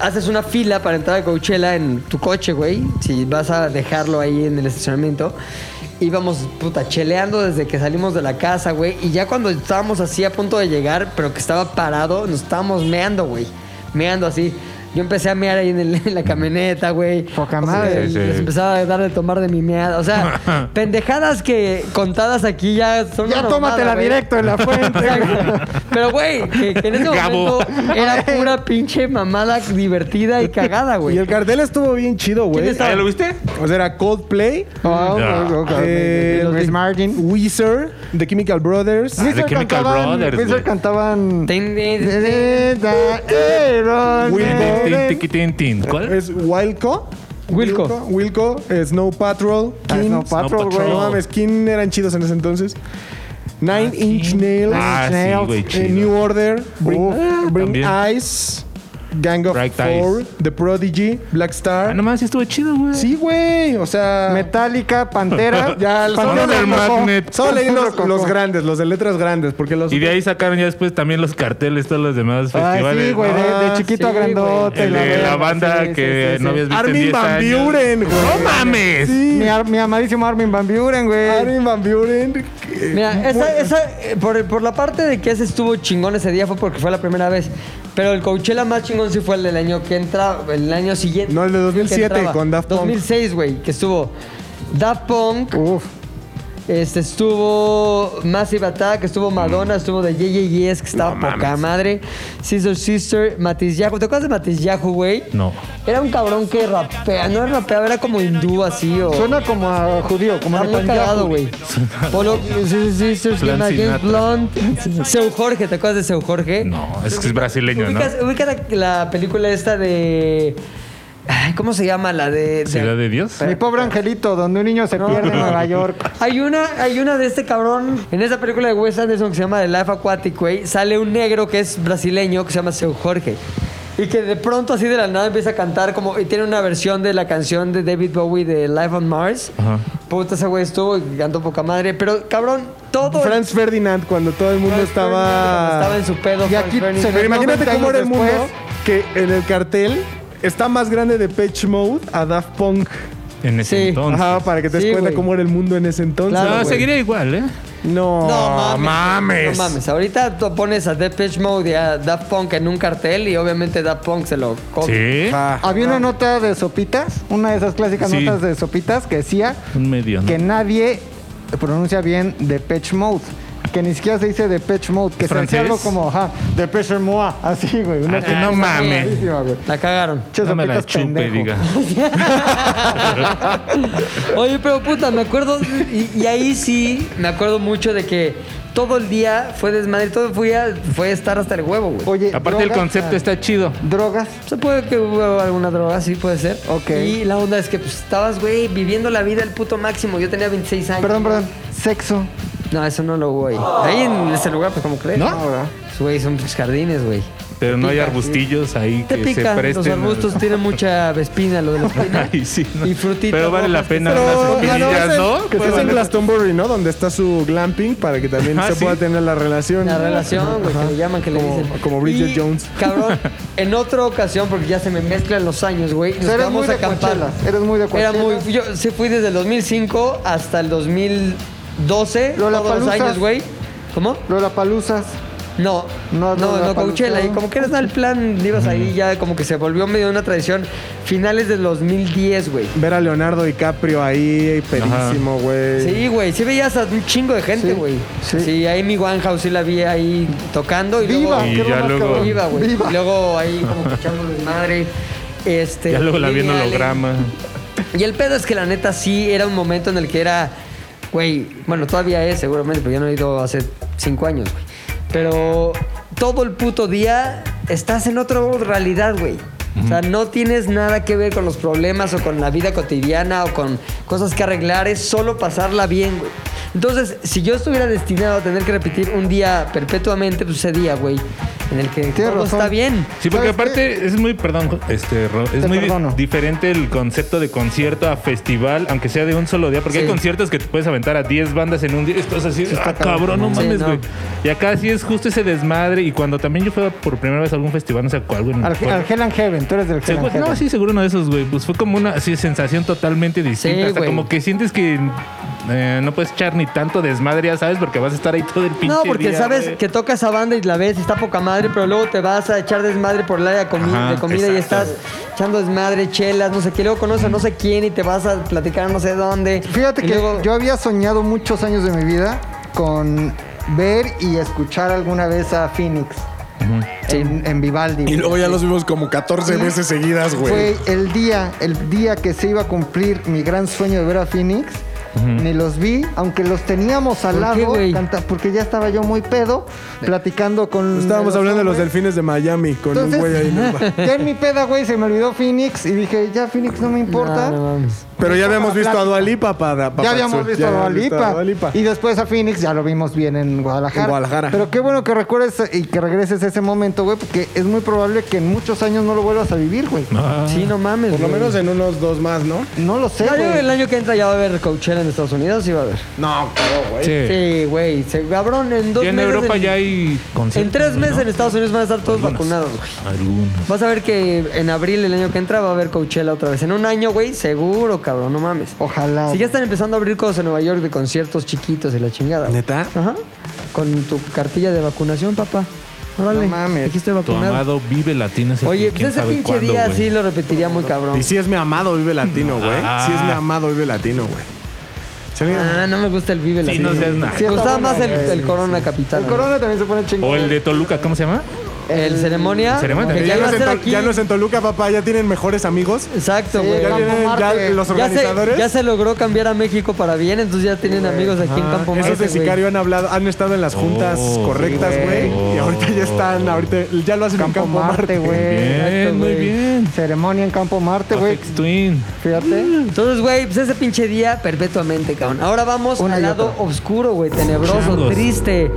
E: Haces una fila para entrar a Coachella en tu coche, güey. Si vas a dejarlo ahí en el estacionamiento. Íbamos, puta, cheleando desde que salimos de la casa, güey. Y ya cuando estábamos así a punto de llegar, pero que estaba parado, nos estábamos meando, güey. Meando así. Yo empecé a mear ahí en, el- <laughs> en la camioneta, güey.
F: Poca
E: Sí,
F: madre.
H: Sí, sí.
E: Les empezaba a dar de tomar de mi meada. O
H: <laughs>
E: sea, pendejadas que contadas aquí ya son
F: Ya
E: una mamada,
F: tómatela
E: güey.
F: directo en
E: <laughs>
F: la fuente.
E: Pero, güey, que, que en ese
H: Gabo.
E: momento era pura pinche mamada divertida y cagada,
G: Y
E: güey.
G: el cartel estuvo bien chido, güey.
H: ¿Ah, ¿Ya lo viste?
G: O sea, era Coldplay,
F: Oh,
H: Ya.
F: ok, ok.
G: Eh,
F: Chris Martin.
G: Weezer, The Chemical Brothers.
H: Ah, The
F: Weezer
H: Chemical
F: cantaban-
H: Brothers,
F: Weezer
H: güey.
F: cantaban...
E: Ten-
H: Tin, tin,
G: Wilco.
H: tiqui, tin, tin. ¿Cuál?
G: Es Wilco.
E: Wilco.
G: Wilco, eh, Snow Patrol, King.
F: Snow Patrol,
H: Ah, Patrol.
F: güey.
G: No mames, King eran chidos en ese entonces. Nine Inch Nails.
H: Ah, sí, güey,
G: eh,
H: chido.
G: New Order. Bring, Bring
H: también.
G: Eyes. Gang of
H: Bright
G: Four.
H: Eyes.
G: The Prodigy. Black Star.
H: Ah, no mames, sí estuvo chido, güey.
G: Sí, güey. O sea.
F: Metallica, Pantera.
G: <laughs> ya los
H: Solo del Magnet.
G: Solo leí los,
F: Rococó.
G: los grandes, los de letras grandes, porque los.
H: Y de ahí sacaron ya después también los carteles, todos los demás
F: Ay,
H: festivales.
F: sí, güey,
H: ¿no?
F: de, de
G: Ah,
F: chiquito a
E: sí, güey.
F: grandote.
H: El de la
F: verga,
H: banda
F: sí, sí,
H: que
F: sí, sí.
H: no habías visto en
G: Armin
H: 10
G: Van
H: años.
G: Buren, güey.
H: ¡No mames!
F: Mi, ar- mi amadísimo Armin Van Buren, güey.
G: Armin Van Buren. eh,
E: Mira, esa, esa, eh, por, por la parte de que ese estuvo chingón ese día fue porque fue la primera vez. Pero el Coachella más chingón sí fue el del año que entra, el año siguiente.
G: No, el de
E: que
G: 2007
E: entraba.
G: con Daft Punk.
E: 2006, güey, que estuvo Daft Punk,
F: Uf.
E: Este estuvo Massive Attack, estuvo
G: Mm.
E: Madonna, estuvo de JJS, que estaba poca madre. Sister Sister, Matiz Yahoo. ¿Te acuerdas de Matiz Yahoo, güey?
H: No.
E: Era un cabrón que rapea, no era rapeaba, era como hindú así o.
F: Suena como a judío, como a
E: Está muy
F: Netanyahu.
E: cagado,
H: <laughs>
E: güey. Polo, Sister Sisters,
H: Plan
E: Gonna Get
H: Sinatra.
E: Blunt. Seu Jorge, ¿te acuerdas de Seu Jorge?
H: No, es que es brasileño, ¿no?
E: Ubicas, ubica la, la película esta de. Ay, ¿Cómo se llama? La de. de-
H: ¿Ciudad de Dios?
F: Mi pobre angelito, donde un niño se pierde
H: <laughs>
F: en Nueva York.
E: Hay una, hay una de este cabrón. En esa película de Wes Anderson que se llama The Life Aquatic, güey, sale un negro que es brasileño que se llama Seu Jorge. Y que de pronto así de la nada empieza a cantar como... Y tiene una versión de la canción de David Bowie de Life on Mars.
H: Ajá.
E: Puta, ese güey estuvo y cantó poca madre. Pero, cabrón, todo... el
G: Franz Ferdinand, cuando todo el mundo
E: Franz Ferdinand
G: estaba.
E: Estaba en su pedo.
F: Y aquí
E: Franz
F: se
E: Ferdinand.
G: Pero imagínate
F: 90
G: cómo era el
F: años
G: mundo que
F: después.
G: en el cartel está más grande de Pitch Mode a Daft Punk.
H: En ese
E: Sí.
H: entonces.
G: Ajá, para que te des
E: Sí,
G: cuenta
E: güey.
G: cómo era el mundo en ese entonces.
E: Claro,
H: no,
G: güey.
H: seguiría igual, ¿eh?
G: No,
E: No mames.
G: mames.
E: Ah, No mames. Ahorita tú pones a Depeche Mode y a Daft Punk en un cartel y obviamente Daft Punk se lo come.
H: Sí.
G: Ah,
F: Había una nota de sopitas, una de esas clásicas
H: Sí.
F: notas de sopitas que decía
H: Un medio, ¿no?
F: que nadie pronuncia bien Depeche Mode. Que ni siquiera se dice Depeche Mode, que se
H: ¿Francés?
F: decía algo como, ajá, Depeche Moa, así, güey. Una
H: Ah, que no mames.
F: chingísima, güey.
E: La cagaron.
F: Che,
H: No me la
F: sopitas
H: chupe,
F: pendejo.
H: diga.
E: Oye, pero puta, me acuerdo, y, y ahí sí, me acuerdo mucho de que todo el día fue desmadre, todo fue, a- fue estar hasta el huevo, güey.
F: Oye,
H: Aparte el
F: drogas,
H: concepto está chido.
F: Drogas.
E: Se puede que hubo alguna droga, sí puede ser.
F: Ok.
E: Y la onda es que pues, estabas, güey, viviendo la vida al puto máximo. Yo tenía 26 años.
F: Perdón, perdón. Sexo.
E: No, eso no lo hubo ahí. Ahí en ese lugar, pues como crees.
F: Ahora.
E: Pues, Güey, son pinches jardines, güey.
H: Pero no hay
E: pica.
H: arbustillos ahí
E: Te
H: que se
E: pican,
H: presten.
E: los
H: a-
E: arbustos tienen mucha espina, lo de la espina.
H: <laughs> Ay, sí, no.
E: Y frutitas.
H: Pero vale la
E: hojas que
H: pena
E: están-
H: unas
G: ah, no,
H: espinillas,
G: es en-
H: ¿no?
G: Que
H: Pues
G: estás en
H: vale.
G: Glastonbury, ¿no? Donde está su glamping para que también
H: Ah,
G: se
H: sí.
G: pueda tener la relación.
E: La relación, güey, que
G: Ajá.
E: le llaman, que le
G: Como-
E: dicen.
G: Como Bridget
E: Y,
G: Jones.
E: Cabrón, en otra ocasión, porque ya se me mezclan los años, güey.
F: O sea,
E: Nos
F: eres muy
E: vamos a
F: de
E: acampar.
F: Coachella. Eres muy de
E: Era
F: Coachella.
E: muy. Yo sí fui desde el 2005 hasta el 2012. todos los
F: Lollapalooza.
E: años, güey. ¿Cómo?
F: Lollapaloozas.
E: No, no, no,
F: No, no,
E: no,
F: la
E: Coachella.
F: Palusa.
E: Y como que eres mal plan, ibas ahí ya como que se volvió medio una tradición. Finales del 2010, güey.
G: <laughs> Ver a Leonardo DiCaprio ahí, pedísimo, güey.
E: Sí, güey, sí veías a un chingo de gente,
F: Sí,
E: güey. Sí,
F: sí.
E: a Amy Winehouse sí la vi ahí tocando y
F: Viva,
H: Y
F: qué
H: ya
F: broma,
H: luego-
F: cabrón.
E: Viva, güey.
F: Viva.
E: Y luego ahí como que echando desmadre. Este, ¿eh?
H: Ya luego la vi en
E: Allen.
H: holograma.
E: Y el pedo es que la neta sí era un momento en el que era, güey, bueno, todavía es seguramente, pero yo no he ido hace cinco años, güey. Pero todo el puto día estás en otra realidad, güey. O sea, no tienes nada que ver con los problemas o con la vida cotidiana o con cosas que arreglar, es solo pasarla bien, güey. Entonces, si yo estuviera destinado a tener que repetir un día perpetuamente, pues ese día, güey, en el que todo
F: razón.
E: está bien.
H: Sí, porque
F: ¿Sabes qué?
H: aparte es muy, perdón, este, Ro- es
F: Te
H: muy di-
F: perdono.
H: diferente el concepto de concierto a festival, aunque sea de un solo día, porque hay
E: Sí.
H: conciertos que te puedes aventar a 10 bandas en un día, estás así, ah, cabrón, no
E: Sí,
H: mames,
E: no.
H: güey. Y acá sí es justo ese desmadre, y cuando también yo fui por primera vez a algún festival, no sé cuál, güey. no me
F: Al,
H: acuerdo.
F: al Hell and Heaven, tú eres del Hell and
H: Seguro-
F: Heaven.
H: no, sí, seguro uno de esos, güey. Pues fue como una así, sensación totalmente distinta.
E: Sí,
H: Hasta
E: güey.
H: como que sientes que eh, no puedes echar ni tanto desmadre, ya sabes, porque vas a estar ahí todo el pinche
E: No, porque
H: día,
E: sabes
H: güey.
E: que tocas a banda y la ves, está poca madre, pero luego te vas a echar desmadre por el área de, comi-
H: Ajá,
E: de comida y estás
H: exacto.
E: echando desmadre, chelas, no sé qué. Luego conoces a no sé quién y te vas a platicar a no sé dónde.
F: Fíjate
E: Y
F: que
E: luego-
F: yo había soñado muchos años de mi vida con ver y escuchar alguna vez a Phoenix en, en Vivaldi.
J: Y
F: güey.
J: luego ya los vimos como 14 veces seguidas, güey.
F: Fue el día, el día que se iba a cumplir mi gran sueño de ver a Phoenix. Ni los vi, aunque los teníamos
E: ¿Por
F: al
E: qué,
F: lado,
E: güey?
F: canta- porque ya estaba yo muy pedo, platicando con.
G: Estábamos hablando de los
F: hombres.
G: delfines de Miami con
F: Entonces,
G: un güey ahí. en
F: <laughs>
G: el bar.
F: ya en mi peda, güey, se me olvidó Phoenix y dije, ya Phoenix no me importa.
E: Ah, No, no mames.
G: Pero ya habíamos visto a Dualipa para.
F: Ya habíamos visto a Dualipa.
G: Dualipa.
F: Y después a Phoenix ya lo vimos bien en Guadalajara.
G: En Guadalajara.
F: Pero qué bueno que recuerdes y que regreses a ese momento, güey, porque es muy probable que en muchos años no lo vuelvas a vivir, güey. No.
H: Ah,
E: Sí, no mames.
G: Por lo
E: güey.
G: menos en unos dos más, ¿no?
F: lo sé,
E: No, yo creo que
F: güey.
E: el año que entra ya va a haber Coachella en Estados Unidos y va a haber.
G: No, claro, güey.
H: Sí.
E: Sí, güey. se- Cabrón, en dos
H: Y en
E: meses.
H: Europa ya hay conciertos.
E: En tres meses
H: ¿no?
E: en Estados Unidos van a estar todos vacunados, güey.
H: Algunos.
E: Vas a ver que en abril, el año que entra, va a haber Coachella otra vez. En un año, güey, seguro, cabrón, no mames.
F: Ojalá.
E: Si ya están empezando a abrir cosas en Nueva York de conciertos chiquitos y la chingada. güey.
G: ¿Neta?
E: Ajá. Con tu cartilla de vacunación, papá. Órale.
F: No mames.
E: Aquí estoy
H: Tu
E: vacunado.
H: amado vive latino. ese
E: Oye,
H: que quién
E: pues ese
H: sabe
E: pinche
H: cuándo,
E: día
H: güey.
E: sí lo repetiría muy cabrón.
G: Y si es mi amado Vive Latino, güey.
H: Ah.
G: Si es mi amado Vive Latino, güey. Sí, mira.
E: Ah, no me gusta el Vive
H: Sí, no
E: Latino.
H: seas nada.
E: Me gustaba
F: bueno,
E: más el,
F: güey.
E: el Corona Capital.
F: El corona también se pone chingón.
H: O el de Toluca, ¿cómo se llama?
E: El ceremonia.
H: El ceremonia.
E: que
G: Que
E: ya
G: ya,
E: iba
G: no
E: a
G: es en
E: ser
G: Tol-
E: aquí.
G: ya no es en Toluca, papá. Ya tienen mejores amigos.
E: Exacto,
F: Sí,
E: güey.
G: Ya
F: Campo
G: tienen ya
F: Marte.
G: los
E: Ya se,
G: organizadores.
E: ya se logró cambiar a México para bien, entonces ya tienen amigos aquí en Campo
G: Esos
E: Marte,
G: de
E: güey.
G: Sicario han hablado, han estado en las juntas
H: Oh,
G: correctas,
F: sí,
G: güey.
H: güey.
G: Y ahorita ya están, ahorita ya lo hacen
F: Campo
G: en Campo Marte.
F: Marte, güey.
H: Bien,
E: Eh, exacto,
H: muy
E: güey.
H: bien.
F: Ceremonia en Campo Marte, güey.
H: Perfect Twin.
F: Fíjate.
E: Entonces, güey, pues ese pinche día perpetuamente, cabrón. Ahora vamos
F: Una
E: al
F: y
E: lado
F: otra.
E: oscuro, güey, tenebroso,
H: Changos.
E: triste,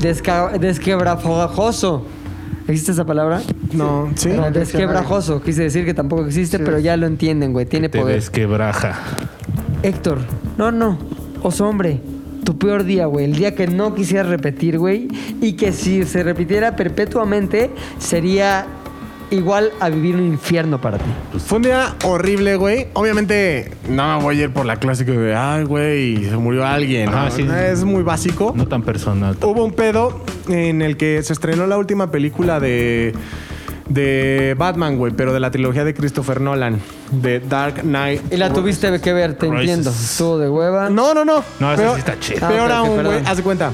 E: desca- desquebrajoso. ¿Existe esa palabra?
G: No, sí.
E: No,
F: el diccionario.
E: desquebrajoso, quise decir que tampoco existe, pero ya lo entienden, güey, tiene
H: Te
E: poder.
H: desquebraja.
E: Héctor, no, no, oso hombre, tu peor día, güey, el día que no quisieras repetir, güey, y que si se repitiera perpetuamente sería igual a vivir un infierno para ti.
G: Fue un día horrible, güey. Obviamente, no me voy a ir por la clásica de, ay, güey, se murió alguien.
H: Ajá,
G: ¿no?
H: sí.
G: Es muy básico.
H: No tan personal.
E: Oh,
G: Hubo un pedo en el que se estrenó la última película de, de Batman, güey, pero de la trilogía de Christopher Nolan, de Dark Knight.
E: Y la tuviste que ver, te
H: Rises.
E: entiendo. Estuvo de hueva.
G: No, no, no.
H: No, esa
G: Peor-
H: sí está
E: Ah,
H: chida.
G: Peor
E: ok, ok,
G: aún, güey.
E: perdón.
G: Haz de cuenta.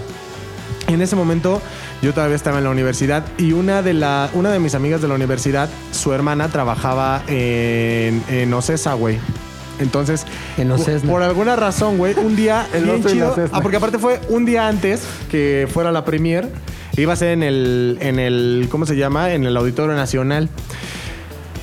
G: En ese momento yo todavía estaba en la universidad y una de, la, una de mis amigas de la universidad, su hermana trabajaba en, en Ocesa, güey. Entonces,
E: En Ocesna.
G: por alguna razón, güey, un día
F: El
G: bien
F: oso y la
G: chido-
F: cesna.
G: ah, porque aparte fue un día antes que fuera la premier, iba a ser en el en el ¿cómo se llama? En el Auditorio Nacional.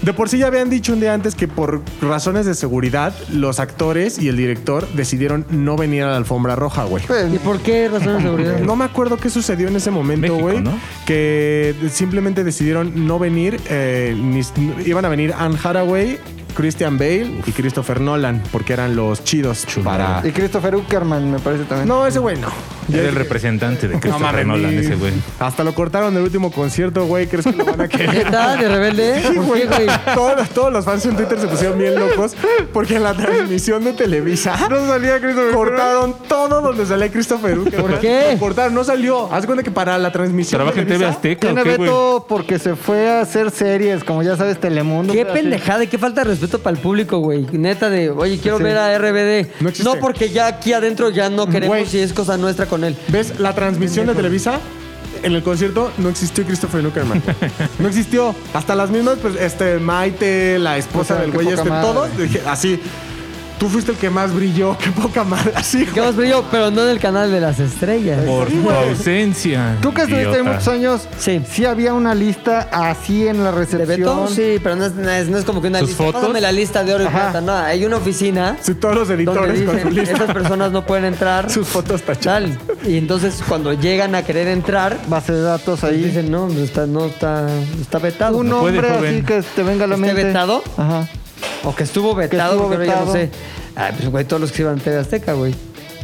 G: De por sí ya habían dicho un día antes que por razones de seguridad, los actores y el director decidieron no venir a la alfombra roja, güey.
E: ¿Y por qué razones de seguridad?
G: No me acuerdo qué sucedió en ese momento, güey. Que simplemente decidieron no venir. eh, ni- iban a venir Anne Haraway, Christian Bale y Christopher Nolan, porque eran los chidos para.
F: Y Christopher Uckerman, me parece también.
G: No, ese güey no.
H: Era el representante de
G: No
H: Christopher
G: mames,
H: Nolan,
G: ni-
H: ese güey.
G: Hasta lo cortaron del último concierto, güey. ¿Crees que lo
E: <laughs>
G: van a querer?
E: ¿Neta? ¿De rebelde?
G: Sí,
E: ¿Por qué,
G: güey.
E: güey?
G: Todos, los- todos los fans en Twitter se pusieron bien locos porque en la transmisión de Televisa
J: No salía Christopher
G: cortaron todo donde salía Christopher Uckerman.
E: ¿Por qué?
G: Lo cortaron, no salió. Haz cuenta que para la transmisión.
H: ¿Trabaja en TV
G: Televisa-
H: Azteca o
F: Tiene
H: qué, güey?
F: veto porque se fue a hacer series, como ya sabes, Telemundo.
E: Qué
F: pero así.
E: pendejada y qué falta de respeto para el público, güey. Neta de, oye, quiero ver a RBD.
G: No
E: No,
G: existe.
E: porque ya aquí adentro ya no queremos
G: Güey.
E: y es cosa nuestra con él.
G: ¿Ves? La transmisión de Televisa. En el concierto no existió Christopher Uckerman. No existió. Hasta las mismas, pues, este, Maite, la esposa
F: O sea,
G: del
F: qué
G: güey,
F: poca
G: este,
F: madre.
G: todos. dije, Así. Tú fuiste el que más brilló. Qué poca madre. <laughs> Así,
E: Qué más brillo, pero no en el canal de las estrellas.
H: Por tu ausencia.
F: Tú que estuviste ahí
H: idiota.
F: muchos años,
E: Sí.
F: sí había una lista así en la
E: ¿De
F: recepción.
E: Beto? Sí, pero no es, no es- no es como que una
H: ¿Sus
E: lista.
H: fotos?
E: Pásame la lista de oro y
F: Ajá.
E: plata. No, hay una oficina
G: Sí, todos los
E: donde
G: editores con su
E: dicen,
G: lista.
E: estas personas no pueden entrar.
G: Sus fotos tachadas.
E: Tal. Y entonces cuando llegan a querer entrar,
F: Base de datos ahí.
E: dicen, no, no está, no está, está vetado.
F: un
H: No puede,
F: nombre así
H: joven.
F: que te venga a la
E: ¿Esté
F: mente.
E: vetado?
F: Ajá.
E: O que estuvo vetado,
F: estuvo
E: porque ahora ya no
F: vetado.
E: sé. Ay, pues güey, todos los que iban a TV Azteca, güey.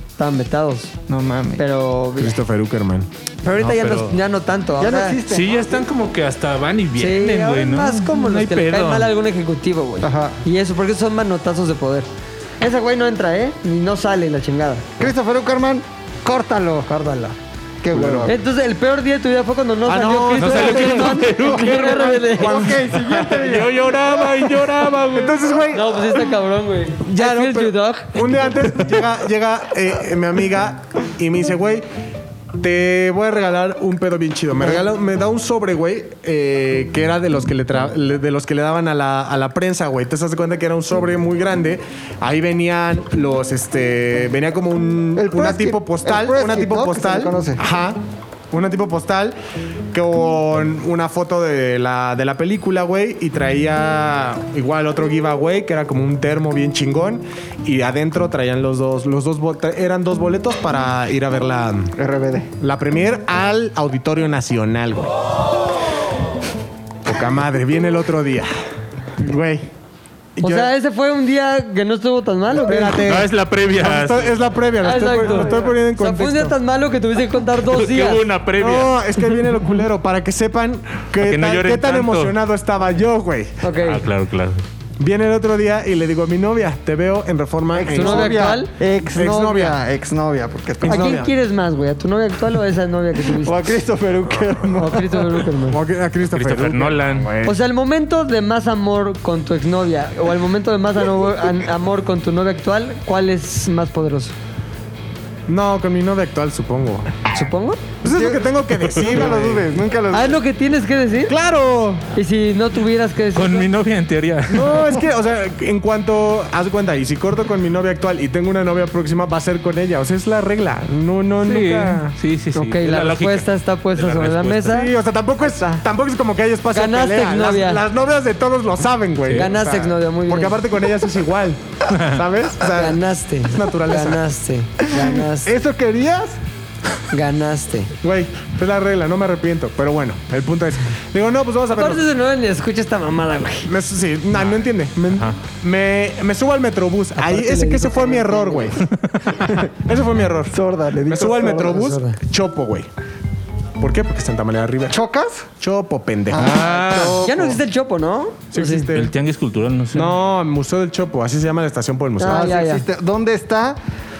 E: Estaban vetados.
F: No mames.
E: Pero,
G: Christopher Uckerman.
E: pero ahorita
H: No,
E: ya,
H: pero-
E: no, ya no tanto.
F: ya no
E: ahora-
F: existe.
H: Sí, ya están como que hasta van y
E: este, Sí,
H: vienen,
E: ahora
H: güey,
E: es
H: ¿no?
E: más como
H: no
E: los
H: hay
E: que le cae
H: pedo.
E: mal a algún ejecutivo, güey.
F: Ajá.
E: Y eso, porque son manotazos de poder. Ese güey no entra, ¿eh? Ni no sale la chingada.
F: Christopher Uckerman, córtalo. Córtala. Qué huevo.
E: Entonces, el peor día de tu vida fue cuando no
G: Ah,
E: salió
G: no, no
E: Christopher
G: salió
E: Eccleston en <laughs> RBD.
H: Yo lloraba y lloraba, güey.
E: <laughs>
G: Entonces, güey,
E: No, pues sí está cabrón, güey. Ya,
G: no,
E: no,
G: pero- un día antes llega, llega eh, mi amiga y me dice, güey, te voy a regalar un pedo bien chido. Me, regala, me da un sobre, güey, eh, que era de los que le, tra- le- de los que le daban a la, a la prensa, güey. Te das cuenta que era un sobre muy grande. Ahí venían los, este, venía como un,
F: El
G: una
F: press kit,
G: tipo postal,
F: el press
G: una
F: kit,
G: tipo
F: ¿no? Que se le
G: postal.
F: conoce.
G: Ajá. Una tipo postal con una foto de la, de la película, güey. Y traía igual otro giveaway, que era como un termo bien chingón. Y adentro traían los dos, los dos bol- tra- eran dos boletos para ir a ver la,
F: RBD.
G: la premier al Auditorio Nacional, güey. Poca madre, viene el otro día. Güey.
E: O
G: yo-
E: sea, ese fue un día que no estuvo tan malo, güey.
G: espérate.
H: No, Ah, es la previa.
G: Esto es la previa, lo
E: Ah,
G: estoy,
E: exacto.
G: lo estoy poniendo en
E: O sea, fue un día
G: contexto.
E: tan malo que tuviste que
H: <laughs>
E: contar dos
H: Que
E: días.
H: hubo una previa.
G: No, es que viene lo culero, para que sepan qué
H: que no
G: tan-
H: lloren
G: qué tan
H: tanto.
G: emocionado estaba yo, güey.
H: <laughs>
E: Ok.
H: Ah, claro, claro.
G: Viene el otro día y le digo a mi novia, te veo en Reforma. en-
E: ¿Tu novia actual?
F: Exnovia. Exnovia. Porque
E: ¿A quién
G: novia.
E: quieres más, güey? ¿A tu novia actual o a esa novia que tuviste?
F: O a Christopher Uckerman.
E: O a Christopher Uckerman.
G: O a Christopher,
H: Christopher Nolan.
E: O sea, el momento de más amor con tu exnovia o el momento de más ano- an- amor con tu novia actual, ¿cuál es más poderoso?
G: No, con mi novia actual, supongo.
E: ¿Supongo?
G: Pues es lo que tengo que decir.
F: Nunca lo dudes, Pues nunca lo
E: Ah, es
F: dudes.
E: lo que tienes que decir.
G: ¡Claro!
E: Y si no tuvieras que decir.
H: Con mi novia, en teoría.
G: No, es que, o sea, en cuanto haz cuenta, y si corto con mi novia actual y tengo una novia próxima, va a ser con ella. O sea, es la regla. No, no,
H: Sí,
G: nunca.
H: sí, sí. sí.
E: Ok,
H: Es
E: la,
H: lógica.
E: respuesta está puesta
H: Es la
E: sobre la
H: respuesta.
E: mesa.
G: Sí, o sea, tampoco es, tampoco es como que hay espacio de
E: Ganaste,
G: pelea. Las,
E: exnovia.
G: las novias de todos lo saben, güey.
E: Ganaste,
G: O sea,
E: exnovia, muy bien.
G: Porque aparte con ellas
E: <laughs>
G: es igual, ¿sabes? O sea,
E: Ganaste.
G: es naturaleza.
E: Ganaste. Ganaste.
G: ¿Eso querías?
E: Ganaste.
G: Güey, es la regla, no me arrepiento. Pero bueno, el punto es... Digo, no, pues vamos a verlo.
E: Aparte de nuevo ni escucha esta mamada, güey.
G: Me, su- sí, na- no entiende. Me, me, me subo al metrobús. Ahí,
E: Aparte le
G: ese que
E: dijo
G: ese fue
E: que
G: mi
E: no
G: error,
E: <laughs>
G: güey. <laughs> ese fue mi error.
F: Sorda, le dijo
G: Me subo al
F: sorda.
G: metrobús,
E: sorda.
G: chopo, güey. ¿Por qué? Porque Santa María Rivera.
F: ¿Chocas?
G: Chopo, pendejo.
H: Ah,
E: Ya no existe el chopo, ¿no?
G: Sí
E: ¿O sí?
G: existe.
H: el tianguis cultural, no sé.
G: No, Museo del Chopo, así se llama la estación por el museo.
E: Ah,
F: Ah, sí
E: ya, ya.
F: existe. ¿Dónde está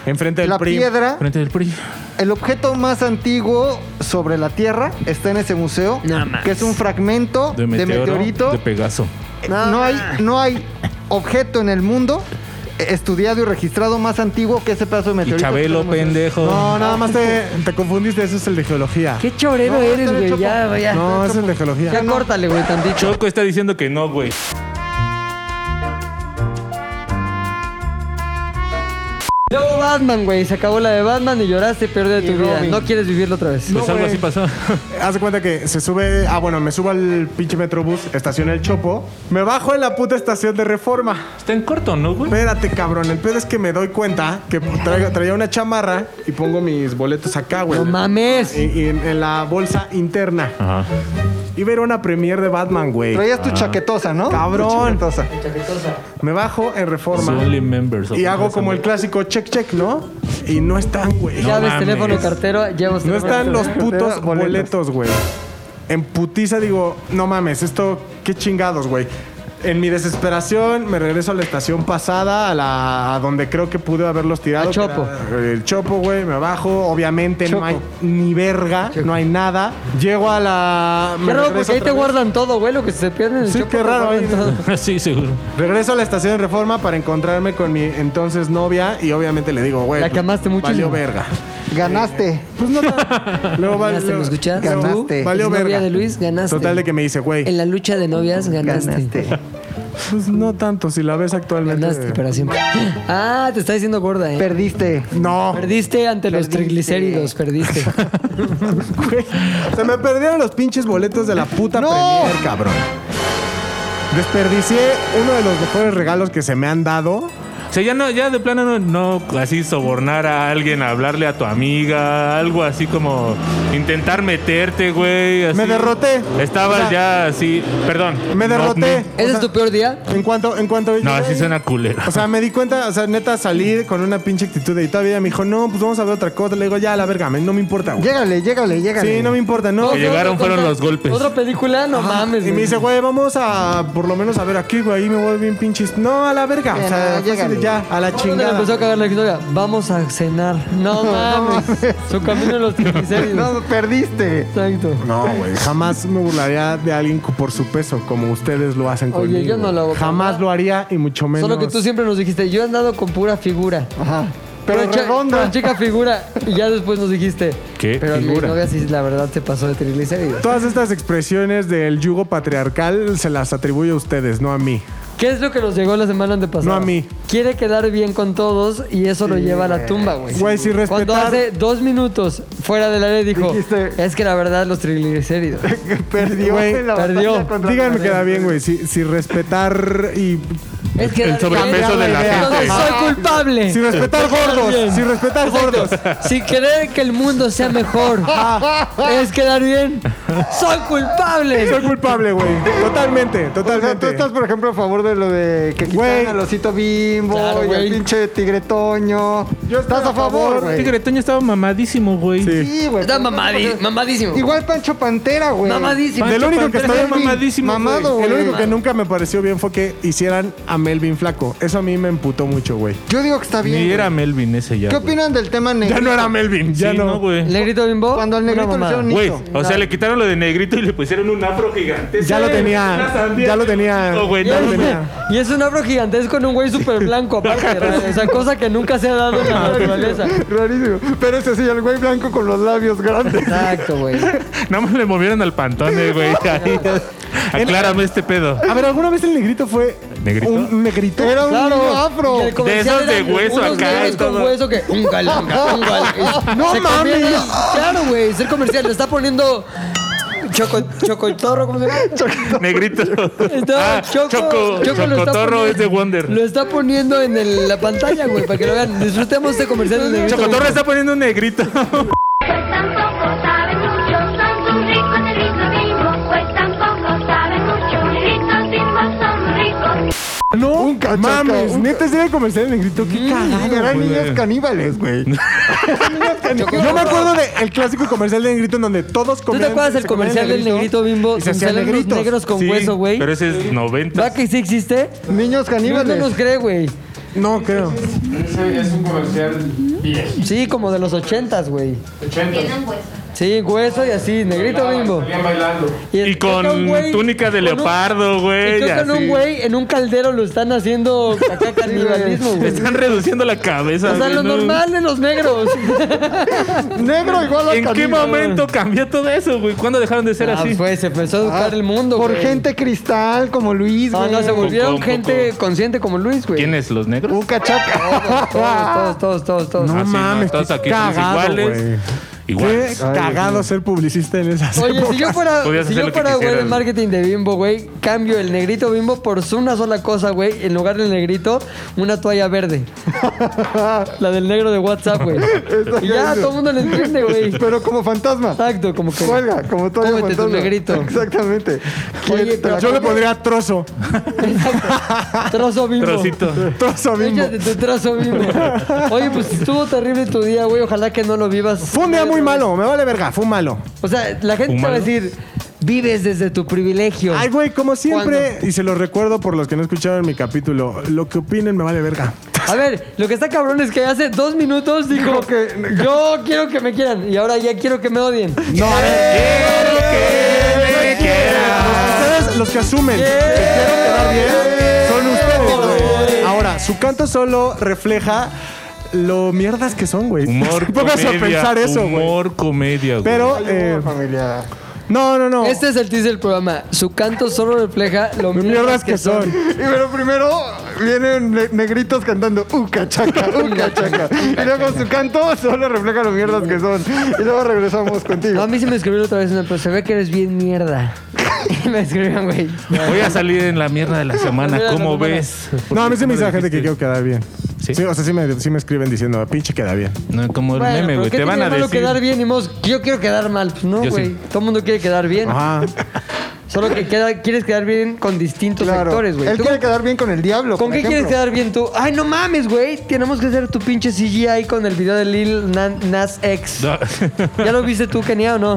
G: Enfrente del
F: la
G: PRI.
F: piedra?
H: Frente del PRI.
F: El objeto más antiguo sobre la Tierra está en ese museo,
E: No mames.
F: que es un fragmento
H: De
F: de,
H: meteoro. De,
F: meteorito.
H: Pegaso.
F: no, hay, no hay objeto en el mundo estudiado y registrado más antiguo que ese pedazo de
H: Y
F: meteorito.
H: Chabelo, pendejo.
G: No, nada más te, te confundiste, ese es el de geología.
E: Qué chorero
F: No,
E: eres,
F: está el
E: güey.
F: chopo.
E: Ya, ya.
G: No, ese es el de geología.
E: ya córtale, güey, tantito.
H: Choco está diciendo que no, güey.
E: Luego va Batman, güey. Se acabó la de Batman y lloraste peor de tu vida.
G: Robin.
E: No quieres vivirlo otra vez.
H: Pues
G: No, güey.
H: <laughs>
G: Haz de cuenta que se sube. Ah, bueno, me subo al pinche metrobús, estaciona el Chopo. Me bajo en la puta estación de reforma.
K: Está en corto, ¿no, güey?
G: Espérate, cabrón. El pedo es que me doy cuenta que traigo- traía una chamarra y pongo mis boletos acá, güey.
E: No mames.
G: Y- y en, en la bolsa interna.
K: Ajá.
G: Iba a ir a una premier de Batman, güey.
F: Traías tu
G: Ah.
F: chaquetosa, ¿no?
G: Cabrón.
F: Tu chaquetosa.
G: Me bajo en reforma.
K: Only members of-
E: pues,
G: Y hago como el clásico check check, ¿no? Y no están, güey.
E: Llaves,
G: No
E: teléfono,
G: mames.
E: cartero, llaves,
G: No
E: teléfono,
G: están los
E: cartero.
G: putos boletos, güey. En putiza digo, no mames, esto, qué chingados, güey. En mi desesperación me regreso a la estación pasada, a la a donde creo que pude haberlos
E: Al
G: tirado. que
E: Chopo.
G: era el Chopo, güey, me bajo. Obviamente no
E: Chopo.
G: hay ni verga, no hay nada. Llego a la... me
E: Qué raro, porque
G: regreso
E: ahí te
G: otra vez.
E: guardan todo, güey. Lo que se pierden.
G: Sí, qué raro,
H: <laughs>
G: ahí-
K: sí, seguro.
G: Regreso a la estación de Reforma para encontrarme con mi entonces novia y obviamente le digo, güey,
E: La que amaste muchísimo.
G: valió verga.
F: Ganaste.
K: <laughs>
G: Pues no, luego val-
E: ¿Ganaste, me escuchas?
G: luego-
F: Ganaste.
G: Valió
E: Ex novia
G: verga.
E: de Luis, ganaste.
G: Total de que me dice, güey,
E: En la lucha de novias ganaste.
F: Ganaste.
G: pues no tanto si la ves actualmente. eh,
E: Ganaste para siempre. Ah, te está diciendo gorda, eh.
F: Perdiste.
E: <laughs>
G: No,
E: perdiste ante los triglicéridos, perdiste.
G: güey. Se me perdieron los pinches boletos de la puta Premier, cabrón. Desperdicié uno de los mejores regalos que se me han dado.
K: O sea, ya, no, ya de plano no, no así sobornar a alguien, hablarle a tu amiga, algo así como intentar meterte, güey. así.
G: Me derroté.
K: Estabas
G: O sea,
K: ya así, perdón.
G: Me
K: No,
G: derroté. O
E: ¿Ese
G: sea,
E: es tu peor día?
G: En cuanto, en cuanto.
K: No, así suena culero.
G: O sea, me di cuenta, o sea, neta salí con una pinche actitud y todavía me dijo, no, pues vamos a ver otra cosa. Le digo, ya, a la verga, men, no me importa, güey.
F: Llégale, llégale, llégale.
G: Sí, no me importa, no.
K: Que llegaron
E: otra
K: fueron
E: cosa,
K: los golpes.
E: Otra película, no
G: Ajá.
E: mames.
G: Y me
E: güey.
G: dice, güey, vamos a por lo menos a ver aquí, güey. Ahí me voy bien pinches. No, a la verga.
F: Ya,
G: o sea,
F: no,
G: fue así de
F: eh, llégale.
G: ya, a
E: ¿Dónde
G: la
E: le
G: chingada.
E: empezó a cagar la historia? Vamos a cenar. No mames. Su camino a los triglicéridos.
F: No, perdiste.
E: Exacto.
G: No, güey. Jamás me burlaría de alguien cu- por su peso, como ustedes lo hacen
E: Oye,
G: conmigo.
E: yo no lo hago,
G: Jamás
E: ¿verdad?
G: lo haría y mucho menos.
E: Solo que tú siempre nos dijiste, yo he andado con pura figura.
F: Ajá. Pero
E: Pura cha- pura
F: redonda.
E: chica figura. Y ya después nos dijiste.
K: ¿Qué
E: Pero mi
K: figura?
E: novia sí, la verdad, se pasó de triglicéridos.
G: Todas estas expresiones del yugo patriarcal se las atribuyo a ustedes, no a mí.
E: ¿Qué es lo que nos llegó la semana antepasada?
G: No a mí.
E: Quiere quedar bien con todos y eso lo lleva a la tumba, güey.
G: Güey, sin
E: Cuando
G: respetar-
E: hace dos minutos fuera del área dijo,
F: Dijiste-
E: es que la verdad los
G: <laughs>
E: triglicéridos.
F: Perdió.
G: Güey,
F: en la
E: perdió.
F: batalla contra-
G: Díganme que da bien, güey. Si, si respetar y.
E: es que
K: El sobrepeso de la
G: idea.
K: gente.
G: Ajá.
E: soy culpable.
G: Si respetar gordos.
E: Bien.
G: Si respetar gordos.
E: Sin querer que el mundo sea
G: <laughs>
E: mejor. es quedar bien. Soy culpable.
G: Soy culpable, güey. Totalmente,
F: O sea, tú
G: totalmente.
F: estás, por ejemplo, a favor de lo de que
G: Güey.
F: quitaran al osito bimbo
E: Claro,
F: y al
E: güey.
F: pinche tigre toño.
G: Yo
F: estás
G: estoy
F: a favor, güey.
K: Tigre Toño estaba mamadísimo, güey.
G: Sí.
F: Sí, güey.
E: Está
F: pero-
E: mamadi- mamadísimo.
F: Igual Pancho Pantera, güey.
E: Mamadísimo.
G: Del único que
K: Pantera
G: estoy
K: mamadísimo, güey.
F: mamado, güey.
G: El único que nunca me pareció bien fue que hicieran a Melvin flaco. Eso a mí me emputó mucho, güey.
F: Yo digo que está bien.
K: Ni
F: güey.
K: era Melvin ese ya.
F: ¿Qué
K: güey.
F: opinan del tema negro?
G: Ya no era Melvin, ya
K: Sí, no,
G: no.
K: güey.
E: ¿Le grito bimbo?
F: Cuando al
E: Una
F: negrito le
E: mamada.
F: hicieron
K: Güey,
F: nito.
K: o sea, le quitaron lo de negrito y le pusieron un afro gigante.
G: Ya lo tenía, ya lo tenía.
K: No, güey,
E: Y
K: no lo
E: es-
K: tenía.
E: Y es un afro gigantesco en un güey súper blanco, aparte. ¿no? O sea, cosa que nunca se ha dado en la naturaleza.
F: <laughs> Rarísimo. Pero ese sí, el güey blanco con los labios grandes.
E: Exacto, güey.
K: Nada más le movieron al pantone,
E: <laughs>
K: güey. Ahí. Aclárame este pedo.
G: A ver, ¿alguna vez el negrito fue
K: ¿Negrito?
G: un negrito? Era un
E: Claro.
G: niño afro.
E: Y el comercial
K: De esos de
E: eran
K: hueso
E: unos
K: acá
E: negros
K: y todo.
E: con hueso que. Un galán, un galán.
G: <laughs> No
E: Se
G: mames.
E: comieron- Claro, güey. Ser comercial. Le está poniendo. Choco, chocotorro, ¿cómo se llama?
K: <laughs> Negrito.
E: Está-
K: Ah, Choco.
E: lo está
K: Chocotorro
E: poniendo-
K: es de Wonder.
E: Lo está poniendo en el- la pantalla, güey, para que lo vean. Disfrutemos este comercial del negrito.
K: Chocotorro está poniendo un negrito.
L: Pues tampoco sabe mucho, son muy ricos de rico bimbo. Pues tampoco sabe mucho, ricos bimbo son ricos.
G: No,
F: cachaca,
G: mames,
F: un
G: neta, ese era el comercial del negrito. Qué cagado, <laughs>
F: Eran
G: Mm, güey.
F: niños caníbales,
G: <laughs>
F: güey.
G: Yo me acuerdo del clásico comercial del negrito en donde todos
E: ¿Tú
G: comían.
E: te acuerdas del
G: se comían
E: comercial del negrito bimbo?
G: Y
E: donde
G: se hacían
E: salen unos
G: negritos.
E: negros con
K: Sí,
E: hueso, güey.
K: Pero ese es 90.
E: ¿Va que sí existe?
F: Niños
E: No
F: caníbales.
E: nos cree, güey.
G: No, creo.
J: Ese es un comercial viejo.
E: Sí, como de los ochentas, güey.
L: Tienen pues, hueso.
E: Sí, hueso y así, negrito bimbo.
K: Y, con
E: creo que un güey-
K: túnica de
E: con un-
K: leopardo,
E: Y
K: güey.
E: creo que en
K: así.
E: un güey en un caldero lo están haciendo <laughs> acá canibalismo, güey.
K: Están reduciendo la cabeza.
E: O sea,
K: güey,
E: lo
K: ¿no?
E: normal en los negros.
F: Negro igual
K: ¿En qué momento cambió todo eso, güey? ¿Cuándo dejaron de ser
E: <laughs> Ah,
K: así?
E: pues, se empezó a educar el mundo,
F: Por
E: güey.
F: gente cristal como Luis,
E: Ah, No,
F: güey.
E: no, se volvieron
K: poco.
E: gente consciente como Luis, güey.
K: ¿Quiénes? ¿Los negros?
F: Un cachaca.
E: <laughs> Todos, todos, todos, todos, todos.
K: Ah, sí,
G: mames,
K: todos
G: qué
K: aquí somos
G: cagado,
K: iguales.
G: güey.
K: Iguales.
G: Qué cagado ser publicista en esas
E: Oye, si yo
G: épocas.
E: fuera,
K: Podías
E: si
K: hacer lo que
E: yo fuera güey
K: quisieras.
E: del marketing de Bimbo, güey, cambio el negrito Bimbo por una sola cosa, güey. En lugar del negrito, una toalla verde. <laughs> La del negro de WhatsApp, güey. Y ya todo el mundo le entiende, güey.
F: Pero como fantasma.
E: Exacto, como que.
F: Cuelga, como todo
E: Este, Cómete tu negrito.
F: Exactamente.
E: Oye,
F: ¿Quién te
E: pero
F: la
G: Yo le
F: comió?
G: pondría trozo.
E: <laughs>
G: <laughs>
E: Trozo Bimbo.
K: Trocito.
G: Trozo mismo.
E: Échate tu trozo Bimbo. Oye, pues estuvo terrible tu día, güey. Ojalá que no lo vivas.
G: Fue un día muy malo, me vale verga, fue un malo.
E: O sea, la gente te va
K: ¿Fumado?
E: a decir, vives desde tu privilegio.
G: Ay, güey, como siempre, y se los recuerdo por los que no escucharon mi capítulo, lo que opinen me vale verga.
E: A ver, lo que está cabrón es que hace dos minutos dijo que yo quiero que me quieran y ahora ya quiero que me odien.
G: No, quiero que me quieran. Ustedes, los que asumen que quiero quedar bien, son ustedes, güey. Ahora, su canto solo refleja lo mierdas que son, güey. <laughs>
K: Humor,
G: Póngase
K: comedia.
G: a pensar eso, güey.
K: Humor, comedia, güey.
G: Pero, eh,
F: familia.
G: no, no, no.
E: Este es el teaser del programa. Su canto solo refleja lo
G: Lo mierdas que son.
F: Y pero primero vienen ne- negritos cantando "Uh, Uca chaca, uca chaca. Y luego su canto solo refleja lo mierdas que son. Y luego regresamos
E: No, a
F: contigo.
E: mí se me escribió otra vez una pero se ve que eres bien mierda. <laughs> Y me escribieron, güey.
K: Voy a salir en la mierda de
E: <laughs>
K: la semana.
E: Mierda de la
K: ¿Cómo
E: semana.
K: ves?
G: No, a mí sí me dice la gente que quiero quedar bien.
K: ¿Sí?
G: ¿Sí? o sea, sí me, sí me escriben diciendo, pinche queda bien.
K: No, como el
E: Bueno,
K: meme,
E: pero
K: güey.
E: ¿qué
K: Te van
E: tiene
K: a
E: de malo
K: decir.
E: quedar bien y mos, yo quiero quedar mal. Pues no,
K: Yo sí.
E: güey. Todo el mundo quiere quedar bien.
G: Ajá.
E: Solo que queda- quieres quedar bien con distintos
F: Claro.
E: actores, güey.
F: Él
E: Tú-
F: quiere quedar bien con el diablo.
E: ¿Con
F: por
E: qué quieres
F: ejemplo.
E: quedar bien tú? Ay, no mames, güey. Tenemos que hacer tu pinche CGI con el video de Lil Nan- Nas X.
K: No.
E: <laughs> ¿Ya lo viste tú, Kenia, o no?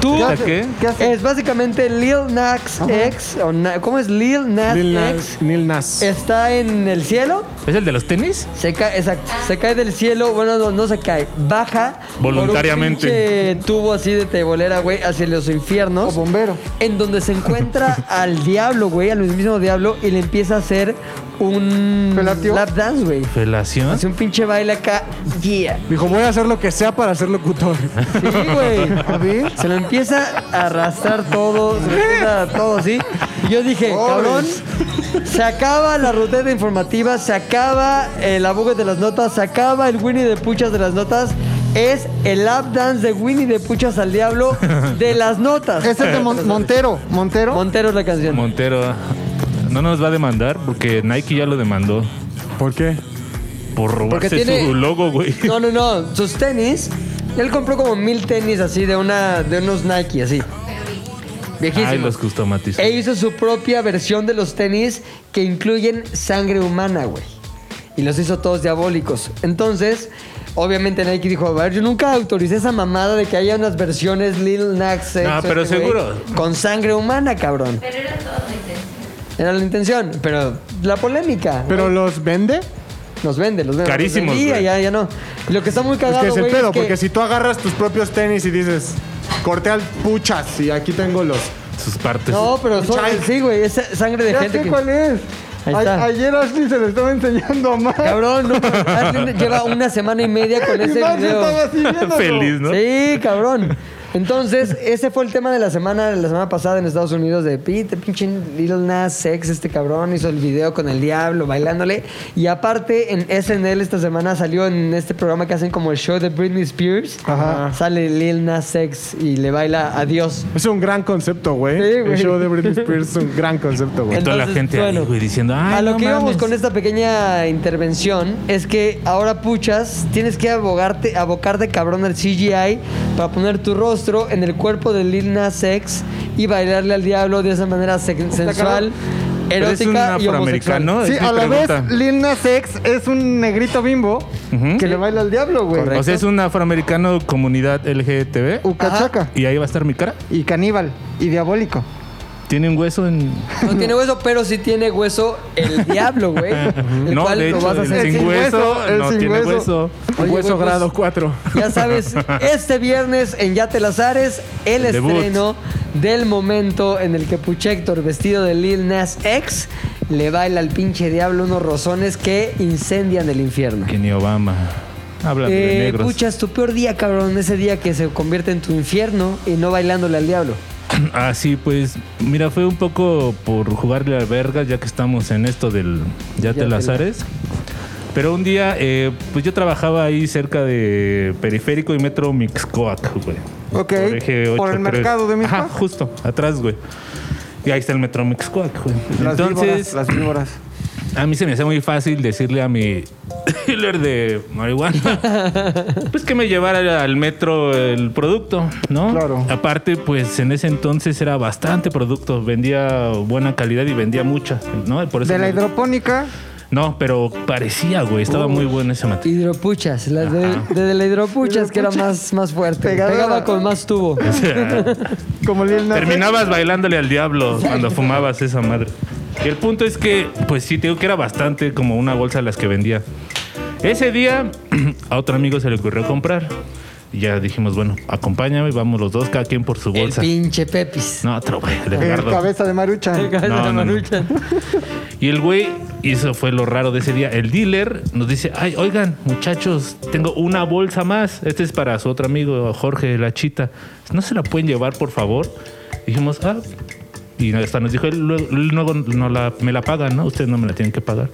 E: ¿Tú?
K: ¿Ya qué?
F: ¿Qué hace?
E: Es básicamente Lil Nas X. o Na- ¿Cómo es? Lil Nas
G: Lil
E: X.
G: Nas. Lil Nas.
E: Está en el cielo.
K: <laughs> ¿Es el de los tenis?
E: Se cae, exacto. Se cae del cielo. Bueno, no, no se cae. Baja.
K: Voluntariamente.
E: Por un pinche tubo así de tebolera, güey, hacia los infiernos.
F: Bombero.
E: En donde se encuentra <laughs> al diablo, güey, al mismo diablo, y le empieza a hacer un
F: ¿Felatio?
E: lap dance, güey.
K: ¿Felación?
E: Hace un pinche baile acá. Yeah.
G: Dijo, voy a hacer lo que sea para
K: <laughs>
G: ser locutor.
E: Sí, güey. Se lo empieza a arrastrar todo, se lo empieza a todo así. Y yo dije, cabrón, se acaba la ruteta informativa, se acaba el abogue de las notas, se acaba el Winnie de Puchas de las notas. Es el lap dance de Winnie de Puchas al Diablo de las notas.
F: Es el de Mon- Montero. Montero.
E: Montero es la canción.
K: Montero. No nos va a demandar porque Nike ya lo demandó
G: ¿Por qué?
K: por
E: Porque
K: robarse
E: tiene-
K: su logo, güey.
E: <laughs> No, no, no. Sus tenis. Él compró como mil tenis así de una, de unos Nike así.
K: Ay,
E: Viejísimos.
K: los customatizados.
E: E hizo su propia versión de los tenis que incluyen sangre humana, güey. Y los hizo todos diabólicos. Entonces, obviamente Nike dijo, a ver, yo nunca autoricé esa mamada de que haya unas versiones Lil Nas X,
G: Ah,
K: No,
E: este
K: pero
E: güey,
K: seguro.
E: Con sangre humana, cabrón.
L: Pero era todo intenso.
E: Era la intención, pero la polémica.
G: ¿Pero los vende?
E: Nos vende, los vende. los
K: Carísimos,
E: vendía,
K: güey.
E: ya, ya no. Lo que está muy
G: Es
E: cagado,
G: que es el
E: güey,
G: pedo,
E: que-
G: porque si tú agarras tus propios tenis y dices, corté al puchas y aquí tengo los.
K: Sus partes. <laughs>
E: No, pero son,
G: Chai.
E: sí, güey, es sangre de
F: Ya
E: gente
F: sé
E: que...
F: cuál es.
E: Ahí
F: A-
E: está.
F: ayer Ashley se lo estaba enseñando a Max.
E: Cabrón,
F: <laughs>
E: no, Adlin lleva una semana y media con
F: Y
E: ese
F: Max
E: video.
F: estaba así viéndolo.
K: Feliz, ¿no?
E: Sí, cabrón. Entonces, ese fue el tema de la semana, de la semana pasada en Estados Unidos de pite, pinche Lil Nas Sex, este cabrón hizo el video con el diablo bailándole. Y aparte, en SNL esta semana salió en este programa que hacen como el show de Britney Spears.
G: Ajá.
E: Sale Lil Nas Sex y le baila adiós.
G: Es un gran concepto, güey.
E: Sí, güey.
G: el show de Britney Spears es un gran concepto, güey.
K: Y toda la
E: Entonces,
K: gente
E: bueno,
K: ahí, güey, diciendo, ay,
E: A lo
K: no
E: que íbamos
K: mames".
E: con esta pequeña intervención es que ahora puchas, tienes que abogarte, abocarte cabrón al CGI para poner tu rostro en el cuerpo de Lil Nas X y bailarle al diablo de esa manera se- sensual,
K: Pero es un
E: erótica y homosexual.
K: afroamericano.
F: Sí,
K: es mi
F: a la
K: pregunta.
F: vez Lil Nas X es un negrito bimbo
H: ¿Mm?
K: Ujú.
F: que le baila al diablo, güey. Uh,
K: O sea, es un afroamericano comunidad LGTB.
F: Ucachaca
K: Y ahí va a estar mi cara.
F: y caníbal y diabólico.
H: tiene un hueso en.
E: No tiene hueso, pero sí tiene hueso el
K: <laughs>
E: diablo, güey. El
H: No,
E: cual
H: de
E: lo
H: hecho,
E: vas a
H: el
E: hacer
H: sin hueso no tiene hueso.
E: Oye,
G: Hueso
E: güey, pues,
G: grado 4.
E: Ya sabes, este viernes en Ya te las ares, el,
G: El debut.
E: estreno del momento en el que Puchector, vestido de Lil Nas X, le baila al pinche diablo unos rozones que incendian el infierno.
H: Que ni Obama. Habla de
E: Eh,
H: negros.
E: Puchas, tu peor día, cabrón, ese día que se convierte en tu infierno y no bailándole al diablo.
H: Ah, sí, pues mira, fue un poco por jugarle a verga, ya que estamos en esto del ya te
K: te
H: las
K: la-
H: ares. Pero un día, eh, pues yo trabajaba ahí cerca de Periférico y Metro Mixcoac, güey.
F: Ok,
H: Por, eje
F: por
H: 8,
F: el
H: creo.
F: mercado de Mixcoac.
H: Ajá, justo, atrás, güey. Y ahí está el Metro Mixcoac, güey.
F: Las
H: Entonces,
F: víboras, las víboras.
H: a mí se me hace muy fácil decirle a mi dealer de
F: <laughs>
H: marihuana, pues que me llevara al metro el producto, ¿no? Claro. Aparte, pues en ese entonces era bastante producto, vendía buena calidad y vendía mucha, ¿no? Por eso
F: De la
H: me-
F: hidropónica,
H: No, pero parecía, güey, estaba muy bueno ese material. <laughs>
E: Hidropuchas, las de, de la hidropuchas que era más, más fuerte.
F: Pegadora.
E: Pegaba con más tubo.
F: como Lil Nas X.
H: Terminabas bailándole al diablo cuando fumabas esa madre. Y el punto es que, pues sí, te digo que era bastante como una bolsa las que vendía. Ese día <clears throat> a otro amigo se le ocurrió comprar. Y ya dijimos, bueno, acompáñame, vamos los dos, cada quien por su bolsa.
E: pinche Pepis.
H: No, otro güey, el
F: el
H: Edgardo.
F: cabeza de Marucha.
E: <laughs>
H: No, no, no. Y el güey, y eso fue lo raro de ese día, el dealer nos dice, ay, oigan, muchachos, tengo una bolsa más. Este es para su otro amigo, Jorge La Chita. ¿No se la pueden llevar, por favor? Dijimos, ah. Y hasta nos dijo, luego, luego no la, me la pagan, ¿no? Ustedes no me la tienen que pagar.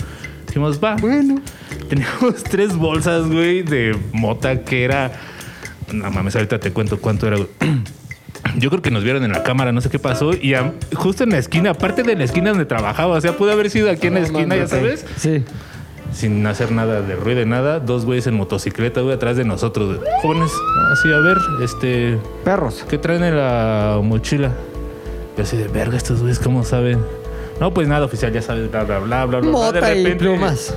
H: Dijimos, va.
F: Bueno.
H: Teníamos <laughs> tres bolsas, güey, de mota que era... No mames, ahorita te cuento cuánto era, güey. Yo creo que nos vieron en la cámara, no sé qué pasó. Y am- justo en la esquina, aparte de la esquina donde trabajaba, o sea, pudo haber sido aquí en la esquina, ya sabes.
E: Sí.
H: Sin hacer nada de ruido, nada. Dos güeyes en motocicleta, güey, atrás de nosotros, güey. jóvenes. ¿no? Así, a ver, este.
F: Perros.
H: ¿Qué traen en la mochila? Yo así de verga, estos güeyes, ¿cómo saben? No, pues nada, oficial, ya sabes, bla, bla, bla, bla, bla.
E: Mota
H: de
E: y
H: repente,
E: plumas.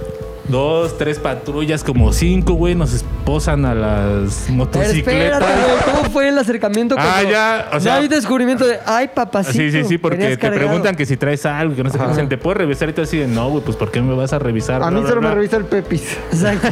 H: Dos, tres patrullas, como cinco, güey, nos esposan a las
E: Pero
H: motocicletas.
E: espérate, güey, ¿cómo fue el acercamiento?
H: Pues Ah,
E: cuando
H: ya, o sea-
E: hay descubrimiento de, ay, papacito.
H: Sí, sí, sí, porque
E: venías
H: te
E: cargado".
H: preguntan que si traes algo, que no sé qué.
E: Ajá.
H: Dicen, ¿te puedo revisar? Y tú así de, no, güey, pues ¿por qué me vas a revisar?
F: A
H: Bla,
F: mí
H: bla,
F: solo
H: bla.
F: me revisa el Pepis.
E: Exacto.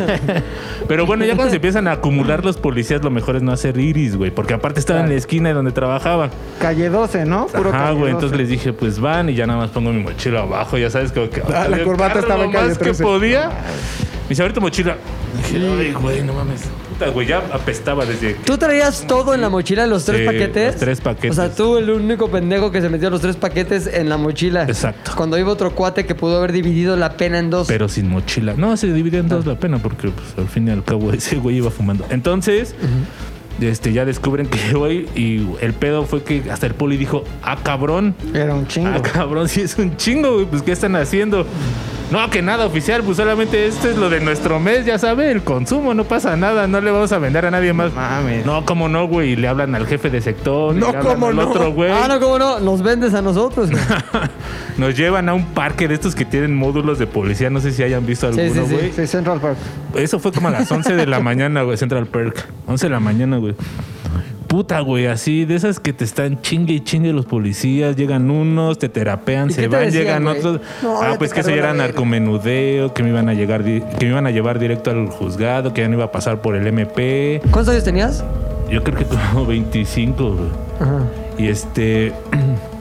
H: Pero bueno,
F: <laughs>
H: ya cuando se empiezan a acumular los policías, lo mejor es no hacer iris, güey, porque aparte estaban en la esquina de donde trabajaban.
F: Calle 12, ¿no? Puro
H: Ajá,
F: calle
H: güey,
F: 12.
H: entonces les dije, pues van y ya nada más pongo mi mochila abajo, ya sabes, como que...
F: Ah, la
H: yo
F: corbata
H: cargo
F: estaba en
H: más
F: calle
H: que
F: 13.
H: podía. Me dice, ahorita mochila. Dije, ay, güey, no mames. Puta, güey, ya apestaba desde... que-
E: ¿Tú traías todo en la mochila, los tres
H: Sí,
E: paquetes?
H: los tres paquetes.
E: O sea, tú el único pendejo que se metió los tres paquetes en la mochila. Exacto. Cuando iba otro cuate que pudo haber dividido la pena en dos.
H: Pero sin mochila. No, se dividió en dos
E: Ah.
H: la pena porque pues, al fin y al cabo <laughs> ese güey iba fumando. Entonces, este, ya descubren que <laughs> güey y el pedo fue que hasta el poli dijo, ah, cabrón.
F: Era un chingo.
H: Ah, cabrón, <laughs> sí es un chingo, güey. Pues, ¿qué están haciendo? No, que nada oficial, pues solamente esto es lo de nuestro mes, ya sabe, el consumo, no pasa nada, no le vamos a vender a nadie más. No, cómo no, güey, y le hablan al jefe de sector, y le hablan al otro, güey.
E: Ah, no, cómo no. Nos vendes a nosotros.
H: <laughs>
E: güey.
H: Nos llevan a un parque de estos que tienen módulos de policía. No sé si hayan visto
E: Sí,
H: alguno,
E: sí, sí.
H: güey.
F: Sí, Central Park.
H: Eso fue como a las 11 de la mañana, güey. Central Park. 11 de la mañana, güey. Puta, güey, así de esas que te están chingue y chingue los policías. Llegan unos, te terapean,
K: ¿Y
H: se
K: qué te
H: van,
K: decían,
H: llegan
K: güey?
H: otros.
K: No,
H: ah,
K: ya
H: pues
K: te
H: que
K: cargó
H: eso ya
K: la
H: era
K: verga.
H: narcomenudeo, que me iban a llegar, di- que me iban a llevar directo al juzgado, que ya no iba a pasar por el MP.
E: ¿Cuántos años tenías?
H: Yo creo que como 25, güey.
E: Ajá.
H: Y este. <clears throat>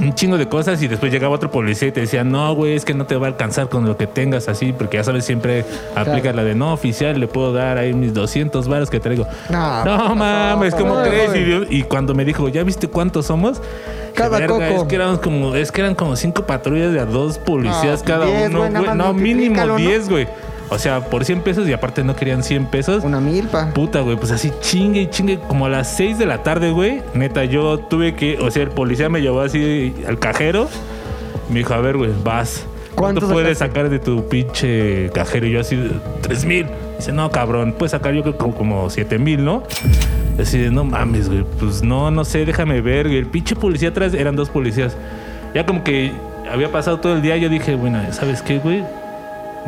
H: Un chingo de cosas y después llegaba otro policía y te decía, no, güey, es que no te va a alcanzar con lo que tengas así, porque ya sabes, siempre aplica la de no oficial, le puedo dar ahí mis 200 varos que traigo.
F: No,
H: no mames, como
K: no,
H: crees?
K: güey.
H: Y, yo- y cuando me dijo, ¿ya viste cuántos somos?
K: Cada
H: Dije, "Verga,
K: coco.
H: Es que, eran como, es que eran como cinco patrullas de a dos policías
K: Ah,
H: cada
K: 10,
H: uno,
K: güey, nada
H: güey.
K: más
H: No, mínimo
K: multiplícalo, ¿no?
H: 10, güey. O sea, por 100 pesos y aparte no querían 100 pesos.
F: Una milpa.
H: Puta, güey, pues así chingue y chingue. Como a las 6 de la tarde, güey. Neta, yo tuve que. O sea, el policía me llevó así al cajero. Me dijo, a ver, güey, vas. ¿Cuánto
K: ¿Cuánto
H: puedes sacar de tu pinche cajero? Y yo así, tres mil. Dice, no, cabrón, puedes sacar yo creo como, como siete mil, ¿no? Y Así de, no mames, güey. Pues no, no sé, déjame ver. güey. El pinche policía atrás eran dos policías. Ya como que había pasado todo el día. Yo dije, bueno, ¿sabes qué, güey?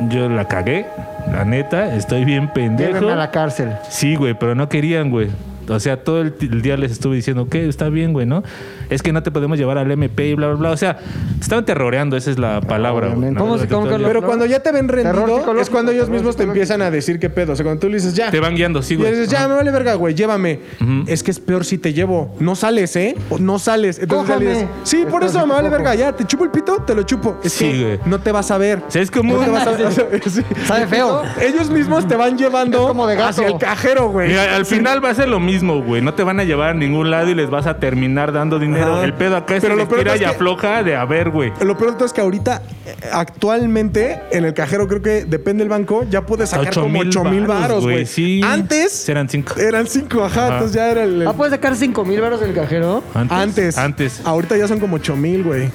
H: Yo la cagué, la neta, estoy bien pendejo.
F: Llévenme a la cárcel.
H: Sí, güey, pero no querían, güey. O sea, todo el, t- el día les estuve diciendo, que está bien, güey, ¿no? Es que no te podemos llevar al MP y bla, bla, bla. O sea, te estaban terroreando, esa es la palabra. güey.
E: Obviamente. ¿Cómo se- cómo que lo-
G: Pero cuando ya te ven rendido, es
E: psicológico,
G: cuando ellos mismos te empiezan a decir qué pedo. O sea, cuando tú le dices, ya.
H: Te van guiando, sí, güey.
G: Y dices, ya, me vale verga, güey, llévame. Es que es peor si te llevo. No sales, ¿eh? O No sales. Entonces ya le dices,
M: Cójame.
G: sí, por
M: Estás
G: eso me vale
M: loco.
G: verga, ya, te chupo el pito, te lo chupo. Es
H: Sí,
G: que
H: güey.
G: no te vas a ver. <laughs>
H: sea, es como...
G: No te vas a ver. Sí.
E: Sabe feo.
G: Ellos mismos te van llevando hacia el cajero, güey.
H: Mira, al final va a ser lo mismo, güey. No te van a llevar a ningún lado y les vas a terminar dando dinero.
G: Ajá.
H: El pedo acá es
G: Pero
H: Pero
G: lo
H: lo
G: peor
H: tira
G: es
H: y
G: que-
H: afloja de a ver, güey.
G: Lo peor de todo es que ahorita, eh, actualmente, en el cajero, creo que depende del banco, ya puedes sacar
H: Ocho
G: como
H: mil
G: 8 mil
H: varos,
G: baros, güey.
H: güey, sí.
G: Antes
H: Eran cinco.
G: eran 5, ajá,
H: Ajá.
G: entonces ya era el. el-
E: Ah, puedes sacar 5 mil baros del cajero.
H: Ah,
G: Antes. Ah,
H: Antes. Antes.
G: Ahorita ya son como 8 mil, güey.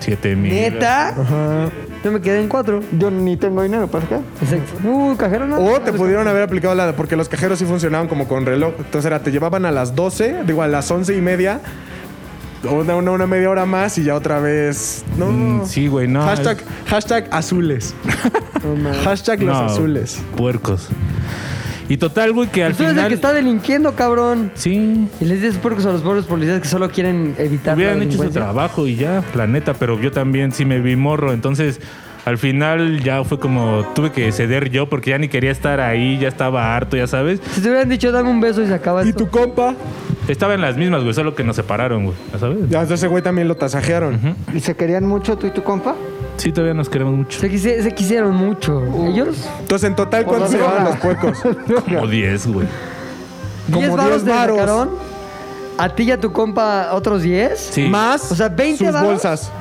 H: Siete mil.
E: Neta.
G: Ajá.
E: Yo me quedé en 4.
F: Yo ni tengo dinero para acá.
E: Exacto. Uh, cajero no.
G: O te pudieron haber aplicado la. Porque los cajeros sí funcionaban como con reloj. Entonces era, te llevaban a las 12, digo, a las 11 y media. Una, una, una media hora más y ya otra vez. No.
H: Mm, sí, güey, no.
G: hashtag, hashtag
H: <laughs>
G: azules. hashtag los
H: No,
G: azules.
H: Puercos. Y total, güey, que al
E: Tú eres el
H: final.
E: que está delinquiendo, cabrón.
H: Sí.
E: Y les dices puercos a los pobres policías que solo quieren evitar.
H: Hubieran
E: la
H: hecho su
E: delincuencia.
H: trabajo y ya, la neta, pero yo también sí me vi morro. Entonces, al final ya fue como tuve que ceder yo porque ya ni quería estar ahí, ya estaba harto, ya sabes.
E: Si te hubieran dicho, dame un beso y se acaba
G: ¿Y
E: esto.
G: tu compa?
H: Estaba en las mismas, güey, solo que nos separaron, güey, ya sabes.
G: Ya, entonces, güey, también lo tasajearon.
F: ¿Y se querían mucho tú y tu compa?
H: Sí, todavía nos queremos mucho.
E: Se, quise- se quisieron mucho. ¿Ellos?
G: Entonces, en total, ¿cuántos se
F: dónde va?
G: llevaron los puercos?
H: <laughs>
E: <laughs>
H: Como 10, güey.
G: Como
E: 10
G: 10
E: baros te
G: varos.
E: sacaron. ¿A ti y a tu compa otros 10?
H: Sí.
G: Más.
E: O sea, 20
G: Sus
E: varos.
G: bolsas.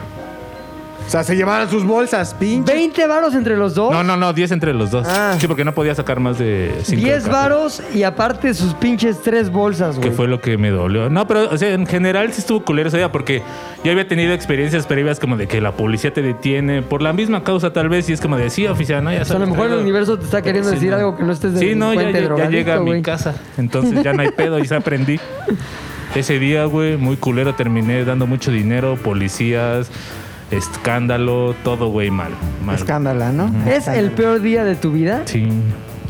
G: O sea, se llevaron sus bolsas, pinche.
E: ¿20 varos entre los dos?
H: No, no, no, 10 entre los dos.
E: Ah.
H: Sí, porque no podía sacar más de 5.
E: 10 varos y aparte sus pinches tres bolsas,
H: Que
E: güey.
H: fue lo que me dolió. No, pero, o sea, en general sí estuvo culero esa idea porque yo había tenido experiencias previas como de que la policía te detiene por la misma causa, tal vez, y es como de sí, oficial, no, ya
E: O sea, a lo
H: sabes,
E: mejor el
H: traigo-
E: universo te está queriendo
H: Sí,
E: decir
H: no.
E: algo que no estés de
H: Sí, no, ya, ya- ya llega a mi casa. Entonces ya no hay pedo y se aprendí. Ese día, güey, muy culero, terminé dando mucho dinero, policías, escándalo, todo, güey, mal. mal.
F: Escándala, ¿no?
E: ¿Es el peor día de tu vida?
H: Sí,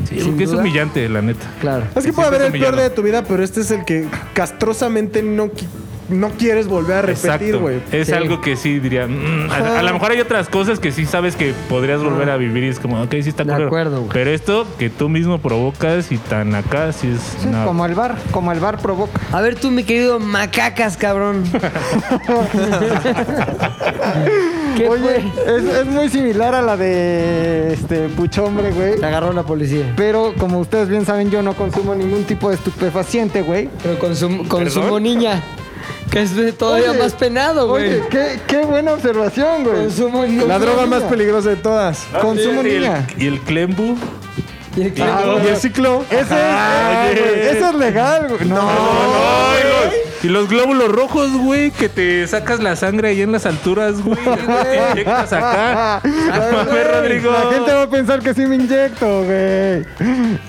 H: sí,
E: Sin
H: porque es
E: duda.
H: humillante, la neta.
E: Claro.
G: Es que
H: Sí,
G: puede haber el
H: sientes
G: peor
H: humillado.
G: día de tu vida, pero este es el que castrosamente no, qui- no quieres volver a repetir,
H: Exacto.
G: güey.
H: Es
E: Sí.
H: algo que sí diría. mm, a, a lo mejor hay otras cosas que sí sabes que podrías volver a vivir y es como, ok, sí está
E: De
H: culero.
E: acuerdo, güey.
H: Pero esto que tú mismo provocas y tan acá, sí es.
F: Sí,
H: no.
F: como el bar, como el bar provoca.
E: A ver tú, mi querido Macacas, cabrón. <laughs> ¿Qué
F: Oye,
E: fue?
F: es, es muy similar a la de este Puchombre, güey.
E: Te agarró la policía.
F: Pero como ustedes bien saben, yo no consumo ningún tipo de estupefaciente, güey.
E: Pero consum- consumo niña. Que es de- todavía
F: Oye,
E: más penado, güey.
F: Oye, qué, qué buena observación, güey.
E: Consumo Ah, niña.
G: La droga más peligrosa de todas.
F: Consumo
H: Y Ah, el-
F: niña. Ah,
H: Y el Clembu.
E: Y el que-
G: y el ciclo.
F: Ese es, ah,
H: oye.
F: güey, ese es legal, güey. No,
H: Ay, los- y los glóbulos rojos, güey, que te sacas la sangre ahí en las alturas,
F: <laughs>
H: güey. y Te inyectas acá. Ah, mames, Rodrigo.
F: La gente va a pensar que sí me inyecto, güey.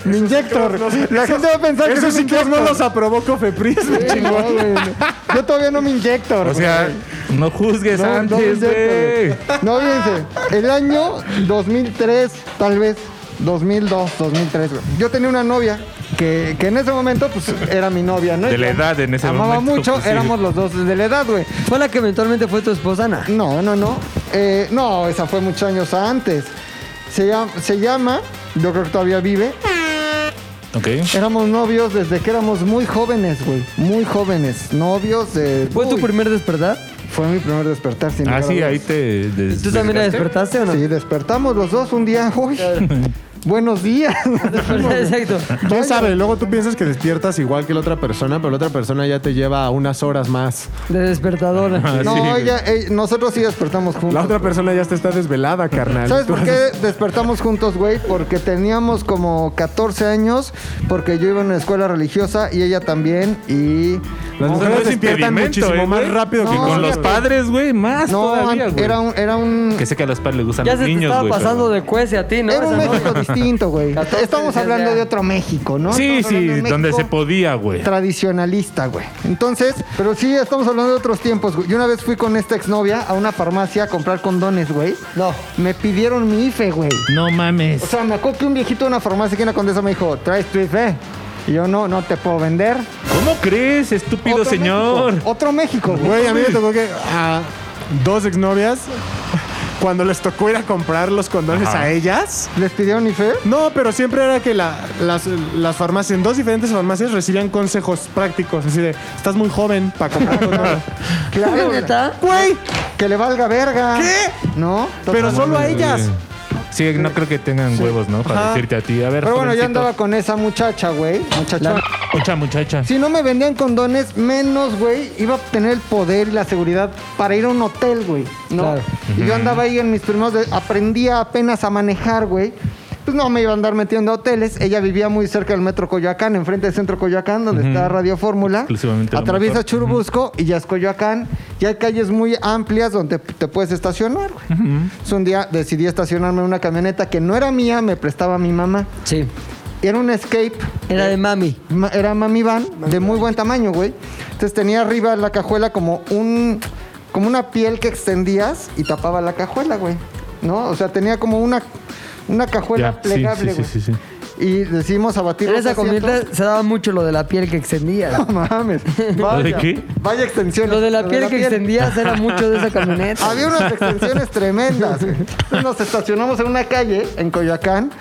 F: Me inyecto. La gente va a pensar que
G: Esos
F: sí me
G: ciclos no
F: inyecto.
G: los aprobó Fepris, <laughs>
F: Sí, no, güey, no. Yo todavía no me inyecto.
H: O sea, no juzgues
F: No, no
H: antes,
F: me
H: güey.
F: inyecto, güey. No, fíjense, el año 2003, tal vez, 2002, 2003, güey. Yo tenía una novia que, que en ese momento, pues, era mi novia, ¿no?
H: De la
F: Yo
H: edad en ese
F: amaba
H: momento,
F: mucho,
H: pues, sí.
F: éramos los dos de la edad, güey.
E: Fue la que eventualmente fue tu esposa, Ana.
F: No, no, no. Eh, no, esa fue muchos años antes. Se llama, se llama, yo creo que todavía vive.
H: Ok.
F: Éramos novios desde que éramos muy jóvenes, güey. Muy jóvenes. Novios de.
E: ¿Fue tu
F: Uy,
E: primer despertar?
F: Fue mi primer despertar, sin
H: Ah,
F: lugar a
H: sí,
F: dudas.
H: ahí te. des-
E: ¿Tú también la despertaste o no?
F: Sí, despertamos los dos un día. <laughs>
H: <laughs>
F: Uy, buenos días.
E: <laughs> Exacto.
M: ¿Quién sabe? Luego tú piensas que despiertas igual que la otra persona, pero la otra persona ya te lleva unas horas más.
E: De despertadora.
H: Ah, sí,
F: No,
H: güey.
F: ella, ey, nosotros sí despertamos juntos.
M: La otra persona ya te está desvelada, carnal.
F: ¿Sabes
M: Tú
F: por
M: haces-
F: qué despertamos juntos, güey? Porque teníamos como 14 años, porque yo iba en una escuela religiosa y ella también, y...
M: Las
H: No,
M: mujeres
H: no es
M: despiertan
H: impedimento,
M: muchísimo
H: ¿eh,
M: más
H: güey?
M: rápido que
H: Y
F: No,
M: con
H: con los
M: los...
H: padres, güey, más
F: No,
H: todavía, güey.
F: era un... Era un,
H: Que sé que a los padres les gustan
E: Ya
H: los
E: se te
H: niños,
E: estaba
H: güey,
E: pasando
H: pero-
E: de cuece a ti, ¿no?
F: era un
E: Esa
F: México
E: noche.
F: distinto, güey.
E: 14
F: Estamos
E: decías
F: hablando
E: ya.
F: de otro México, ¿no?
H: Sí,
F: Estamos
H: sí,
F: hablando de un
H: donde se
F: México
H: podía, güey.
F: tradicionalista, güey. Entonces, pero sí, estamos hablando de otros tiempos, güey. Yo una vez fui con esta exnovia a una farmacia a comprar condones, güey.
E: No.
F: Me pidieron mi IFE, güey.
H: No mames.
F: O sea, me acuerdo que un viejito de una farmacia aquí en la Condesa me dijo, ¿traes tu IFE? Y yo, no, no te puedo vender.
K: ¿Cómo crees, estúpido
F: señor? Otro México,
G: Güey, a mí me tocó que a dos exnovias, cuando les tocó ir a comprar los condones
F: Ajá.
G: a ellas.
F: ¿Les pidieron E, IFE?
G: No, pero siempre era que la- las, las farmacias, en dos diferentes farmacias, recibían consejos prácticos. Así de, estás muy joven para comprar condones.
F: Claro.
G: Güey.
F: Que le valga verga. ¿Qué? No.
G: Pero solo a ellas.
K: Sí, no creo que tengan huevos, ¿no? Para
F: Ajá.
K: decirte a ti. A ver,
F: Pero bueno, yo
K: jovencito.
F: andaba con esa muchacha, güey. Muchacha.
K: Mucha muchacha.
F: Si no me vendían condones, menos, güey, iba a obtener el poder y la seguridad para ir a un hotel, güey. ¿no?
E: Claro.
F: Y yo andaba ahí en mis primeros... de- aprendía apenas a manejar, güey. Pues no me iba a andar metiendo a hoteles. Ella vivía muy cerca del metro Coyoacán, enfrente del centro Coyoacán, donde está Radio Fórmula.
K: Exclusivamente lo
F: Atraviesa
K: mejor.
F: Churubusco y ya es Coyoacán. Y hay calles muy amplias donde te puedes estacionar, güey. Entonces, un día decidí estacionarme en una camioneta que no era mía, me prestaba mi mamá.
E: Sí.
F: Era un escape.
E: Era de mami.
F: era mami van, de muy buen tamaño, güey. Entonces tenía arriba en la cajuela como un. como una piel que extendías y tapaba la cajuela, güey. ¿No? O sea, tenía como una. una cajuela
K: Ya, sí,
F: plegable,
K: sí,
F: güey.
K: sí, sí, sí.
F: Y decidimos abatir
E: En
F: los
E: esa comida
F: asientos.
E: se daba mucho lo de la piel que <laughs> extendía.
F: <laughs> No mames.
K: ¿Lo de
F: Vaya,
K: qué?
F: vaya extensión.
E: Lo de la piel Ah, que extendías era mucho de esa camioneta.
F: Había unas extensiones tremendas. güey. Entonces nos estacionamos en una calle en Coyoacán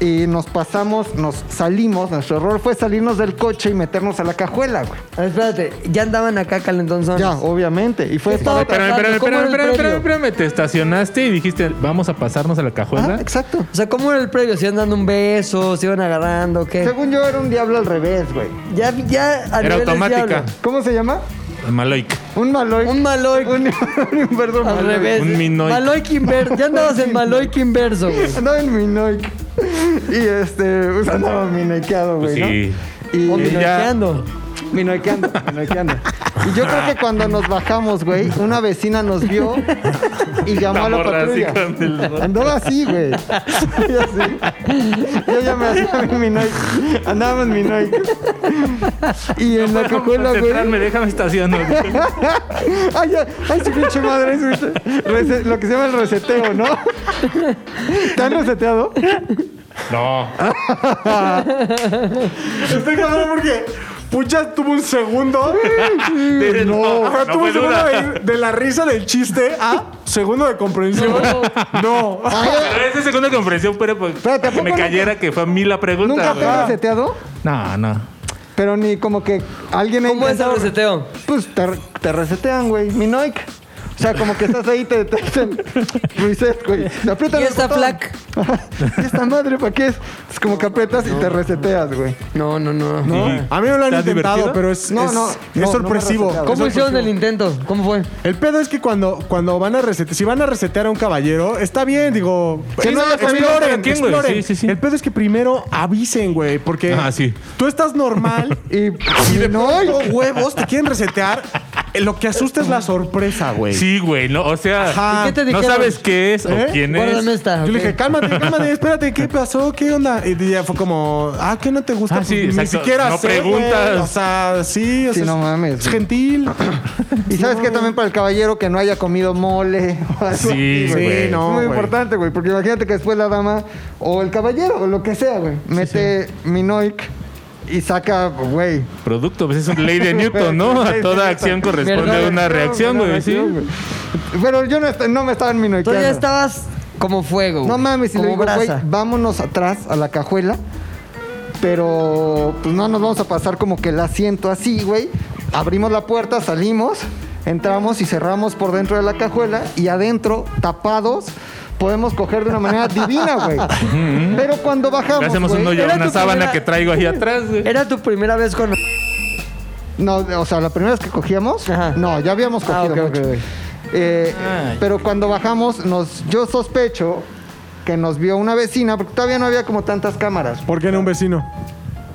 F: y nos pasamos, nos salimos. Nuestro error fue salirnos del coche y meternos a la cajuela, güey.
E: A ver, espérate, ya andaban acá calentonzones.
F: Ya, obviamente. Y fue
E: ¿Qué estaba
K: Espérame,
E: pasando?
K: espérame,
E: ¿Cómo
K: espérame,
E: era el
K: espérame, espérame,
E: previo?
K: espérame. Te estacionaste y dijiste, vamos a pasarnos a la
F: Ah,
K: cajuela.
F: exacto.
E: O sea, ¿cómo era el previo? ¿Se iban dando un beso? ¿Se iban agarrando? ¿Qué?
F: Según yo era un diablo al revés, güey.
E: Ya, ya a
K: Era
E: niveles
K: automática.
E: diablo.
F: ¿Cómo se llama?
K: Maloic.
F: Un maloy.
E: Un maloic.
F: Un, un <laughs> inverso
E: Al
F: maloic.
E: revés.
K: Un minoic.
E: Maloic inverso. Ya andabas en maloic inverso, güey.
F: Andaba en minoic. Y este, pues andaba minoiqueado,
H: Pues
F: güey. ¿no?
K: Pues Sí.
F: Y
E: O
K: Ella-
E: minoiqueando.
F: Minoiqueando, minoiqueando. Y yo creo que cuando nos bajamos, güey, una vecina nos vio y llamó
K: La
F: a la
K: morra así
F: patrulla.
K: con
F: <laughs>
K: el-
F: Andaba así, güey. Y así. Yo ya me hacía mi minoic. Andábamos minoic. Y en la cajuela,
K: Concentrarme,
F: güey.
K: déjame
F: <laughs>
K: estacionar.
F: Ay, ya, ay, su pinche madre. su pinche- rese- lo que se llama el reseteo, ¿no? ¿Te han reseteado?
K: No.
F: Ah.
G: Estoy cabrón porque Pucha tuvo un segundo.
K: De- no,
G: Ajá,
K: no
G: tuvo
K: fue
G: un segundo
K: duda.
G: de, de la risa del chiste a segundo de comprensión. No.
K: Pero esa segunda comprensión fue pues,
F: Espérate, ¿a
K: que me
F: poco
K: cayera que fue a mí la pregunta.
F: ¿Nunca te han
K: güey.
F: reseteado?
K: No, no.
F: Pero ni como que alguien ha
E: ¿Cómo es el
F: intentado-
E: reseteo?
F: Pues te, te resetean, güey. Minoic. O sea, como que estás ahí, te, te hacen reset, güey. Te aprietan
E: ¿Y
F: el
E: esta
F: botón.
E: flac?
F: ¿Y esta madre para qué es? Es como que aprietas y te reseteas, güey.
E: No, no, no.
G: A mí me lo han
K: ¿Está
G: intentado,
K: divertido?
G: pero es,
F: No,
G: es-
F: no,
G: es
F: no, no me
G: sorpresivo.
F: resultaba.
G: Es
E: ¿Cómo hicieron
G: sorpresivo.
E: el intento? ¿Cómo fue?
G: El pedo es que cuando, cuando van a resetear, si van a resetear a un caballero, está bien, digo,
K: Sí,
G: es-
K: no, está bien,
G: exploren,
K: ¿a quién, güey? Sí,
G: exploren.
K: sí, sí.
G: El pedo es que primero avisen, güey, porque
K: Ah, sí.
G: tú estás normal
F: <laughs> Y,
G: y de
F: no,
G: pronto, huevos, te quieren resetear. eh, Lo que asusta es la sorpresa, güey.
K: Sí, güey, no, o sea,
E: ¿Y
G: Ajá.
E: qué te
K: no
E: dijeron?
K: sabes qué es
G: ¿Eh?
K: o quién
E: Guárdame
K: es.
E: esta.
G: Yo le
E: ok.
K: <laughs>
G: dije, cálmate, cálmate, espérate, ¿qué pasó? ¿Qué onda? Y ya fue como, ah, ¿qué no te gusta?
K: Ah, sí,
G: Pues Ni
K: exacto.
G: siquiera
K: No
G: sé,
K: preguntas.
G: güey. O sea, sí, o
F: Sí,
G: sea,
F: no
G: es-
F: mames,
G: Es
F: güey.
G: gentil.
F: y sabes que también para el caballero que no haya comido mole. o algo
K: Sí,
F: así,
K: güey.
G: sí, no,
F: Muy
G: güey.
F: importante, güey, porque imagínate que después la dama o el caballero o lo que sea, güey, mete Minoic y saca, güey.
K: Producto, pues es un ley de Newton,
F: <laughs>
K: ¿no? A toda acción corresponde
E: Verdad,
K: una reacción, güey, sí.
F: reacción, güey. Pero yo no, est- no me estaba en Minoic.
E: Entonces ya estabas como fuego.
F: No
E: güey,
F: mames, si le
E: como
F: digo, güey,
E: brasa.
F: vámonos atrás a la cajuela. Pero pues no nos vamos a pasar como que el asiento así, güey. Abrimos la puerta, salimos, entramos y cerramos por dentro de la cajuela y adentro, tapados, podemos coger de una
E: <laughs>
F: manera divina, güey. Pero cuando bajamos,
K: Le hacemos
F: güey,
K: un hoyo
E: era
K: a una
E: tu
K: sábana
E: primera-
K: que traigo ahí atrás, güey.
E: Era tu primera vez con.
F: No, o sea, la primera vez que cogíamos,
E: Ajá.
F: no, ya habíamos
E: Ah,
F: cogido
E: ok, ok,
F: mucho.
E: ok.
F: Eh,
K: Ay.
F: pero cuando bajamos, nos, yo sospecho que nos vio una vecina, porque todavía no había como tantas cámaras.
G: ¿Por qué no un vecino?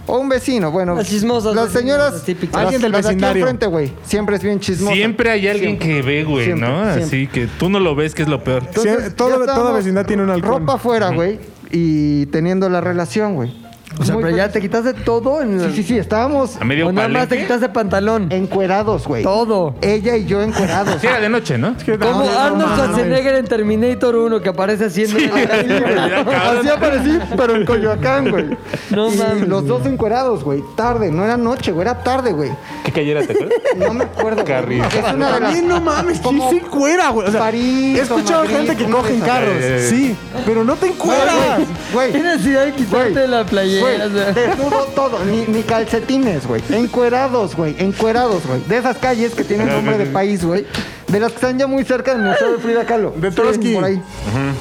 F: O un vecino, bueno.
E: Las chismosas
F: Las
E: vecinas,
F: señoras.
E: las típicas.
F: las-
G: Alguien del
F: las de aquí
G: vecindario.
F: enfrente, güey. Siempre es bien chismosa.
K: Siempre hay alguien que ve, güey,
F: siempre,
K: ¿no?
F: siempre.
K: Así que tú no lo ves, que es lo peor.
G: Sie-
F: ya
G: toda- toda
F: estábamos
G: vecindad tiene un halcón.
F: Ropa afuera, güey. Y teniendo la relación, güey.
E: O sea, pero ya te quitaste todo en
F: Sí, sí, sí, estábamos.
K: ¿A medio
E: o Pues nada más
K: palenque?
E: te quitaste pantalón.
F: Eh, Encuerados, güey.
E: Todo.
F: Ella y yo encuerados.
K: Sí, era de noche, ¿no?
E: Como Arnold Schwarzenegger en Terminator 1 que aparece haciendo.
F: Así aparecí, pero en Coyoacán, güey.
E: No
F: Y
E: mames,
F: Los dos encuerados, güey. Tarde, no era noche, güey, era tarde, güey.
K: ¿Qué cayera te acuerdas?
F: No me acuerdo. güey.
K: Carril.
F: Es una de las.
G: También, no mames, ¿quién
F: Como
G: se encuera, güey? O sea,
F: París,
G: he escuchado
F: Madrid,
G: gente que
F: una
G: coge en
F: de esas.
G: carros,
K: Eh, eh, eh.
G: sí, pero no te encueras.
F: Güey,
E: ¿Qué necesidad de quitarte
F: Güey,
E: la
F: güey,
E: playera? o sea?
F: desnudo todo, ni, ni calcetines, güey. Encuerados, güey, encuerados, güey. De esas calles que tienen nombre de país, güey. De las que están ya muy cerca del Museo de Frida Kahlo.
G: De
F: Sí,
G: Trotsky. Ah,
F: por ahí.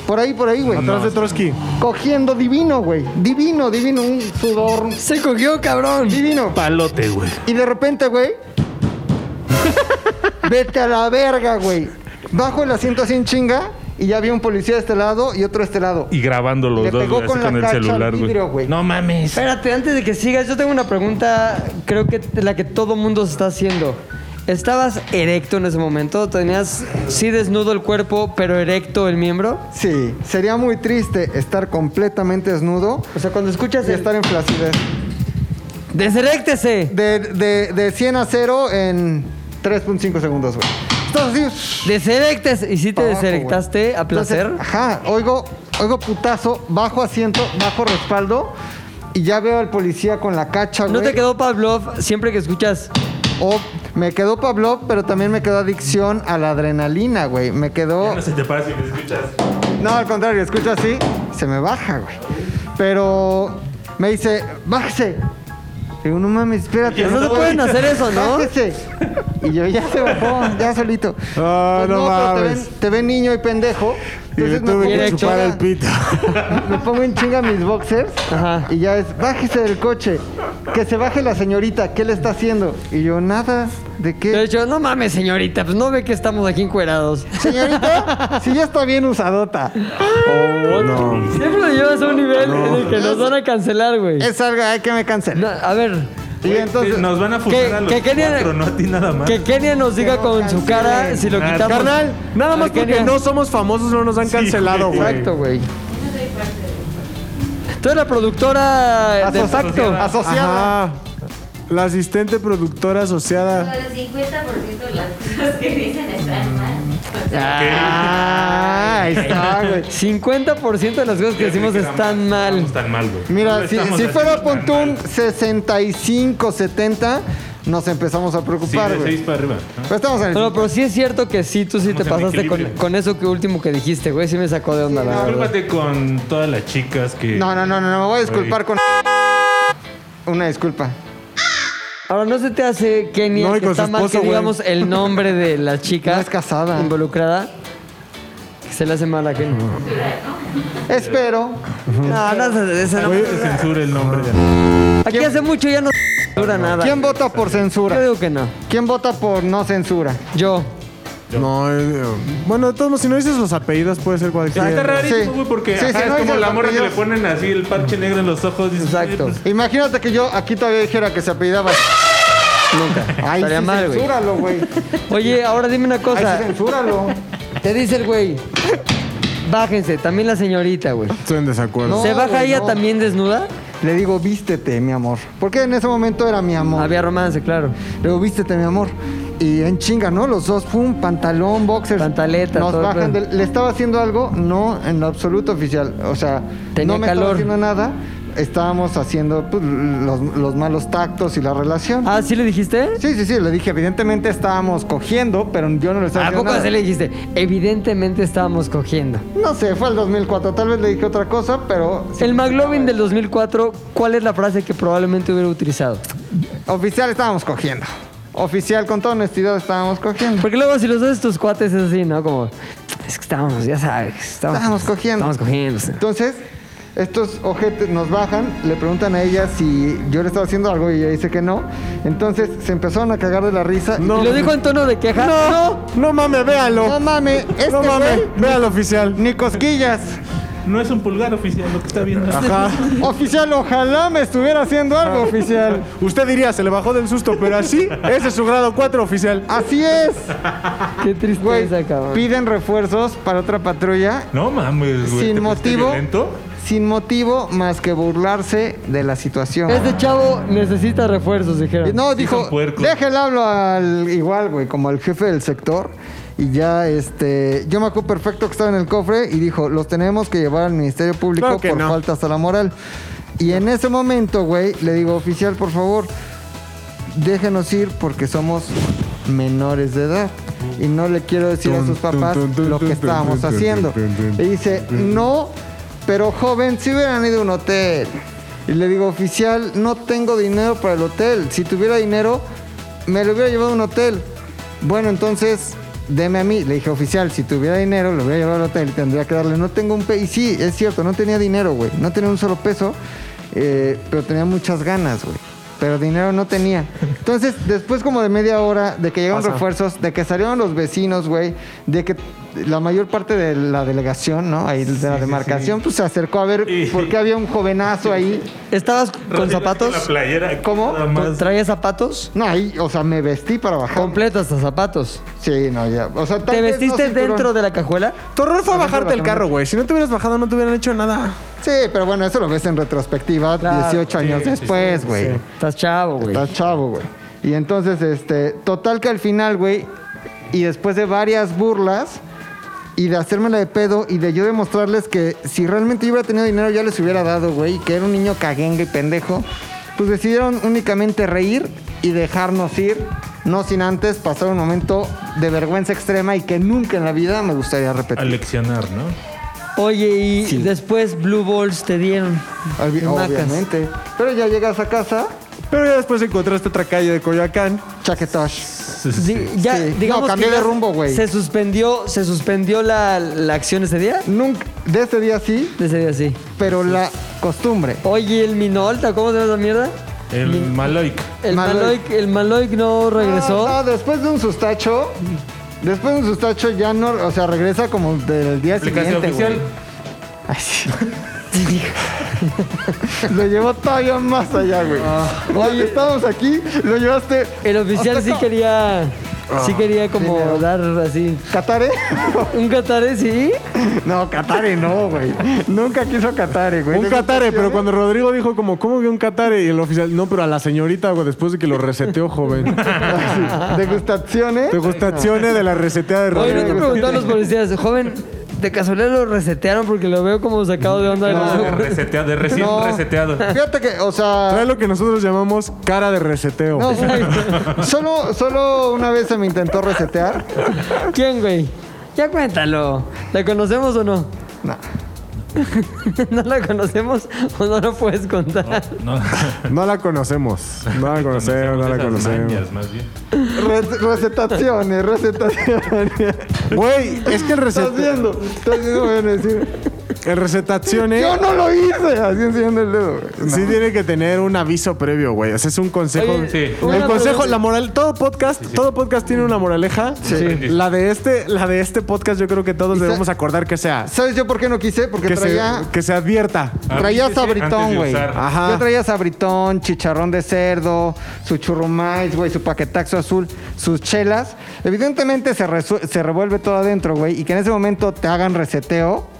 F: Por ahí, por ahí, güey.
G: Atrás de Trotsky.
F: Cogiendo divino, güey. Divino, divino. Un sudor
E: Se cogió, cabrón.
F: divino.
K: Palote, güey.
F: Y de repente, güey. vete a la verga, güey. Bajo el asiento así en chinga. Y ya había un policía de este lado y otro de este lado.
K: Y grabando los
F: Le
K: dos,
F: pegó
K: güey, así
F: con
K: con,
F: la
K: el
F: cacha al
K: celular,
F: vidrio,
K: güey.
F: güey.
K: No mames.
E: Espérate, antes de que sigas, yo tengo una pregunta, creo que la que todo mundo se está haciendo. ¿Estabas erecto en ese momento? ¿Tenías, sí, desnudo el cuerpo, pero erecto el miembro?
F: Sí, sería muy triste estar completamente desnudo
E: O sea, cuando escuchas
F: y
E: el-
F: estar en flacidez.
E: ¡Deseréctese!
F: De, de, de 100 a 0 en 3.5 segundos, güey. Entonces, así,
E: ¡Deseréctese! ¿Y si te
F: para abajo,
E: deserectaste
F: güey.
E: a placer?
F: Entonces, ajá, oigo, oigo putazo, bajo asiento, bajo respaldo y ya veo al policía con la cacha, güey.
E: ¿No te quedó Pavlov siempre que escuchas?
F: O me quedó Pablo, pero también me quedó adicción a la adrenalina, güey. Me quedó...
K: No se te pasa que escuchas.
F: No, al contrario, escucho así, se me baja, güey. Pero me dice, bájese. Digo, no mames, espérate.
E: No se
F: güey.
E: pueden hacer eso, ¿no?
F: Bájese. Y yo ya se bajó, ya solito.
G: Ah,
F: Pues pero
G: no
F: te
G: mames.
F: ven, te ven niño y pendejo.
G: Y le
F: Entonces me
G: tuve
F: pongo
G: que
F: en
G: chupar
F: chinga-
G: el
K: <laughs>
G: pito.
F: me pongo en chinga mis boxers
E: Ajá.
F: y ya es, bájese del coche. Que se baje la señorita, ¿qué le está haciendo? Y yo, nada, ¿de qué?
E: De hecho, no mames, señorita, pues no ve que estamos aquí encuerados.
F: Señorita, si ya está bien usadota.
G: No.
E: Siempre lo llevas a un nivel en el que nos van a cancelar, güey.
F: Es algo, ay, que me cancela.
E: No, a ver,
F: Y entonces,
K: Nos van a funar
E: ¿Qué-
K: a los
E: qué querían-
K: cuatro, no a ti nada más.
E: Que Kenia nos diga con su cara si lo quitamos.
G: Carnal, nada más
E: A
G: porque
E: Kenia.
G: no somos famosos no nos han cancelado, güey.
F: Exacto, güey.
E: Tú eres la productora de
F: Asoci-
E: facto.
F: Asociada.
G: Ajá. La asistente productora asociada.
L: El 50% de las cosas que dicen están mal. O sea,
F: Ah, ahí está, güey.
E: 50% de las cosas que decimos están mal.
K: Estamos tan mal, güey.
F: Mira,
K: No
F: si,
K: estamos
F: si
K: así
F: fuera
K: tan
F: Pontún
K: mal.
F: 65, 70, nos empezamos a
K: Sí,
F: preocupar,
K: de
F: güey.
K: seis para arriba.
F: Pero estamos en el...
E: Pero, pero sí es cierto que sí, tú sí te
K: Estamos en
E: pasaste con,
K: equilibrio.
E: con eso que último que dijiste, güey. Sí me sacó de onda, la verdad.
K: Discúlpate con todas las chicas que.
F: No, no, no, no, no, me voy a disculpar con... Una disculpa.
E: Ahora, ¿no se te hace, Kenia,
G: No, y
E: que
G: con
E: está
G: su
E: mal que
G: esposo, güey.
E: digamos el nombre de la chica
F: No es casada.
E: involucrada? Que se le hace mal a Kenia.
F: Espero.
E: No, no, se- se- no.
K: Oye, se censura el nombre de.
E: Aquí hace mucho ya no dura nada.
F: ¿Quién vota por
E: Yo
F: censura?
E: digo que no.
F: ¿Quién vota por no censura?
E: Yo.
G: No, eh, bueno, de todos modos, si no dices los apellidos, puede
H: Ah,
G: ser
K: Está
G: cualquiera.
F: Sí.
K: rarísimo, güey, porque
F: Sí,
K: ajá,
F: sí,
K: es
F: no,
K: como
F: dice
K: la
F: los
K: morra que le
F: apellidos.
K: ponen así el parche negro en los ojos. dices,
E: Exacto.
K: "Eh, pues,
F: Imagínate que yo aquí todavía dijera que se apellidaba...
E: Nunca.
F: Ay,
E: Estaría
F: sí,
E: mal, güey.
F: censúralo,
E: <laughs>
F: güey.
E: Oye, ahora dime una
F: Ay,
E: cosa.
F: sí, censúralo.
E: Te dice el güey. Bájense, también la señorita, güey.
G: Estoy en desacuerdo.
F: No,
E: pues, ¿Se baja
F: güey,
E: ella
F: no.
E: también desnuda?
F: Le digo, vístete, mi amor. Porque en ese momento era mi amor.
E: Había romance, claro.
F: Luego, vístete, mi amor. Y en chinga, ¿no? Los dos, pum, pantalón, boxers.
E: Pantaleta,
F: Nos
E: todo el
F: bajan
E: pedo.
F: del- ¿Le estaba haciendo algo? No, en lo absoluto, oficial. O sea,
E: Tenía
F: no me
E: calor.
F: estaba haciendo nada. Estábamos haciendo pues, los, los malos tactos y la relación.
E: Ah, ¿sí le dijiste?
F: Sí, sí, sí. Le dije, evidentemente estábamos cogiendo, pero yo no le estaba
E: ¿A
F: haciendo
E: poco
F: nada.
E: así le dijiste? Evidentemente estábamos cogiendo.
F: No sé, fue el 2004. Tal vez le dije otra cosa, pero...
E: El McLovin del 2004, ¿cuál es la frase que probablemente hubiera utilizado?
F: Oficial, estábamos cogiendo. Oficial, con toda honestidad, estábamos cogiendo.
E: Porque luego si los haces tus cuates es así, ¿no? Como, es que estábamos, ya sabes. Estábamos,
F: Estábamos cogiendo.
E: Estábamos cogiendo.
F: Entonces, estos ojetes nos bajan, le preguntan a ella si yo le estaba haciendo algo y ella dice que no. Entonces se empezaron a cagar de la risa.
G: No.
E: ¿Y lo dijo en tono de queja?
F: no,
G: No mames, véanlo.
F: no mames, este
G: no mames,
F: güey,
G: véanlo oficial.
F: ni cosquillas.
K: No es un pulgar oficial lo que está viendo.
G: Ajá.
F: Oficial, ojalá me estuviera haciendo algo, oficial.
G: Usted diría, se le bajó del susto, pero así, ese es su grado 4 oficial.
F: Así es,
E: Qué
F: güey.
E: tristeza, cabrón.
F: Piden refuerzos para otra patrulla
K: No mames, güey.
F: sin
K: ¿te pusiste
F: motivo.
K: violento?
F: sin motivo más que burlarse de la situación.
E: Este chavo necesita refuerzos, dijeron.
F: No, dijo,
E: son puercos.
F: déjenle hablo al igual, güey, como al jefe del sector. Y ya, este, yo me acuerdo perfecto que estaba en el cofre y dijo, los tenemos que llevar al Ministerio Público
G: Claro que
F: por
G: no.
F: faltas a la moral. Y en ese momento, güey, le digo, oficial, por favor, déjenos ir porque somos menores de edad. Y no le quiero decir a sus papás lo que estábamos haciendo. Le dice, no, pero joven, si hubieran ido a un hotel. Y le digo, oficial, no tengo dinero para el hotel. Si tuviera dinero, me lo hubiera llevado a un hotel. Bueno, entonces, deme a mí. Le dije, oficial, si tuviera dinero, lo hubiera llevado al hotel. Tendría que darle, no tengo un peso. Y sí, es cierto, no tenía dinero, güey. No tenía un solo peso, eh, pero tenía muchas ganas, güey. Pero dinero no tenía. Entonces, después como de media hora de que llegaron
G: Pasa.
F: refuerzos, de que salieron los vecinos, güey, de que la mayor parte de la delegación, ¿no? Ahí de la demarcación, pues se acercó a ver por qué había un jovenazo ahí.
E: ¿Estabas con zapatos?
F: ¿Cómo?
E: ¿Traía zapatos?
F: No, ahí, o sea, me vestí para bajar.
E: Completo hasta zapatos.
F: Sí, no, ya. O sea, tal
E: ¿Te
F: vez no
E: vestiste
F: cinturón.
E: dentro de la cajuela?
F: Tu horror
G: fue bajarte el carro, güey. Si no te hubieras bajado, no te hubieran hecho nada.
F: Sí, pero bueno, eso lo ves en retrospectiva,
G: Claro.
F: 18 años
G: Sí, sí,
F: después,
G: sí,
F: güey.
G: sí.
E: Estás chavo, güey.
F: Estás chavo, güey. Y entonces, este, total que al final, güey, y después de varias burlas y de hacérmela de pedo y de yo demostrarles que si realmente yo hubiera tenido dinero ya les hubiera dado, güey, y que era un niño caguengue y pendejo, pues decidieron únicamente reír y dejarnos ir, no sin antes pasar un momento de vergüenza extrema y que nunca en la vida me gustaría repetir.
H: Aleccionar, ¿no?
E: Oye, y después Blue Balls te dieron.
F: Obvi-
E: Macas.
F: Obviamente. Pero ya llegas a casa.
G: Pero ya después encontraste otra calle de Coyoacán.
F: Chaquetosh.
E: Di- ya,
F: Sí.
E: digamos
F: No,
E: que
F: cambié
E: ya
F: de rumbo, güey.
E: ¿Se suspendió, se suspendió la, la acción ese día?
F: Nunca. De ese día sí.
E: De ese día sí.
F: Pero la costumbre.
E: Oye, el Minolta, ¿cómo se llama esa mierda?
H: El
E: Mi-
H: Maloic.
E: El
F: Maloic.
E: Maloic, el Maloic no regresó.
F: Ah, No, no, después de un sustacho. Después de un sustacho ya no. O sea, regresa como del día
H: Aplicación
F: siguiente.
H: oficial.
F: güey. Ay, sí. lo llevó todavía más allá, güey.
G: Ah.
F: Oye, estamos aquí, lo llevaste.
E: <laughs> El oficial sí quería. Sí quería como dar así.
F: ¿Catare?
E: ¿Un Catare sí?
F: <laughs> No, Catare no, güey. Nunca quiso Catare, güey.
G: Un
F: ¿Te
G: catare,
F: gusta,
G: pero
F: güey?
G: cuando Rodrigo dijo como, ¿cómo que un catare? Y el oficial, no, pero a la señorita, güey, después de que lo
F: <laughs>
G: reseteó, joven.
F: Degustaciones.
G: Degustaciones de la reseteada de
E: Oye,
G: Rodrigo.
E: no te preguntaron los policías, joven, de casualidad lo resetearon porque lo veo como sacado de onda.
H: No, reseteado, de recién
F: No. <laughs>
H: reseteado.
F: Fíjate que, o sea.
G: Trae lo que nosotros llamamos cara de reseteo.
F: No, solo, solo una vez se me intentó resetear.
E: ¿Quién, güey? Ya cuéntalo. ¿La conocemos o no?
F: No.
E: <laughs> ¿No la conocemos o no lo puedes contar?
H: No,
G: No la conocemos. No la conocemos, no la
H: esas
G: conocemos.
H: mañas, más bien.
F: Re- recetaciones, recetaciones.
G: Güey, es que
F: Estás
G: el reseteo.
F: viendo, estás viendo, me van a decir.
G: El resetaciones.
F: Yo no lo hice, así enseñando el dedo. güey.
G: Sí tiene que tener un aviso previo, güey. O sea, es un consejo.
E: Oye, Sí. una
G: El consejo,
E: pregunta.
G: la moral, todo podcast, todo podcast tiene una moraleja.
F: Sí.
G: La de este, la de este podcast, yo creo que todos
F: Y sa-
G: debemos acordar que sea.
F: ¿Sabes yo por qué no quise? Porque
G: Que se,
F: traía,
G: que se advierta.
F: traía
H: Avísese antes
F: sabritón,
H: de
F: güey.
H: usar.
G: Ajá.
F: Yo traía sabritón, chicharrón de cerdo, su churrumais, güey, su paquetaxo azul, sus chelas. Evidentemente se, resu- se revuelve todo adentro, güey. Y que en ese momento te hagan reseteo.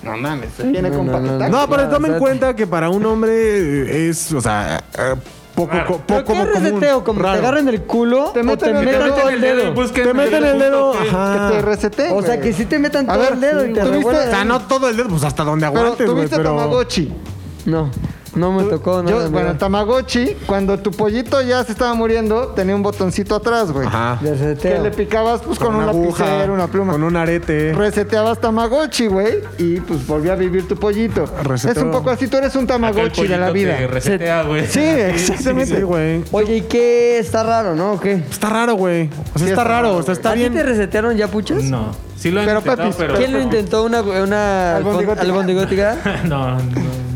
F: No mames, se viene con paquetaxo.
G: No, pero
E: Claro,
G: toma
E: o
G: en
E: sea-
G: cuenta que para un hombre es, o sea, eh, poco, co-
E: ¿Pero
G: poco
E: qué
G: como
E: es
G: común.
E: reseteo? ¿Como te
G: Raro.
E: agarran el culo
F: Te
E: o
F: meten
E: te
F: el
E: metan
F: dedo.
E: todo el dedo?
G: Te meten el dedo,
F: Que te
G: ajá.
F: reseteen,
E: Ah. O sea,
F: güey.
E: que sí te metan
F: A
E: todo
F: ver,
E: el dedo y te
F: ¿tuviste-
G: O
E: revuelven.
G: sea, no todo el dedo, pues hasta donde
F: Pero
G: aguantes, güey.
F: tuviste
G: Pero
F: Tamagotchi.
E: No, no me tocó. No,
F: Yo-
E: no,
F: bueno,
E: no.
F: Tamagotchi, cuando tu pollito ya se estaba muriendo, tenía un botoncito atrás, güey.
G: Ajá.
E: De
F: Que
E: reseteo.
F: le picabas pues, con, un lapicero, una pluma.
G: Con un arete.
F: Reseteabas Tamagotchi, güey, y pues volvía a vivir tu pollito.
G: Reseteo.
F: Es un poco así, tú eres un
H: Acá el
F: Tamagotchi de la
H: pollito
F: vida.
H: te resetea, güey.
F: Sí, exactamente.
G: Sí, güey.
E: Oye, ¿y qué? ¿Está raro, no? ¿O qué?
G: Está raro, güey. O sea,
F: Sí,
G: está
F: está
G: raro.
F: raro,
G: O sea,
E: ¿A
G: está
E: ti te
G: bien.
E: resetearon ya, puchas?
H: No. Sí lo han
F: Pero,
H: intentado,
F: Pepis,
H: pero...
E: ¿Quién lo intentó? ¿Una, una
F: Albondigótica.
G: <laughs>
E: albondigótica?
H: <laughs> No, no,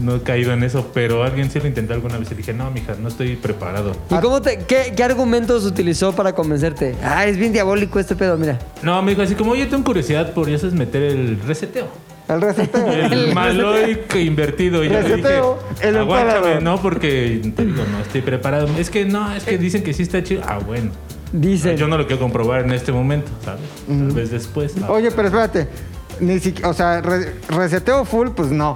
H: no he caído en eso, pero alguien sí lo intentó alguna vez y dije, no, mija, no estoy preparado.
E: ¿Y cómo te, qué, qué argumentos utilizó para convencerte? Ah, es bien diabólico este pedo, mira.
H: No, me dijo así como, oye, tengo curiosidad por eso es meter el reseteo.
F: El
H: <laughs>
F: reseteo.
H: El maloic invertido. Y yo le dije,
F: Reseteo, el
H: aguántame,
F: emperador".
H: no, porque te digo, no estoy preparado. Es que no, es que dicen que sí está chido. Ah, bueno.
E: Dice.
H: Yo no lo quiero comprobar en este momento, ¿sabes? Tal vez después. ah,
F: Oye, pero espérate. Ni siquiera, o sea, re- reseteo full, pues no.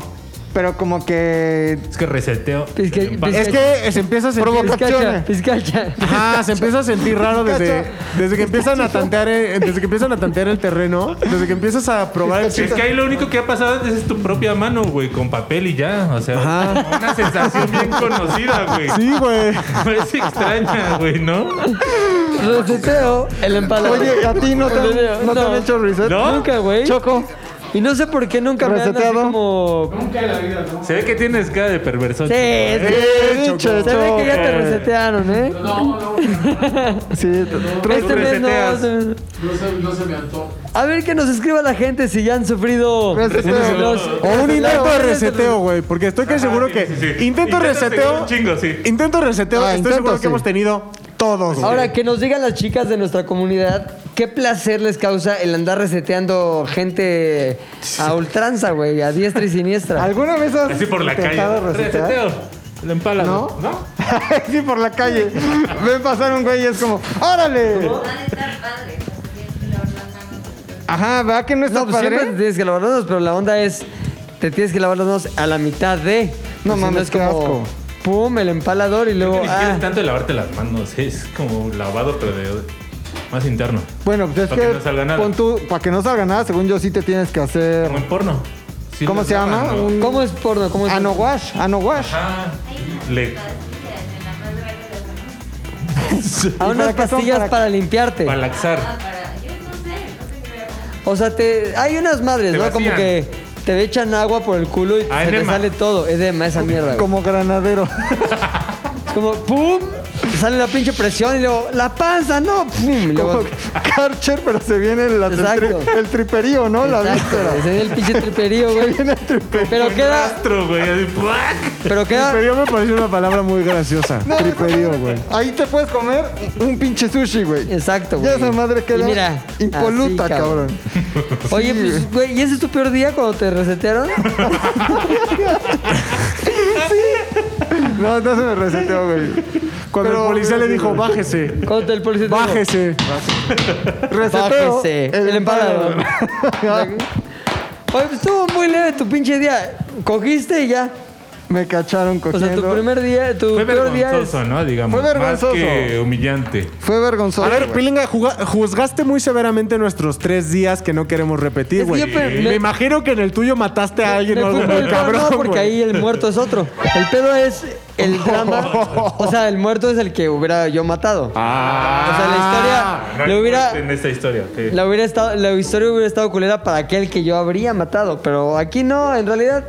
F: pero como que...
K: Es que reseteo.
F: Es que,
G: Es que se empieza a sentir.
F: Provocaciones. <laughs>
G: Ajá, se empieza a sentir raro desde, desde que empiezan a tantear, eh, desde que empiezan a tantear el terreno, desde que empiezas a probar el
K: Es que ahí lo único que ha pasado antes es tu propia mano, güey, con papel y ya. O sea, una sensación bien conocida, güey.
G: Sí,
H: <laughs>
G: güey.
K: No es extraña, güey, ¿no?
E: Reseteo, el empalado.
F: Oye, ¿a ti no te han- no te han hecho reset?
K: ¿No?
E: Nunca, güey.
F: Choco.
E: Y no sé por qué nunca me han así
F: Reseteado.
E: como...
K: Se ve que tienes cara de perverso.
E: Sí, sí,
K: Eh,
E: se ve que ya te resetearon, ¿eh?
N: No, no,
F: <laughs> Sí,
E: Este mes no, este mes-
N: no se, no se me antoja.
E: A ver que nos escriba la gente si ya han sufrido
G: Reseteo.
E: los-
G: O un intento de
E: los-
G: reseteo, güey. Porque estoy casi seguro que. Intento
K: Intento
G: reseteo.
K: un chingo, sí.
G: Intento reseteo.
E: Ah,
G: estoy
E: intento,
G: seguro
E: sí.
G: que hemos tenido todos, güey.
E: Ahora, que nos digan las chicas de nuestra comunidad qué placer les causa el andar reseteando gente a ultranza, güey, a diestra y siniestra.
F: ¿Alguna vez has
K: Así por la calle. Reseteo. El empalado. ¿No? ¿No?
F: sí, por la calle. Ven pasar un güey y es como, ¡órale! Ajá, ¿verdad que no está
E: No, pues
F: padre?
E: siempre te tienes que lavar las manos, pero la onda es, te tienes que lavar las manos a la mitad de.
F: No
E: O sea,
F: mames,
E: es
F: qué
E: como,
F: asco.
E: Pum, el empalador y luego.
K: Ni siquiera
E: Ah,
K: es tanto de lavarte las manos, es como lavado, pero de, más interno.
F: Bueno, pues es
K: Para
F: que,
K: que no salga nada.
F: pon tu- para que no salga nada, según yo sí te tienes que hacer...
K: Como en porno. Sí
F: ¿Cómo
K: los
F: se
K: lavan,
F: llama?
K: ¿no?
F: Un-
E: ah, ¿Cómo es porno? ¿Cómo es
F: ano wash, ano wash.
K: Ah, le-
E: a unas pastillas para, limpiarte.
K: para laxar.
E: Ah, O sea, te, hay unas madres,
K: Te
E: ¿no? Como
K: vacían.
E: que te echan agua por el culo y
K: Ah,
E: se te
K: edema.
E: sale todo. Edema, esa mierda. güey.
F: Como granadero.
E: Es como, ¡pum! te Sale la pinche presión y luego, ¡la panza! ¡No! ¡Pum! Y luego,
F: Como <laughs> Karcher, pero se viene la- el, tri-
E: Exacto.
F: el triperío, ¿no? La <laughs>
E: Exacto,
F: víspera.
E: güey, se ve el pinche triperío,
F: <laughs>
E: güey. Pero
K: Un
E: queda,
K: rastro, güey. así, ¡puac!
E: pero queda,
G: Triperío me parece una palabra muy graciosa.
F: No,
G: Triperío, güey.
F: Ahí te puedes comer un pinche sushi, güey.
E: exacto, güey.
F: Ya esa madre
E: Y
F: queda
E: mira,
F: impoluta,
E: así,
F: cabrón.
E: Oye,
F: eh.
E: pues, güey, ¿y ese es tu peor día cuando te resetearon?
F: No, no se me reseteó, güey.
G: Cuando
F: Pero-
G: el policía
F: <laughs>
G: le dijo, bájese.
E: Cuando te- el policía te dijo,
G: Bájese.
F: Reseteo.
E: Bájese, el empalador. Oye, pues estuvo muy leve tu pinche día. Cogiste y ya.
F: <laughs> Me cacharon
E: O sea,
F: cogiendo.
E: tu primer día, tu
K: Fue
E: peor día es...
K: vergonzoso, ¿no? Digamos.
F: Fue vergonzoso.
K: Más que humillante.
F: Fue vergonzoso.
G: A ver,
F: güey.
G: Pilinga, juga- juzgaste muy severamente nuestros tres días que no queremos repetir,
E: Es que
G: güey.
E: yo pe-
G: Me,
E: me-
G: imagino que en el tuyo mataste a alguien
E: Me
G: o algo
E: fui por
G: muy
E: el cabrón,
G: cabrón,
E: no, porque
G: güey.
E: ahí el muerto es otro. El pedo es el drama. O sea, el muerto es el que hubiera yo matado.
F: Ah.
E: O sea,
G: Ah,
E: la
K: No
E: historia
K: hay
E: le
K: muerte En
E: hubiera,
K: esta historia. ok.
E: la hubiera estado, la historia hubiera estado culera para aquel que yo habría matado, pero aquí no. En realidad,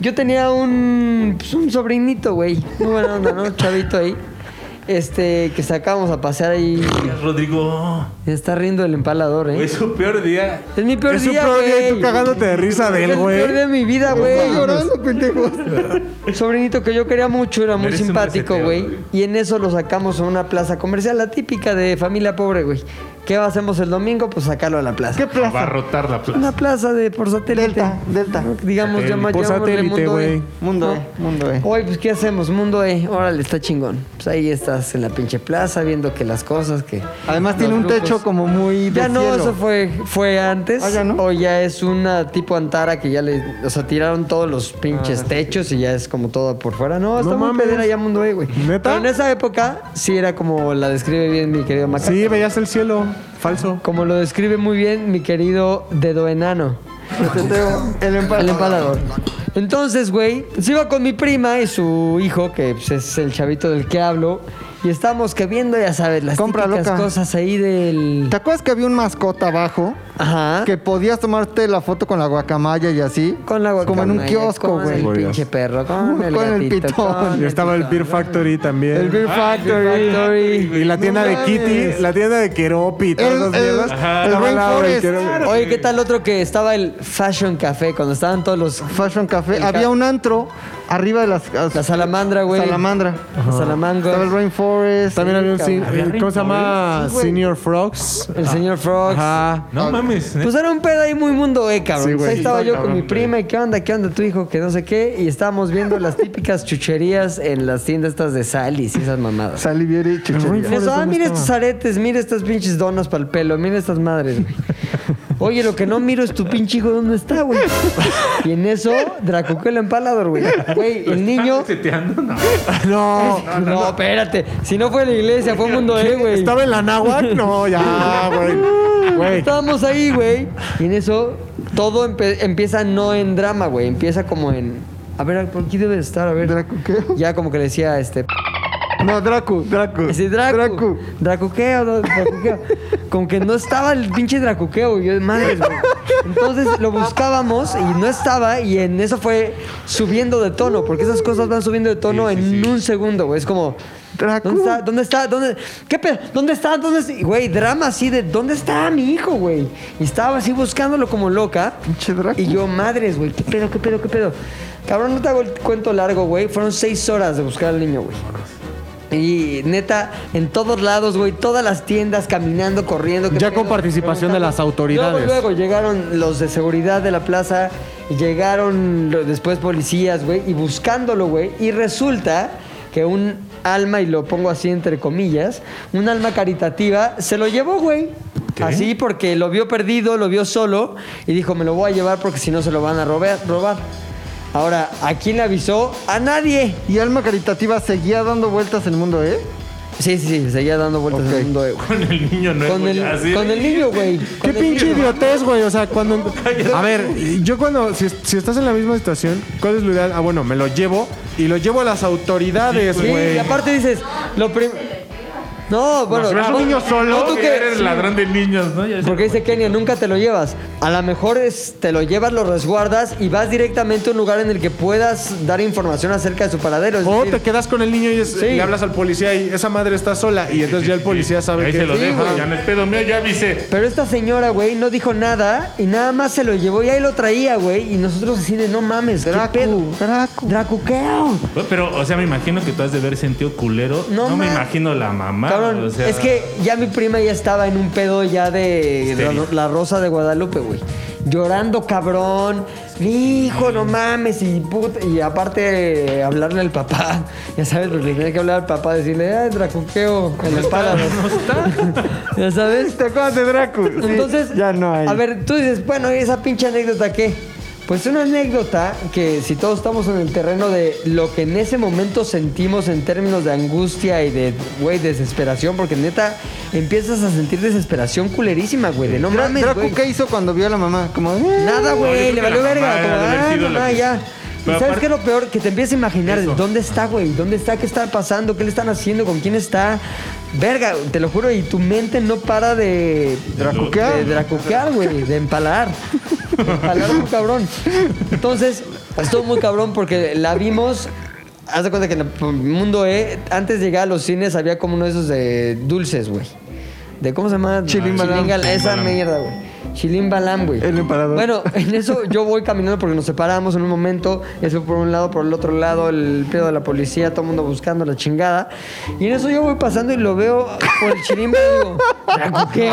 E: yo tenía un, pues, un sobrinito, güey, muy buena onda, ¿no? Chavito ahí, este, que sacábamos a pasear ahí.
K: Rodrigo.
E: Se está riendo el empalador,
K: Fue
E: ¿eh?
K: su peor día.
E: Es mi peor
G: Es un
E: día,
G: peor día y
E: güey.
G: tú cagándote de risa de
E: Es
G: él,
E: el peor
G: güey.
E: de mi vida, güey.
F: Estoy llorando, pendejos.
G: <laughs>
E: Un sobrinito que yo quería mucho, era muy
K: Merece un
E: simpático,
K: reseteo,
E: güey.
K: güey.
E: Y en eso lo sacamos a una plaza comercial, la típica de familia pobre, güey. ¿Qué hacemos el domingo? Pues sacarlo a la plaza.
F: ¿Qué plaza?
K: Abarrotar la plaza.
E: Una plaza de por satélite.
F: Delta, Delta.
E: Digamos, llama,
G: Por
E: llamémosle
G: satélite,
E: mundo
G: güey.
E: E.
F: Mundo,
E: No.
F: eh, mundo, eh.
E: Oye, pues ¿qué hacemos? Mundo E, órale, está chingón. Pues ahí estás en la pinche plaza viendo que las cosas que...
F: Además tiene
E: los
F: un techo
E: grupos-
F: como muy de
E: Ya no,
F: cielo.
E: eso fue, fue antes.
F: Ah, ¿ya no?
E: O ya es una tipo Antara que ya le. O sea, tiraron todos los pinches
F: Ah,
E: techos y ya es como todo por fuera. No, está muy
G: mames.
E: pedera ya Mundo E, güey.
G: ¿Neta?
E: Pero en esa época sí era como la describe bien mi querido Maca.
G: Sí, veías el cielo. Falso.
E: Como lo describe muy bien mi querido Dedo Enano.
F: Reseteo, el
E: El
F: empalador.
E: empalador. Entonces, güey, se iba con mi prima y su hijo, que pues, es el chavito del que hablo, y estábamos que viendo, ya sabes, las
F: Compra
E: típicas
F: loca.
E: cosas ahí del...
F: ¿Te acuerdas que había un mascota abajo?
E: Ajá.
F: Que podías tomarte la foto con la guacamaya y así.
E: Ah. Con la
F: Como en un
E: guacamaya,
F: kiosco,
E: Con el
F: güey.
E: pinche perro, con el
F: Con el
E: gatito,
F: pitón.
E: con
G: Y
E: el Ah,
G: estaba el
E: pitón.
G: Beer Factory también.
F: El Beer Factory.
E: Factory.
G: Y la tienda
F: No
G: de
F: mames.
G: Kitty, la tienda de Keropi, todas
F: El-
G: esas
F: el-
G: mierdas.
F: Ajá. el
G: Estaba al lado del
F: Rainforest.
G: Keropi.
E: Oye, ¿qué tal otro que estaba el Fashion Café? Cuando estaban todos los...
F: Fashion Café.
E: El ca-
F: había un antro arriba de las...
E: La salamandra, güey.
F: Ah, Salamandra.
E: La salamandra.
F: Estaba el Rainforest.
G: También había un... sin-
K: Había
G: ¿Cómo se llama?
E: Sí, güey.
G: Senior Frogs. Ah,
E: El señor Frogs.
G: Ajá.
K: No mames. ¿eh?
E: Pues era un pedo ahí muy mundo, eh, cabrón.
G: Sí, güey.
E: Ahí estaba
G: Sí,
E: yo
K: cabrón,
E: con mi
K: güey.
E: prima y qué onda, qué onda tu hijo, que no sé qué. Y estábamos viendo las típicas chucherías en las tiendas estas de Salis y esas mamadas.
F: Salivieri
E: Y eso, ah, mira estos aretes, mira estas pinches donas para el pelo, mira estas madres, güey. Oye, lo que no miro es tu pinche hijo, ¿dónde está, güey? Y en eso, Dracuquelo empalador, güey. Güey, el niño.
G: <laughs>
K: <laughs>
G: No,
E: no, espérate. Si no fue la iglesia, fue Mundo E, güey.
G: ¿Estaba en la náhuatl? No, ya, güey. Güey.
E: Estábamos ahí, güey. Y en eso, todo empe- empieza no en drama, güey. Empieza como en. A ver, ¿por aquí debe de estar? A ver. Ya como que le decía este.
F: No, Dracu, Dracu.
E: Sí, Dracu. Dracu. Dracuqueo, no, Dracuqueo. Como que no estaba el pinche Dracuqueo. y Yo, madre, güey. Entonces lo buscábamos y no estaba. Y en eso fue subiendo de tono. Porque esas cosas van subiendo de tono en un segundo, güey. Es como... ¿Dónde está? ¿Dónde está? ¿Dónde? ¿Qué pedo? ¿Dónde está? ¿Dónde está? Y, Güey, drama así de ¿dónde está mi hijo, güey? Y estaba así buscándolo como loca. Y yo, madres, güey, ¿qué pedo, qué pedo, qué pedo? Cabrón, no te hago el cuento largo, güey. Fueron seis horas de buscar al niño, güey. Y neta, en todos lados, güey, todas las tiendas caminando, corriendo.
G: Ya con participación de las autoridades.
E: Luego, luego llegaron los de seguridad de la plaza, y llegaron lo- después policías, güey, y buscándolo, güey. Y resulta que un alma, y lo pongo así entre comillas, un alma caritativa, se lo llevó, güey. Así porque lo vio perdido, lo vio solo, y dijo, me lo voy a llevar porque si no se lo van a robar. robar. Ahora, ¿a quién le avisó? A nadie.
F: Y Alma Caritativa seguía dando vueltas en el mundo, ¿eh?
E: Sí, sí, sí, seguía dando vueltas en el mundo, eh, güey.
K: Con el niño nuevo.
E: Con el,
K: ya, así.
E: con el niño, güey.
G: Qué pinche idiotez, güey. O sea, cuando.
E: <laughs>
G: A ver, yo cuando. Si, si estás en la misma situación, ¿cuál es lo ideal? Ah, bueno, me lo llevo y lo llevo a las autoridades,
E: Sí,
G: güey.
E: y aparte dices, lo prim- No, Ah, bueno.
K: Pero es
E: pon-
K: un niño solo.
E: pon tú
K: que
E: que-
K: eres
E: sí.
K: ladrón de niños, ¿no? Ya sé.
E: Porque dice Kenia, nunca te lo llevas. A lo mejor es- te lo llevas, lo resguardas y vas directamente a un lugar en el que puedas dar información acerca de su paradero. es
G: O
E: decir,
G: Oh, te quedas con el niño y es-
E: Sí.
G: le hablas al policía y esa madre está sola. Y entonces ya el policía sabe
K: Ahí
G: que.
K: se lo
G: Sí,
K: dejo.
G: güey.
K: Ya no es pedo mío, ya avisé.
E: Pero esta señora, güey, no dijo nada y nada más se lo llevó y ahí lo traía, güey. Y nosotros así de, no mames, ¿qué pedo? Dracu. Dracuqueo.
K: Güey, Pero, o sea, me imagino que tú has de haber sentido culero.
E: No
K: No, me
E: ma-
K: imagino la mamá.
E: Cabrón,
K: o sea,
E: es que ya mi prima ya estaba en un pedo ya de la,
K: Histeria.
E: la rosa de Guadalupe, güey. Llorando, cabrón. Mi hijo,
F: Mm.
E: no mames. Y, put- y aparte, eh, hablarle al papá. <laughs> Ya sabes, porque le tenía que hablar al papá, decirle, ah, dracuqueo, en el páramo. <laughs> ya sabes.
F: ¿Te acuerdas de Dracu? Sí,
E: Entonces,
F: ya no hay.
E: A ver, tú dices, bueno, ¿y esa pinche anécdota qué? Pues una anécdota que si todos estamos en el terreno de lo que en ese momento sentimos en términos de angustia y de, güey, desesperación, porque neta empiezas a sentir desesperación culerísima, güey, de no
F: Dra-
E: mames,
F: Dracu,
E: güey.
F: ¿qué hizo cuando vio a la mamá? Como, "Eh".
E: Nada,
K: No, yo
E: güey,
K: creo
E: le
K: que
E: valió
K: la
E: verga,
K: mamá
E: como,
K: ha de haber
E: ah,
K: sido la
E: mamá,
K: que-
E: ya. ¿Y
K: Pero
E: sabes
K: aparte-
E: qué es lo peor? Que te empiezas a imaginar
K: Eso.
E: dónde está, güey, dónde está, qué está pasando, qué le están haciendo, con quién está. Verga, te lo juro, y tu mente no para de...
F: Dracuquear.
E: De
K: <laughs>
E: dracuquear, güey, de empalar. De empalar muy cabrón. Entonces, estuvo muy cabrón porque la vimos... Haz de cuenta que en el mundo E, antes de llegar a los cines, había como uno de esos de dulces, güey. ¿De cómo se llama?
F: Chilimbalam.
E: Chilingal- Ah, Esa mierda, güey. Chilimbalam, güey.
F: El empalador.
E: Bueno, en eso yo voy caminando porque nos separamos en un momento. Eso por un lado, por el otro lado, el pedo de la policía, todo el mundo buscando la chingada. Y en eso yo voy pasando y lo veo por el chirimba y digo, "Ah, <laughs> ¿qué?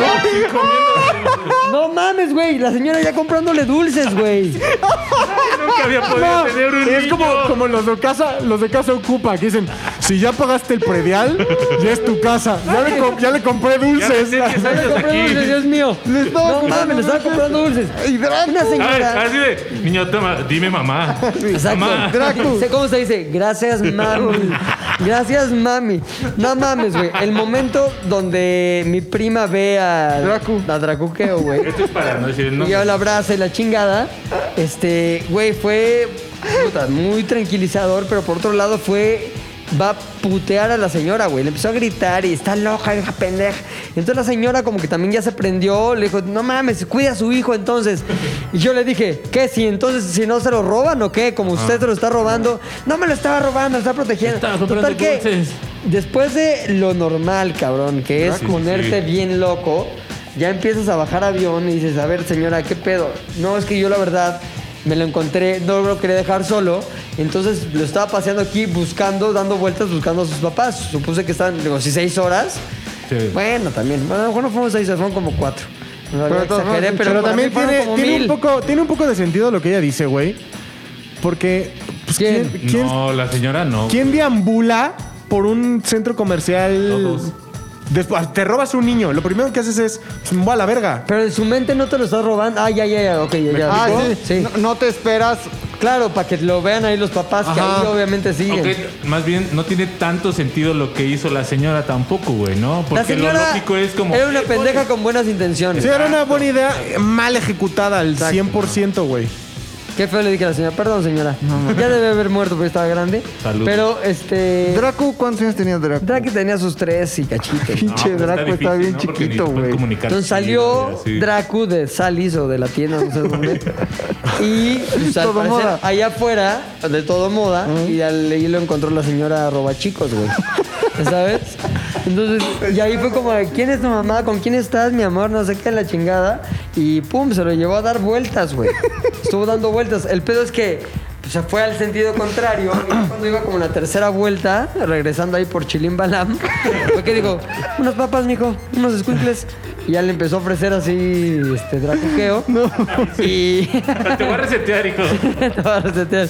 E: No mames, güey. La señora ya comprándole dulces, güey.
K: Nunca había podido
G: No,
K: tener un
G: es
K: niño.
G: como, como los de casa, los de casa ocupa, que dicen, si ya pagaste el predial, ya es tu casa. Ya le, com- ya le compré
K: Ya me
G: dulces.
K: sé que
E: Le
K: salgas
E: compré dulces,
K: aquí.
E: Dios mío.
F: Le estaba
E: No
F: comprando
E: mames, le estaba comprando dulces. Una
K: Ay,
E: señora.
K: así de, niño, toma, dime
E: <laughs>
K: mamá.
E: Exacto.
K: Mamá.
F: Dracu.
E: Sé cómo se dice. Gracias, mami. Gracias, mami. No mames, güey. El momento donde mi prima ve a.
F: Dracu.
E: A Dracuqueo, güey.
K: Esto es para no decir el
E: Y
K: nombre.
E: yo la abraza y la chingada. Este, güey, fue puta, muy tranquilizador, pero por otro lado fue. Va a putear a la señora, güey. Le empezó a gritar y está loca, hija pendeja. Entonces la señora, como que también ya se prendió, le dijo: No mames, cuida a su hijo entonces. Y yo le dije: ¿Qué? Si entonces, si no se lo roban o qué? Como
K: Ah.
E: usted se lo está robando. No me lo estaba robando, lo está protegiendo.
K: Estaba comprando
E: Total que.
K: dulces.
E: Después de lo normal, cabrón, que es
K: Sí, sí,
E: ponerte
K: sí.
E: bien loco, ya empiezas a bajar avión y dices, a ver, señora, ¿qué pedo? No, es que yo la verdad me lo encontré, no lo quería dejar solo, entonces lo estaba paseando aquí buscando, dando vueltas, buscando a sus papás. Supuse que estaban, digo, si seis horas.
K: Sí.
E: Bueno, también. Bueno, a lo mejor no fueron seis horas, fueron como cuatro. No,
F: Pero
E: ya
F: todos
E: exageré,
F: fueron-
E: pero,
G: Pero
E: para
G: también
E: mí fueron
G: tiene,
E: como
G: tiene un
E: mil.
G: poco, tiene un poco de sentido lo que ella dice, güey. Porque, pues, ¿quién,
E: ¿Quién?
G: quién-
K: No, la señora no.
G: quién deambula por un centro comercial
K: Todos.
G: Después, te robas un niño. Lo primero que haces es, pues, me voy a la verga.
E: Pero en su mente no te lo estás robando. Ah, ya, ya, ya, ok, ya, ya.
F: Ah, sí. No, no te esperas.
E: Claro, para que lo vean ahí los papás, que ahí obviamente siguen.
H: Ok, más bien, no tiene tanto sentido lo que hizo la señora tampoco, güey, ¿no?
E: La
H: Porque lo
E: señora
H: lógico es como.
E: Era una pendeja con buenas intenciones.
G: Sí, era una buena idea eh, mal ejecutada al 100%, güey.
E: Qué feo le dije a la señora. Perdón, señora. Ya debe haber muerto porque estaba grande.
H: Salud.
E: Pero, este...
F: Draco, ¿cuántos años tenía Draco?
E: Drake tenía sus tres y cachitos.
K: Ah,
H: No,
F: Pinche
H: pues
F: Draco está,
H: difícil,
F: bien
H: ¿no? Porque
F: chiquito,
H: ni pueden
F: güey.
H: comunicar
E: Entonces
H: chido,
E: salió
H: y así.
E: Dracu de Salis o de la tienda, no sé
H: <laughs>
E: dónde. y pues, al
F: Todo
E: parecer,
F: moda.
E: allá afuera, de todo moda, y al ahí lo encontró la señora Robachicos, güey. ¿Sabes? Entonces, y ahí fue como, de, ¿quién es tu mamá? ¿Con quién estás, mi amor? No sé qué, la chingada. Y pum, se lo llevó a dar vueltas, güey. Estuvo dando vueltas. El pedo es que pues, se fue al sentido contrario. Y ya cuando iba como la tercera vuelta, regresando ahí por Chilim Balam, fue que dijo, unas papas, mijo, unos escuincles. Y ya le empezó a ofrecer así, este, dracuqueo. Y...
K: <laughs>
H: Te voy a resetear, hijo.
E: <laughs> Te voy a resetear.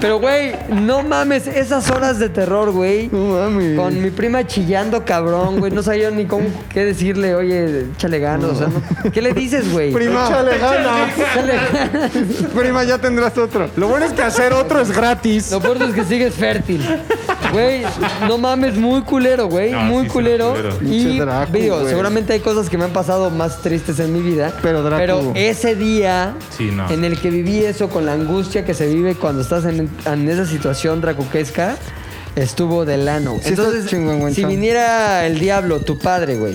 E: Pero, güey, no mames, esas horas de terror, güey.
F: No mames.
E: Con mi prima chillando, cabrón, güey. No sabía ni cómo qué decirle, oye, échale ganas. O sea, no- ¿qué le dices, güey?
F: Prima,
G: Échale ganas.
E: Échale ganas.
F: prima, ya tendrás otro.
G: Lo bueno es que hacer otro es gratis.
E: Lo peor es que sigues fértil. Güey, no mames, muy culero, güey.
H: No,
E: muy
H: sí,
E: culero.
H: está culero.
E: Y
F: Pinche Dracu,
E: digo,
F: güey.
E: seguramente hay cosas que me han pasado más tristes en mi vida.
F: Pero Dracu.
E: Pero ese día
H: Sí, no.
E: en el que viví eso, con la angustia que se vive cuando estás en, en esa situación dracuquesca, estuvo del ano.
F: Sí está
E: Entonces,
F: chingón, güey,
E: si
F: chon.
E: viniera el diablo, tu padre, güey,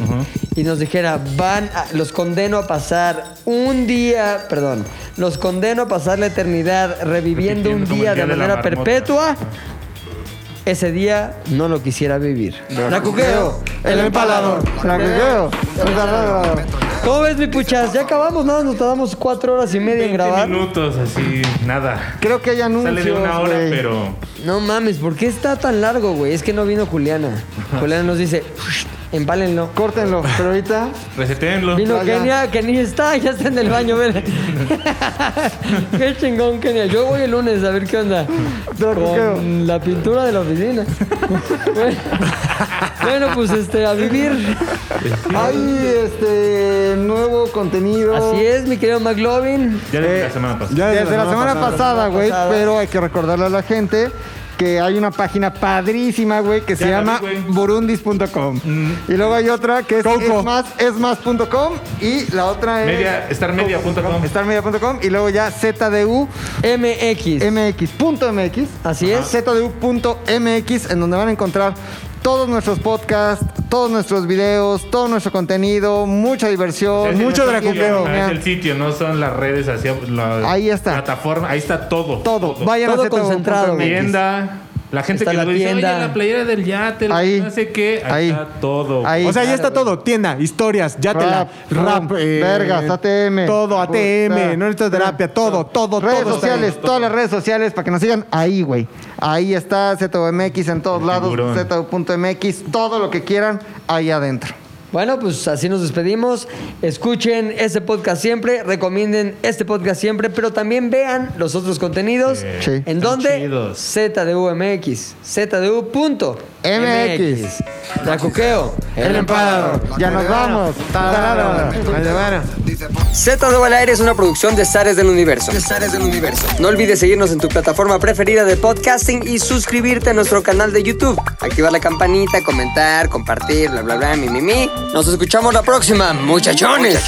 E: y nos dijera, van, a- los condeno a pasar un día, perdón, los condeno a pasar la eternidad reviviendo
H: Repitiendo
E: un
H: como
E: día
H: el día
E: de
H: de la
E: manera
H: marmota.
E: perpetua, ese día no lo quisiera vivir. Dracuqueo, el empalador.
F: Dracuqueo. el Dracuqueo.
E: ¿Cómo ves, mi puchas? Ya acabamos, nada, nos tardamos cuatro horas y media en
H: 20
E: grabar.
H: minutos, así, nada.
F: Creo que hay anuncios,
H: Sale de una hora,
F: güey.
H: pero.
E: No mames, ¿por qué está tan largo, güey? Es que no vino Juliana. Juliana nos dice, empálenlo.
F: Córtenlo, pero ahorita...
H: Resetéenlo.
E: Vino
F: Vaya.
E: Kenia, que ni está, <laughs> ya está en el baño, ven. qué chingón, Kenia. Yo voy el lunes a ver qué onda.
F: Dracuqueo.
E: Con la pintura de la oficina. Bueno, bueno, pues este, a vivir.
F: Hay este nuevo contenido.
E: Así es, mi querido McLovin.
H: Ya de
F: eh,
H: la semana pasada.
G: Ya
F: Desde, la semana pasada, güey,
E: pasada.
F: pero hay que recordarle a la gente que hay una página padrísima, güey, que se
H: la vi,
F: llama
H: güey.
F: burundis.com. Y luego hay otra que es
G: Coco.
F: esmas, esmas.com y la otra es
H: Media- estarmedia.com.
F: estarmedia.com y luego ya zdumx.mx.
E: MX.
F: punto MX.
E: Así es.
F: ZDU.mx, en donde van a encontrar todos nuestros podcasts, todos nuestros videos, todo nuestro contenido, mucha diversión,
H: Es el
F: mucho
H: sitio,
F: dracuqueo.
H: no Es el sitio, no son las redes hacia la
F: Ahí está.
H: plataforma, ahí está todo.
F: Todo, vayan
E: Todo
F: a ZDU.mx.
E: concentrado, güey.
H: Tienda. La gente
E: Está
H: que
E: la
H: lo dice, "Oye,
E: tienda".
H: la playera del yate, la-
F: Ahí.
H: no sé qué, ahí,
F: Ahí.
H: está todo.
F: Ahí.
G: O sea, ya está todo. Tienda, historias, ya te la.
F: Rap,
G: Rap,
F: rap,
G: eh,
F: vergas, ATM.
G: Todo, ATM,
F: Puta.
G: no necesitas terapia, todo, todo,
F: Redes
G: todo. está ahí.
F: sociales, todas las redes sociales para que nos sigan ahí, güey. Ahí está ZOMX en todos lados,
H: tiburón.
F: ZO.mx, todo lo que quieran ahí adentro.
E: Bueno, pues así nos despedimos. Escuchen este podcast siempre, recomienden este podcast siempre, pero también vean los otros contenidos.
F: Sí.
E: ¿En dónde?
H: chidos.
E: ZDUMX, ZDU.mx.
F: MX.
E: La Cuqueo, el empadador.
F: Ya nos vamos. Tarara.
O: Z2 al aire es una producción de Zares del Universo. No olvides seguirnos en tu plataforma preferida de podcasting y suscribirte a nuestro canal de YouTube. Activar la campanita, comentar, compartir, bla, bla, bla, mi, mi, mi. Nos escuchamos la próxima, muchachones.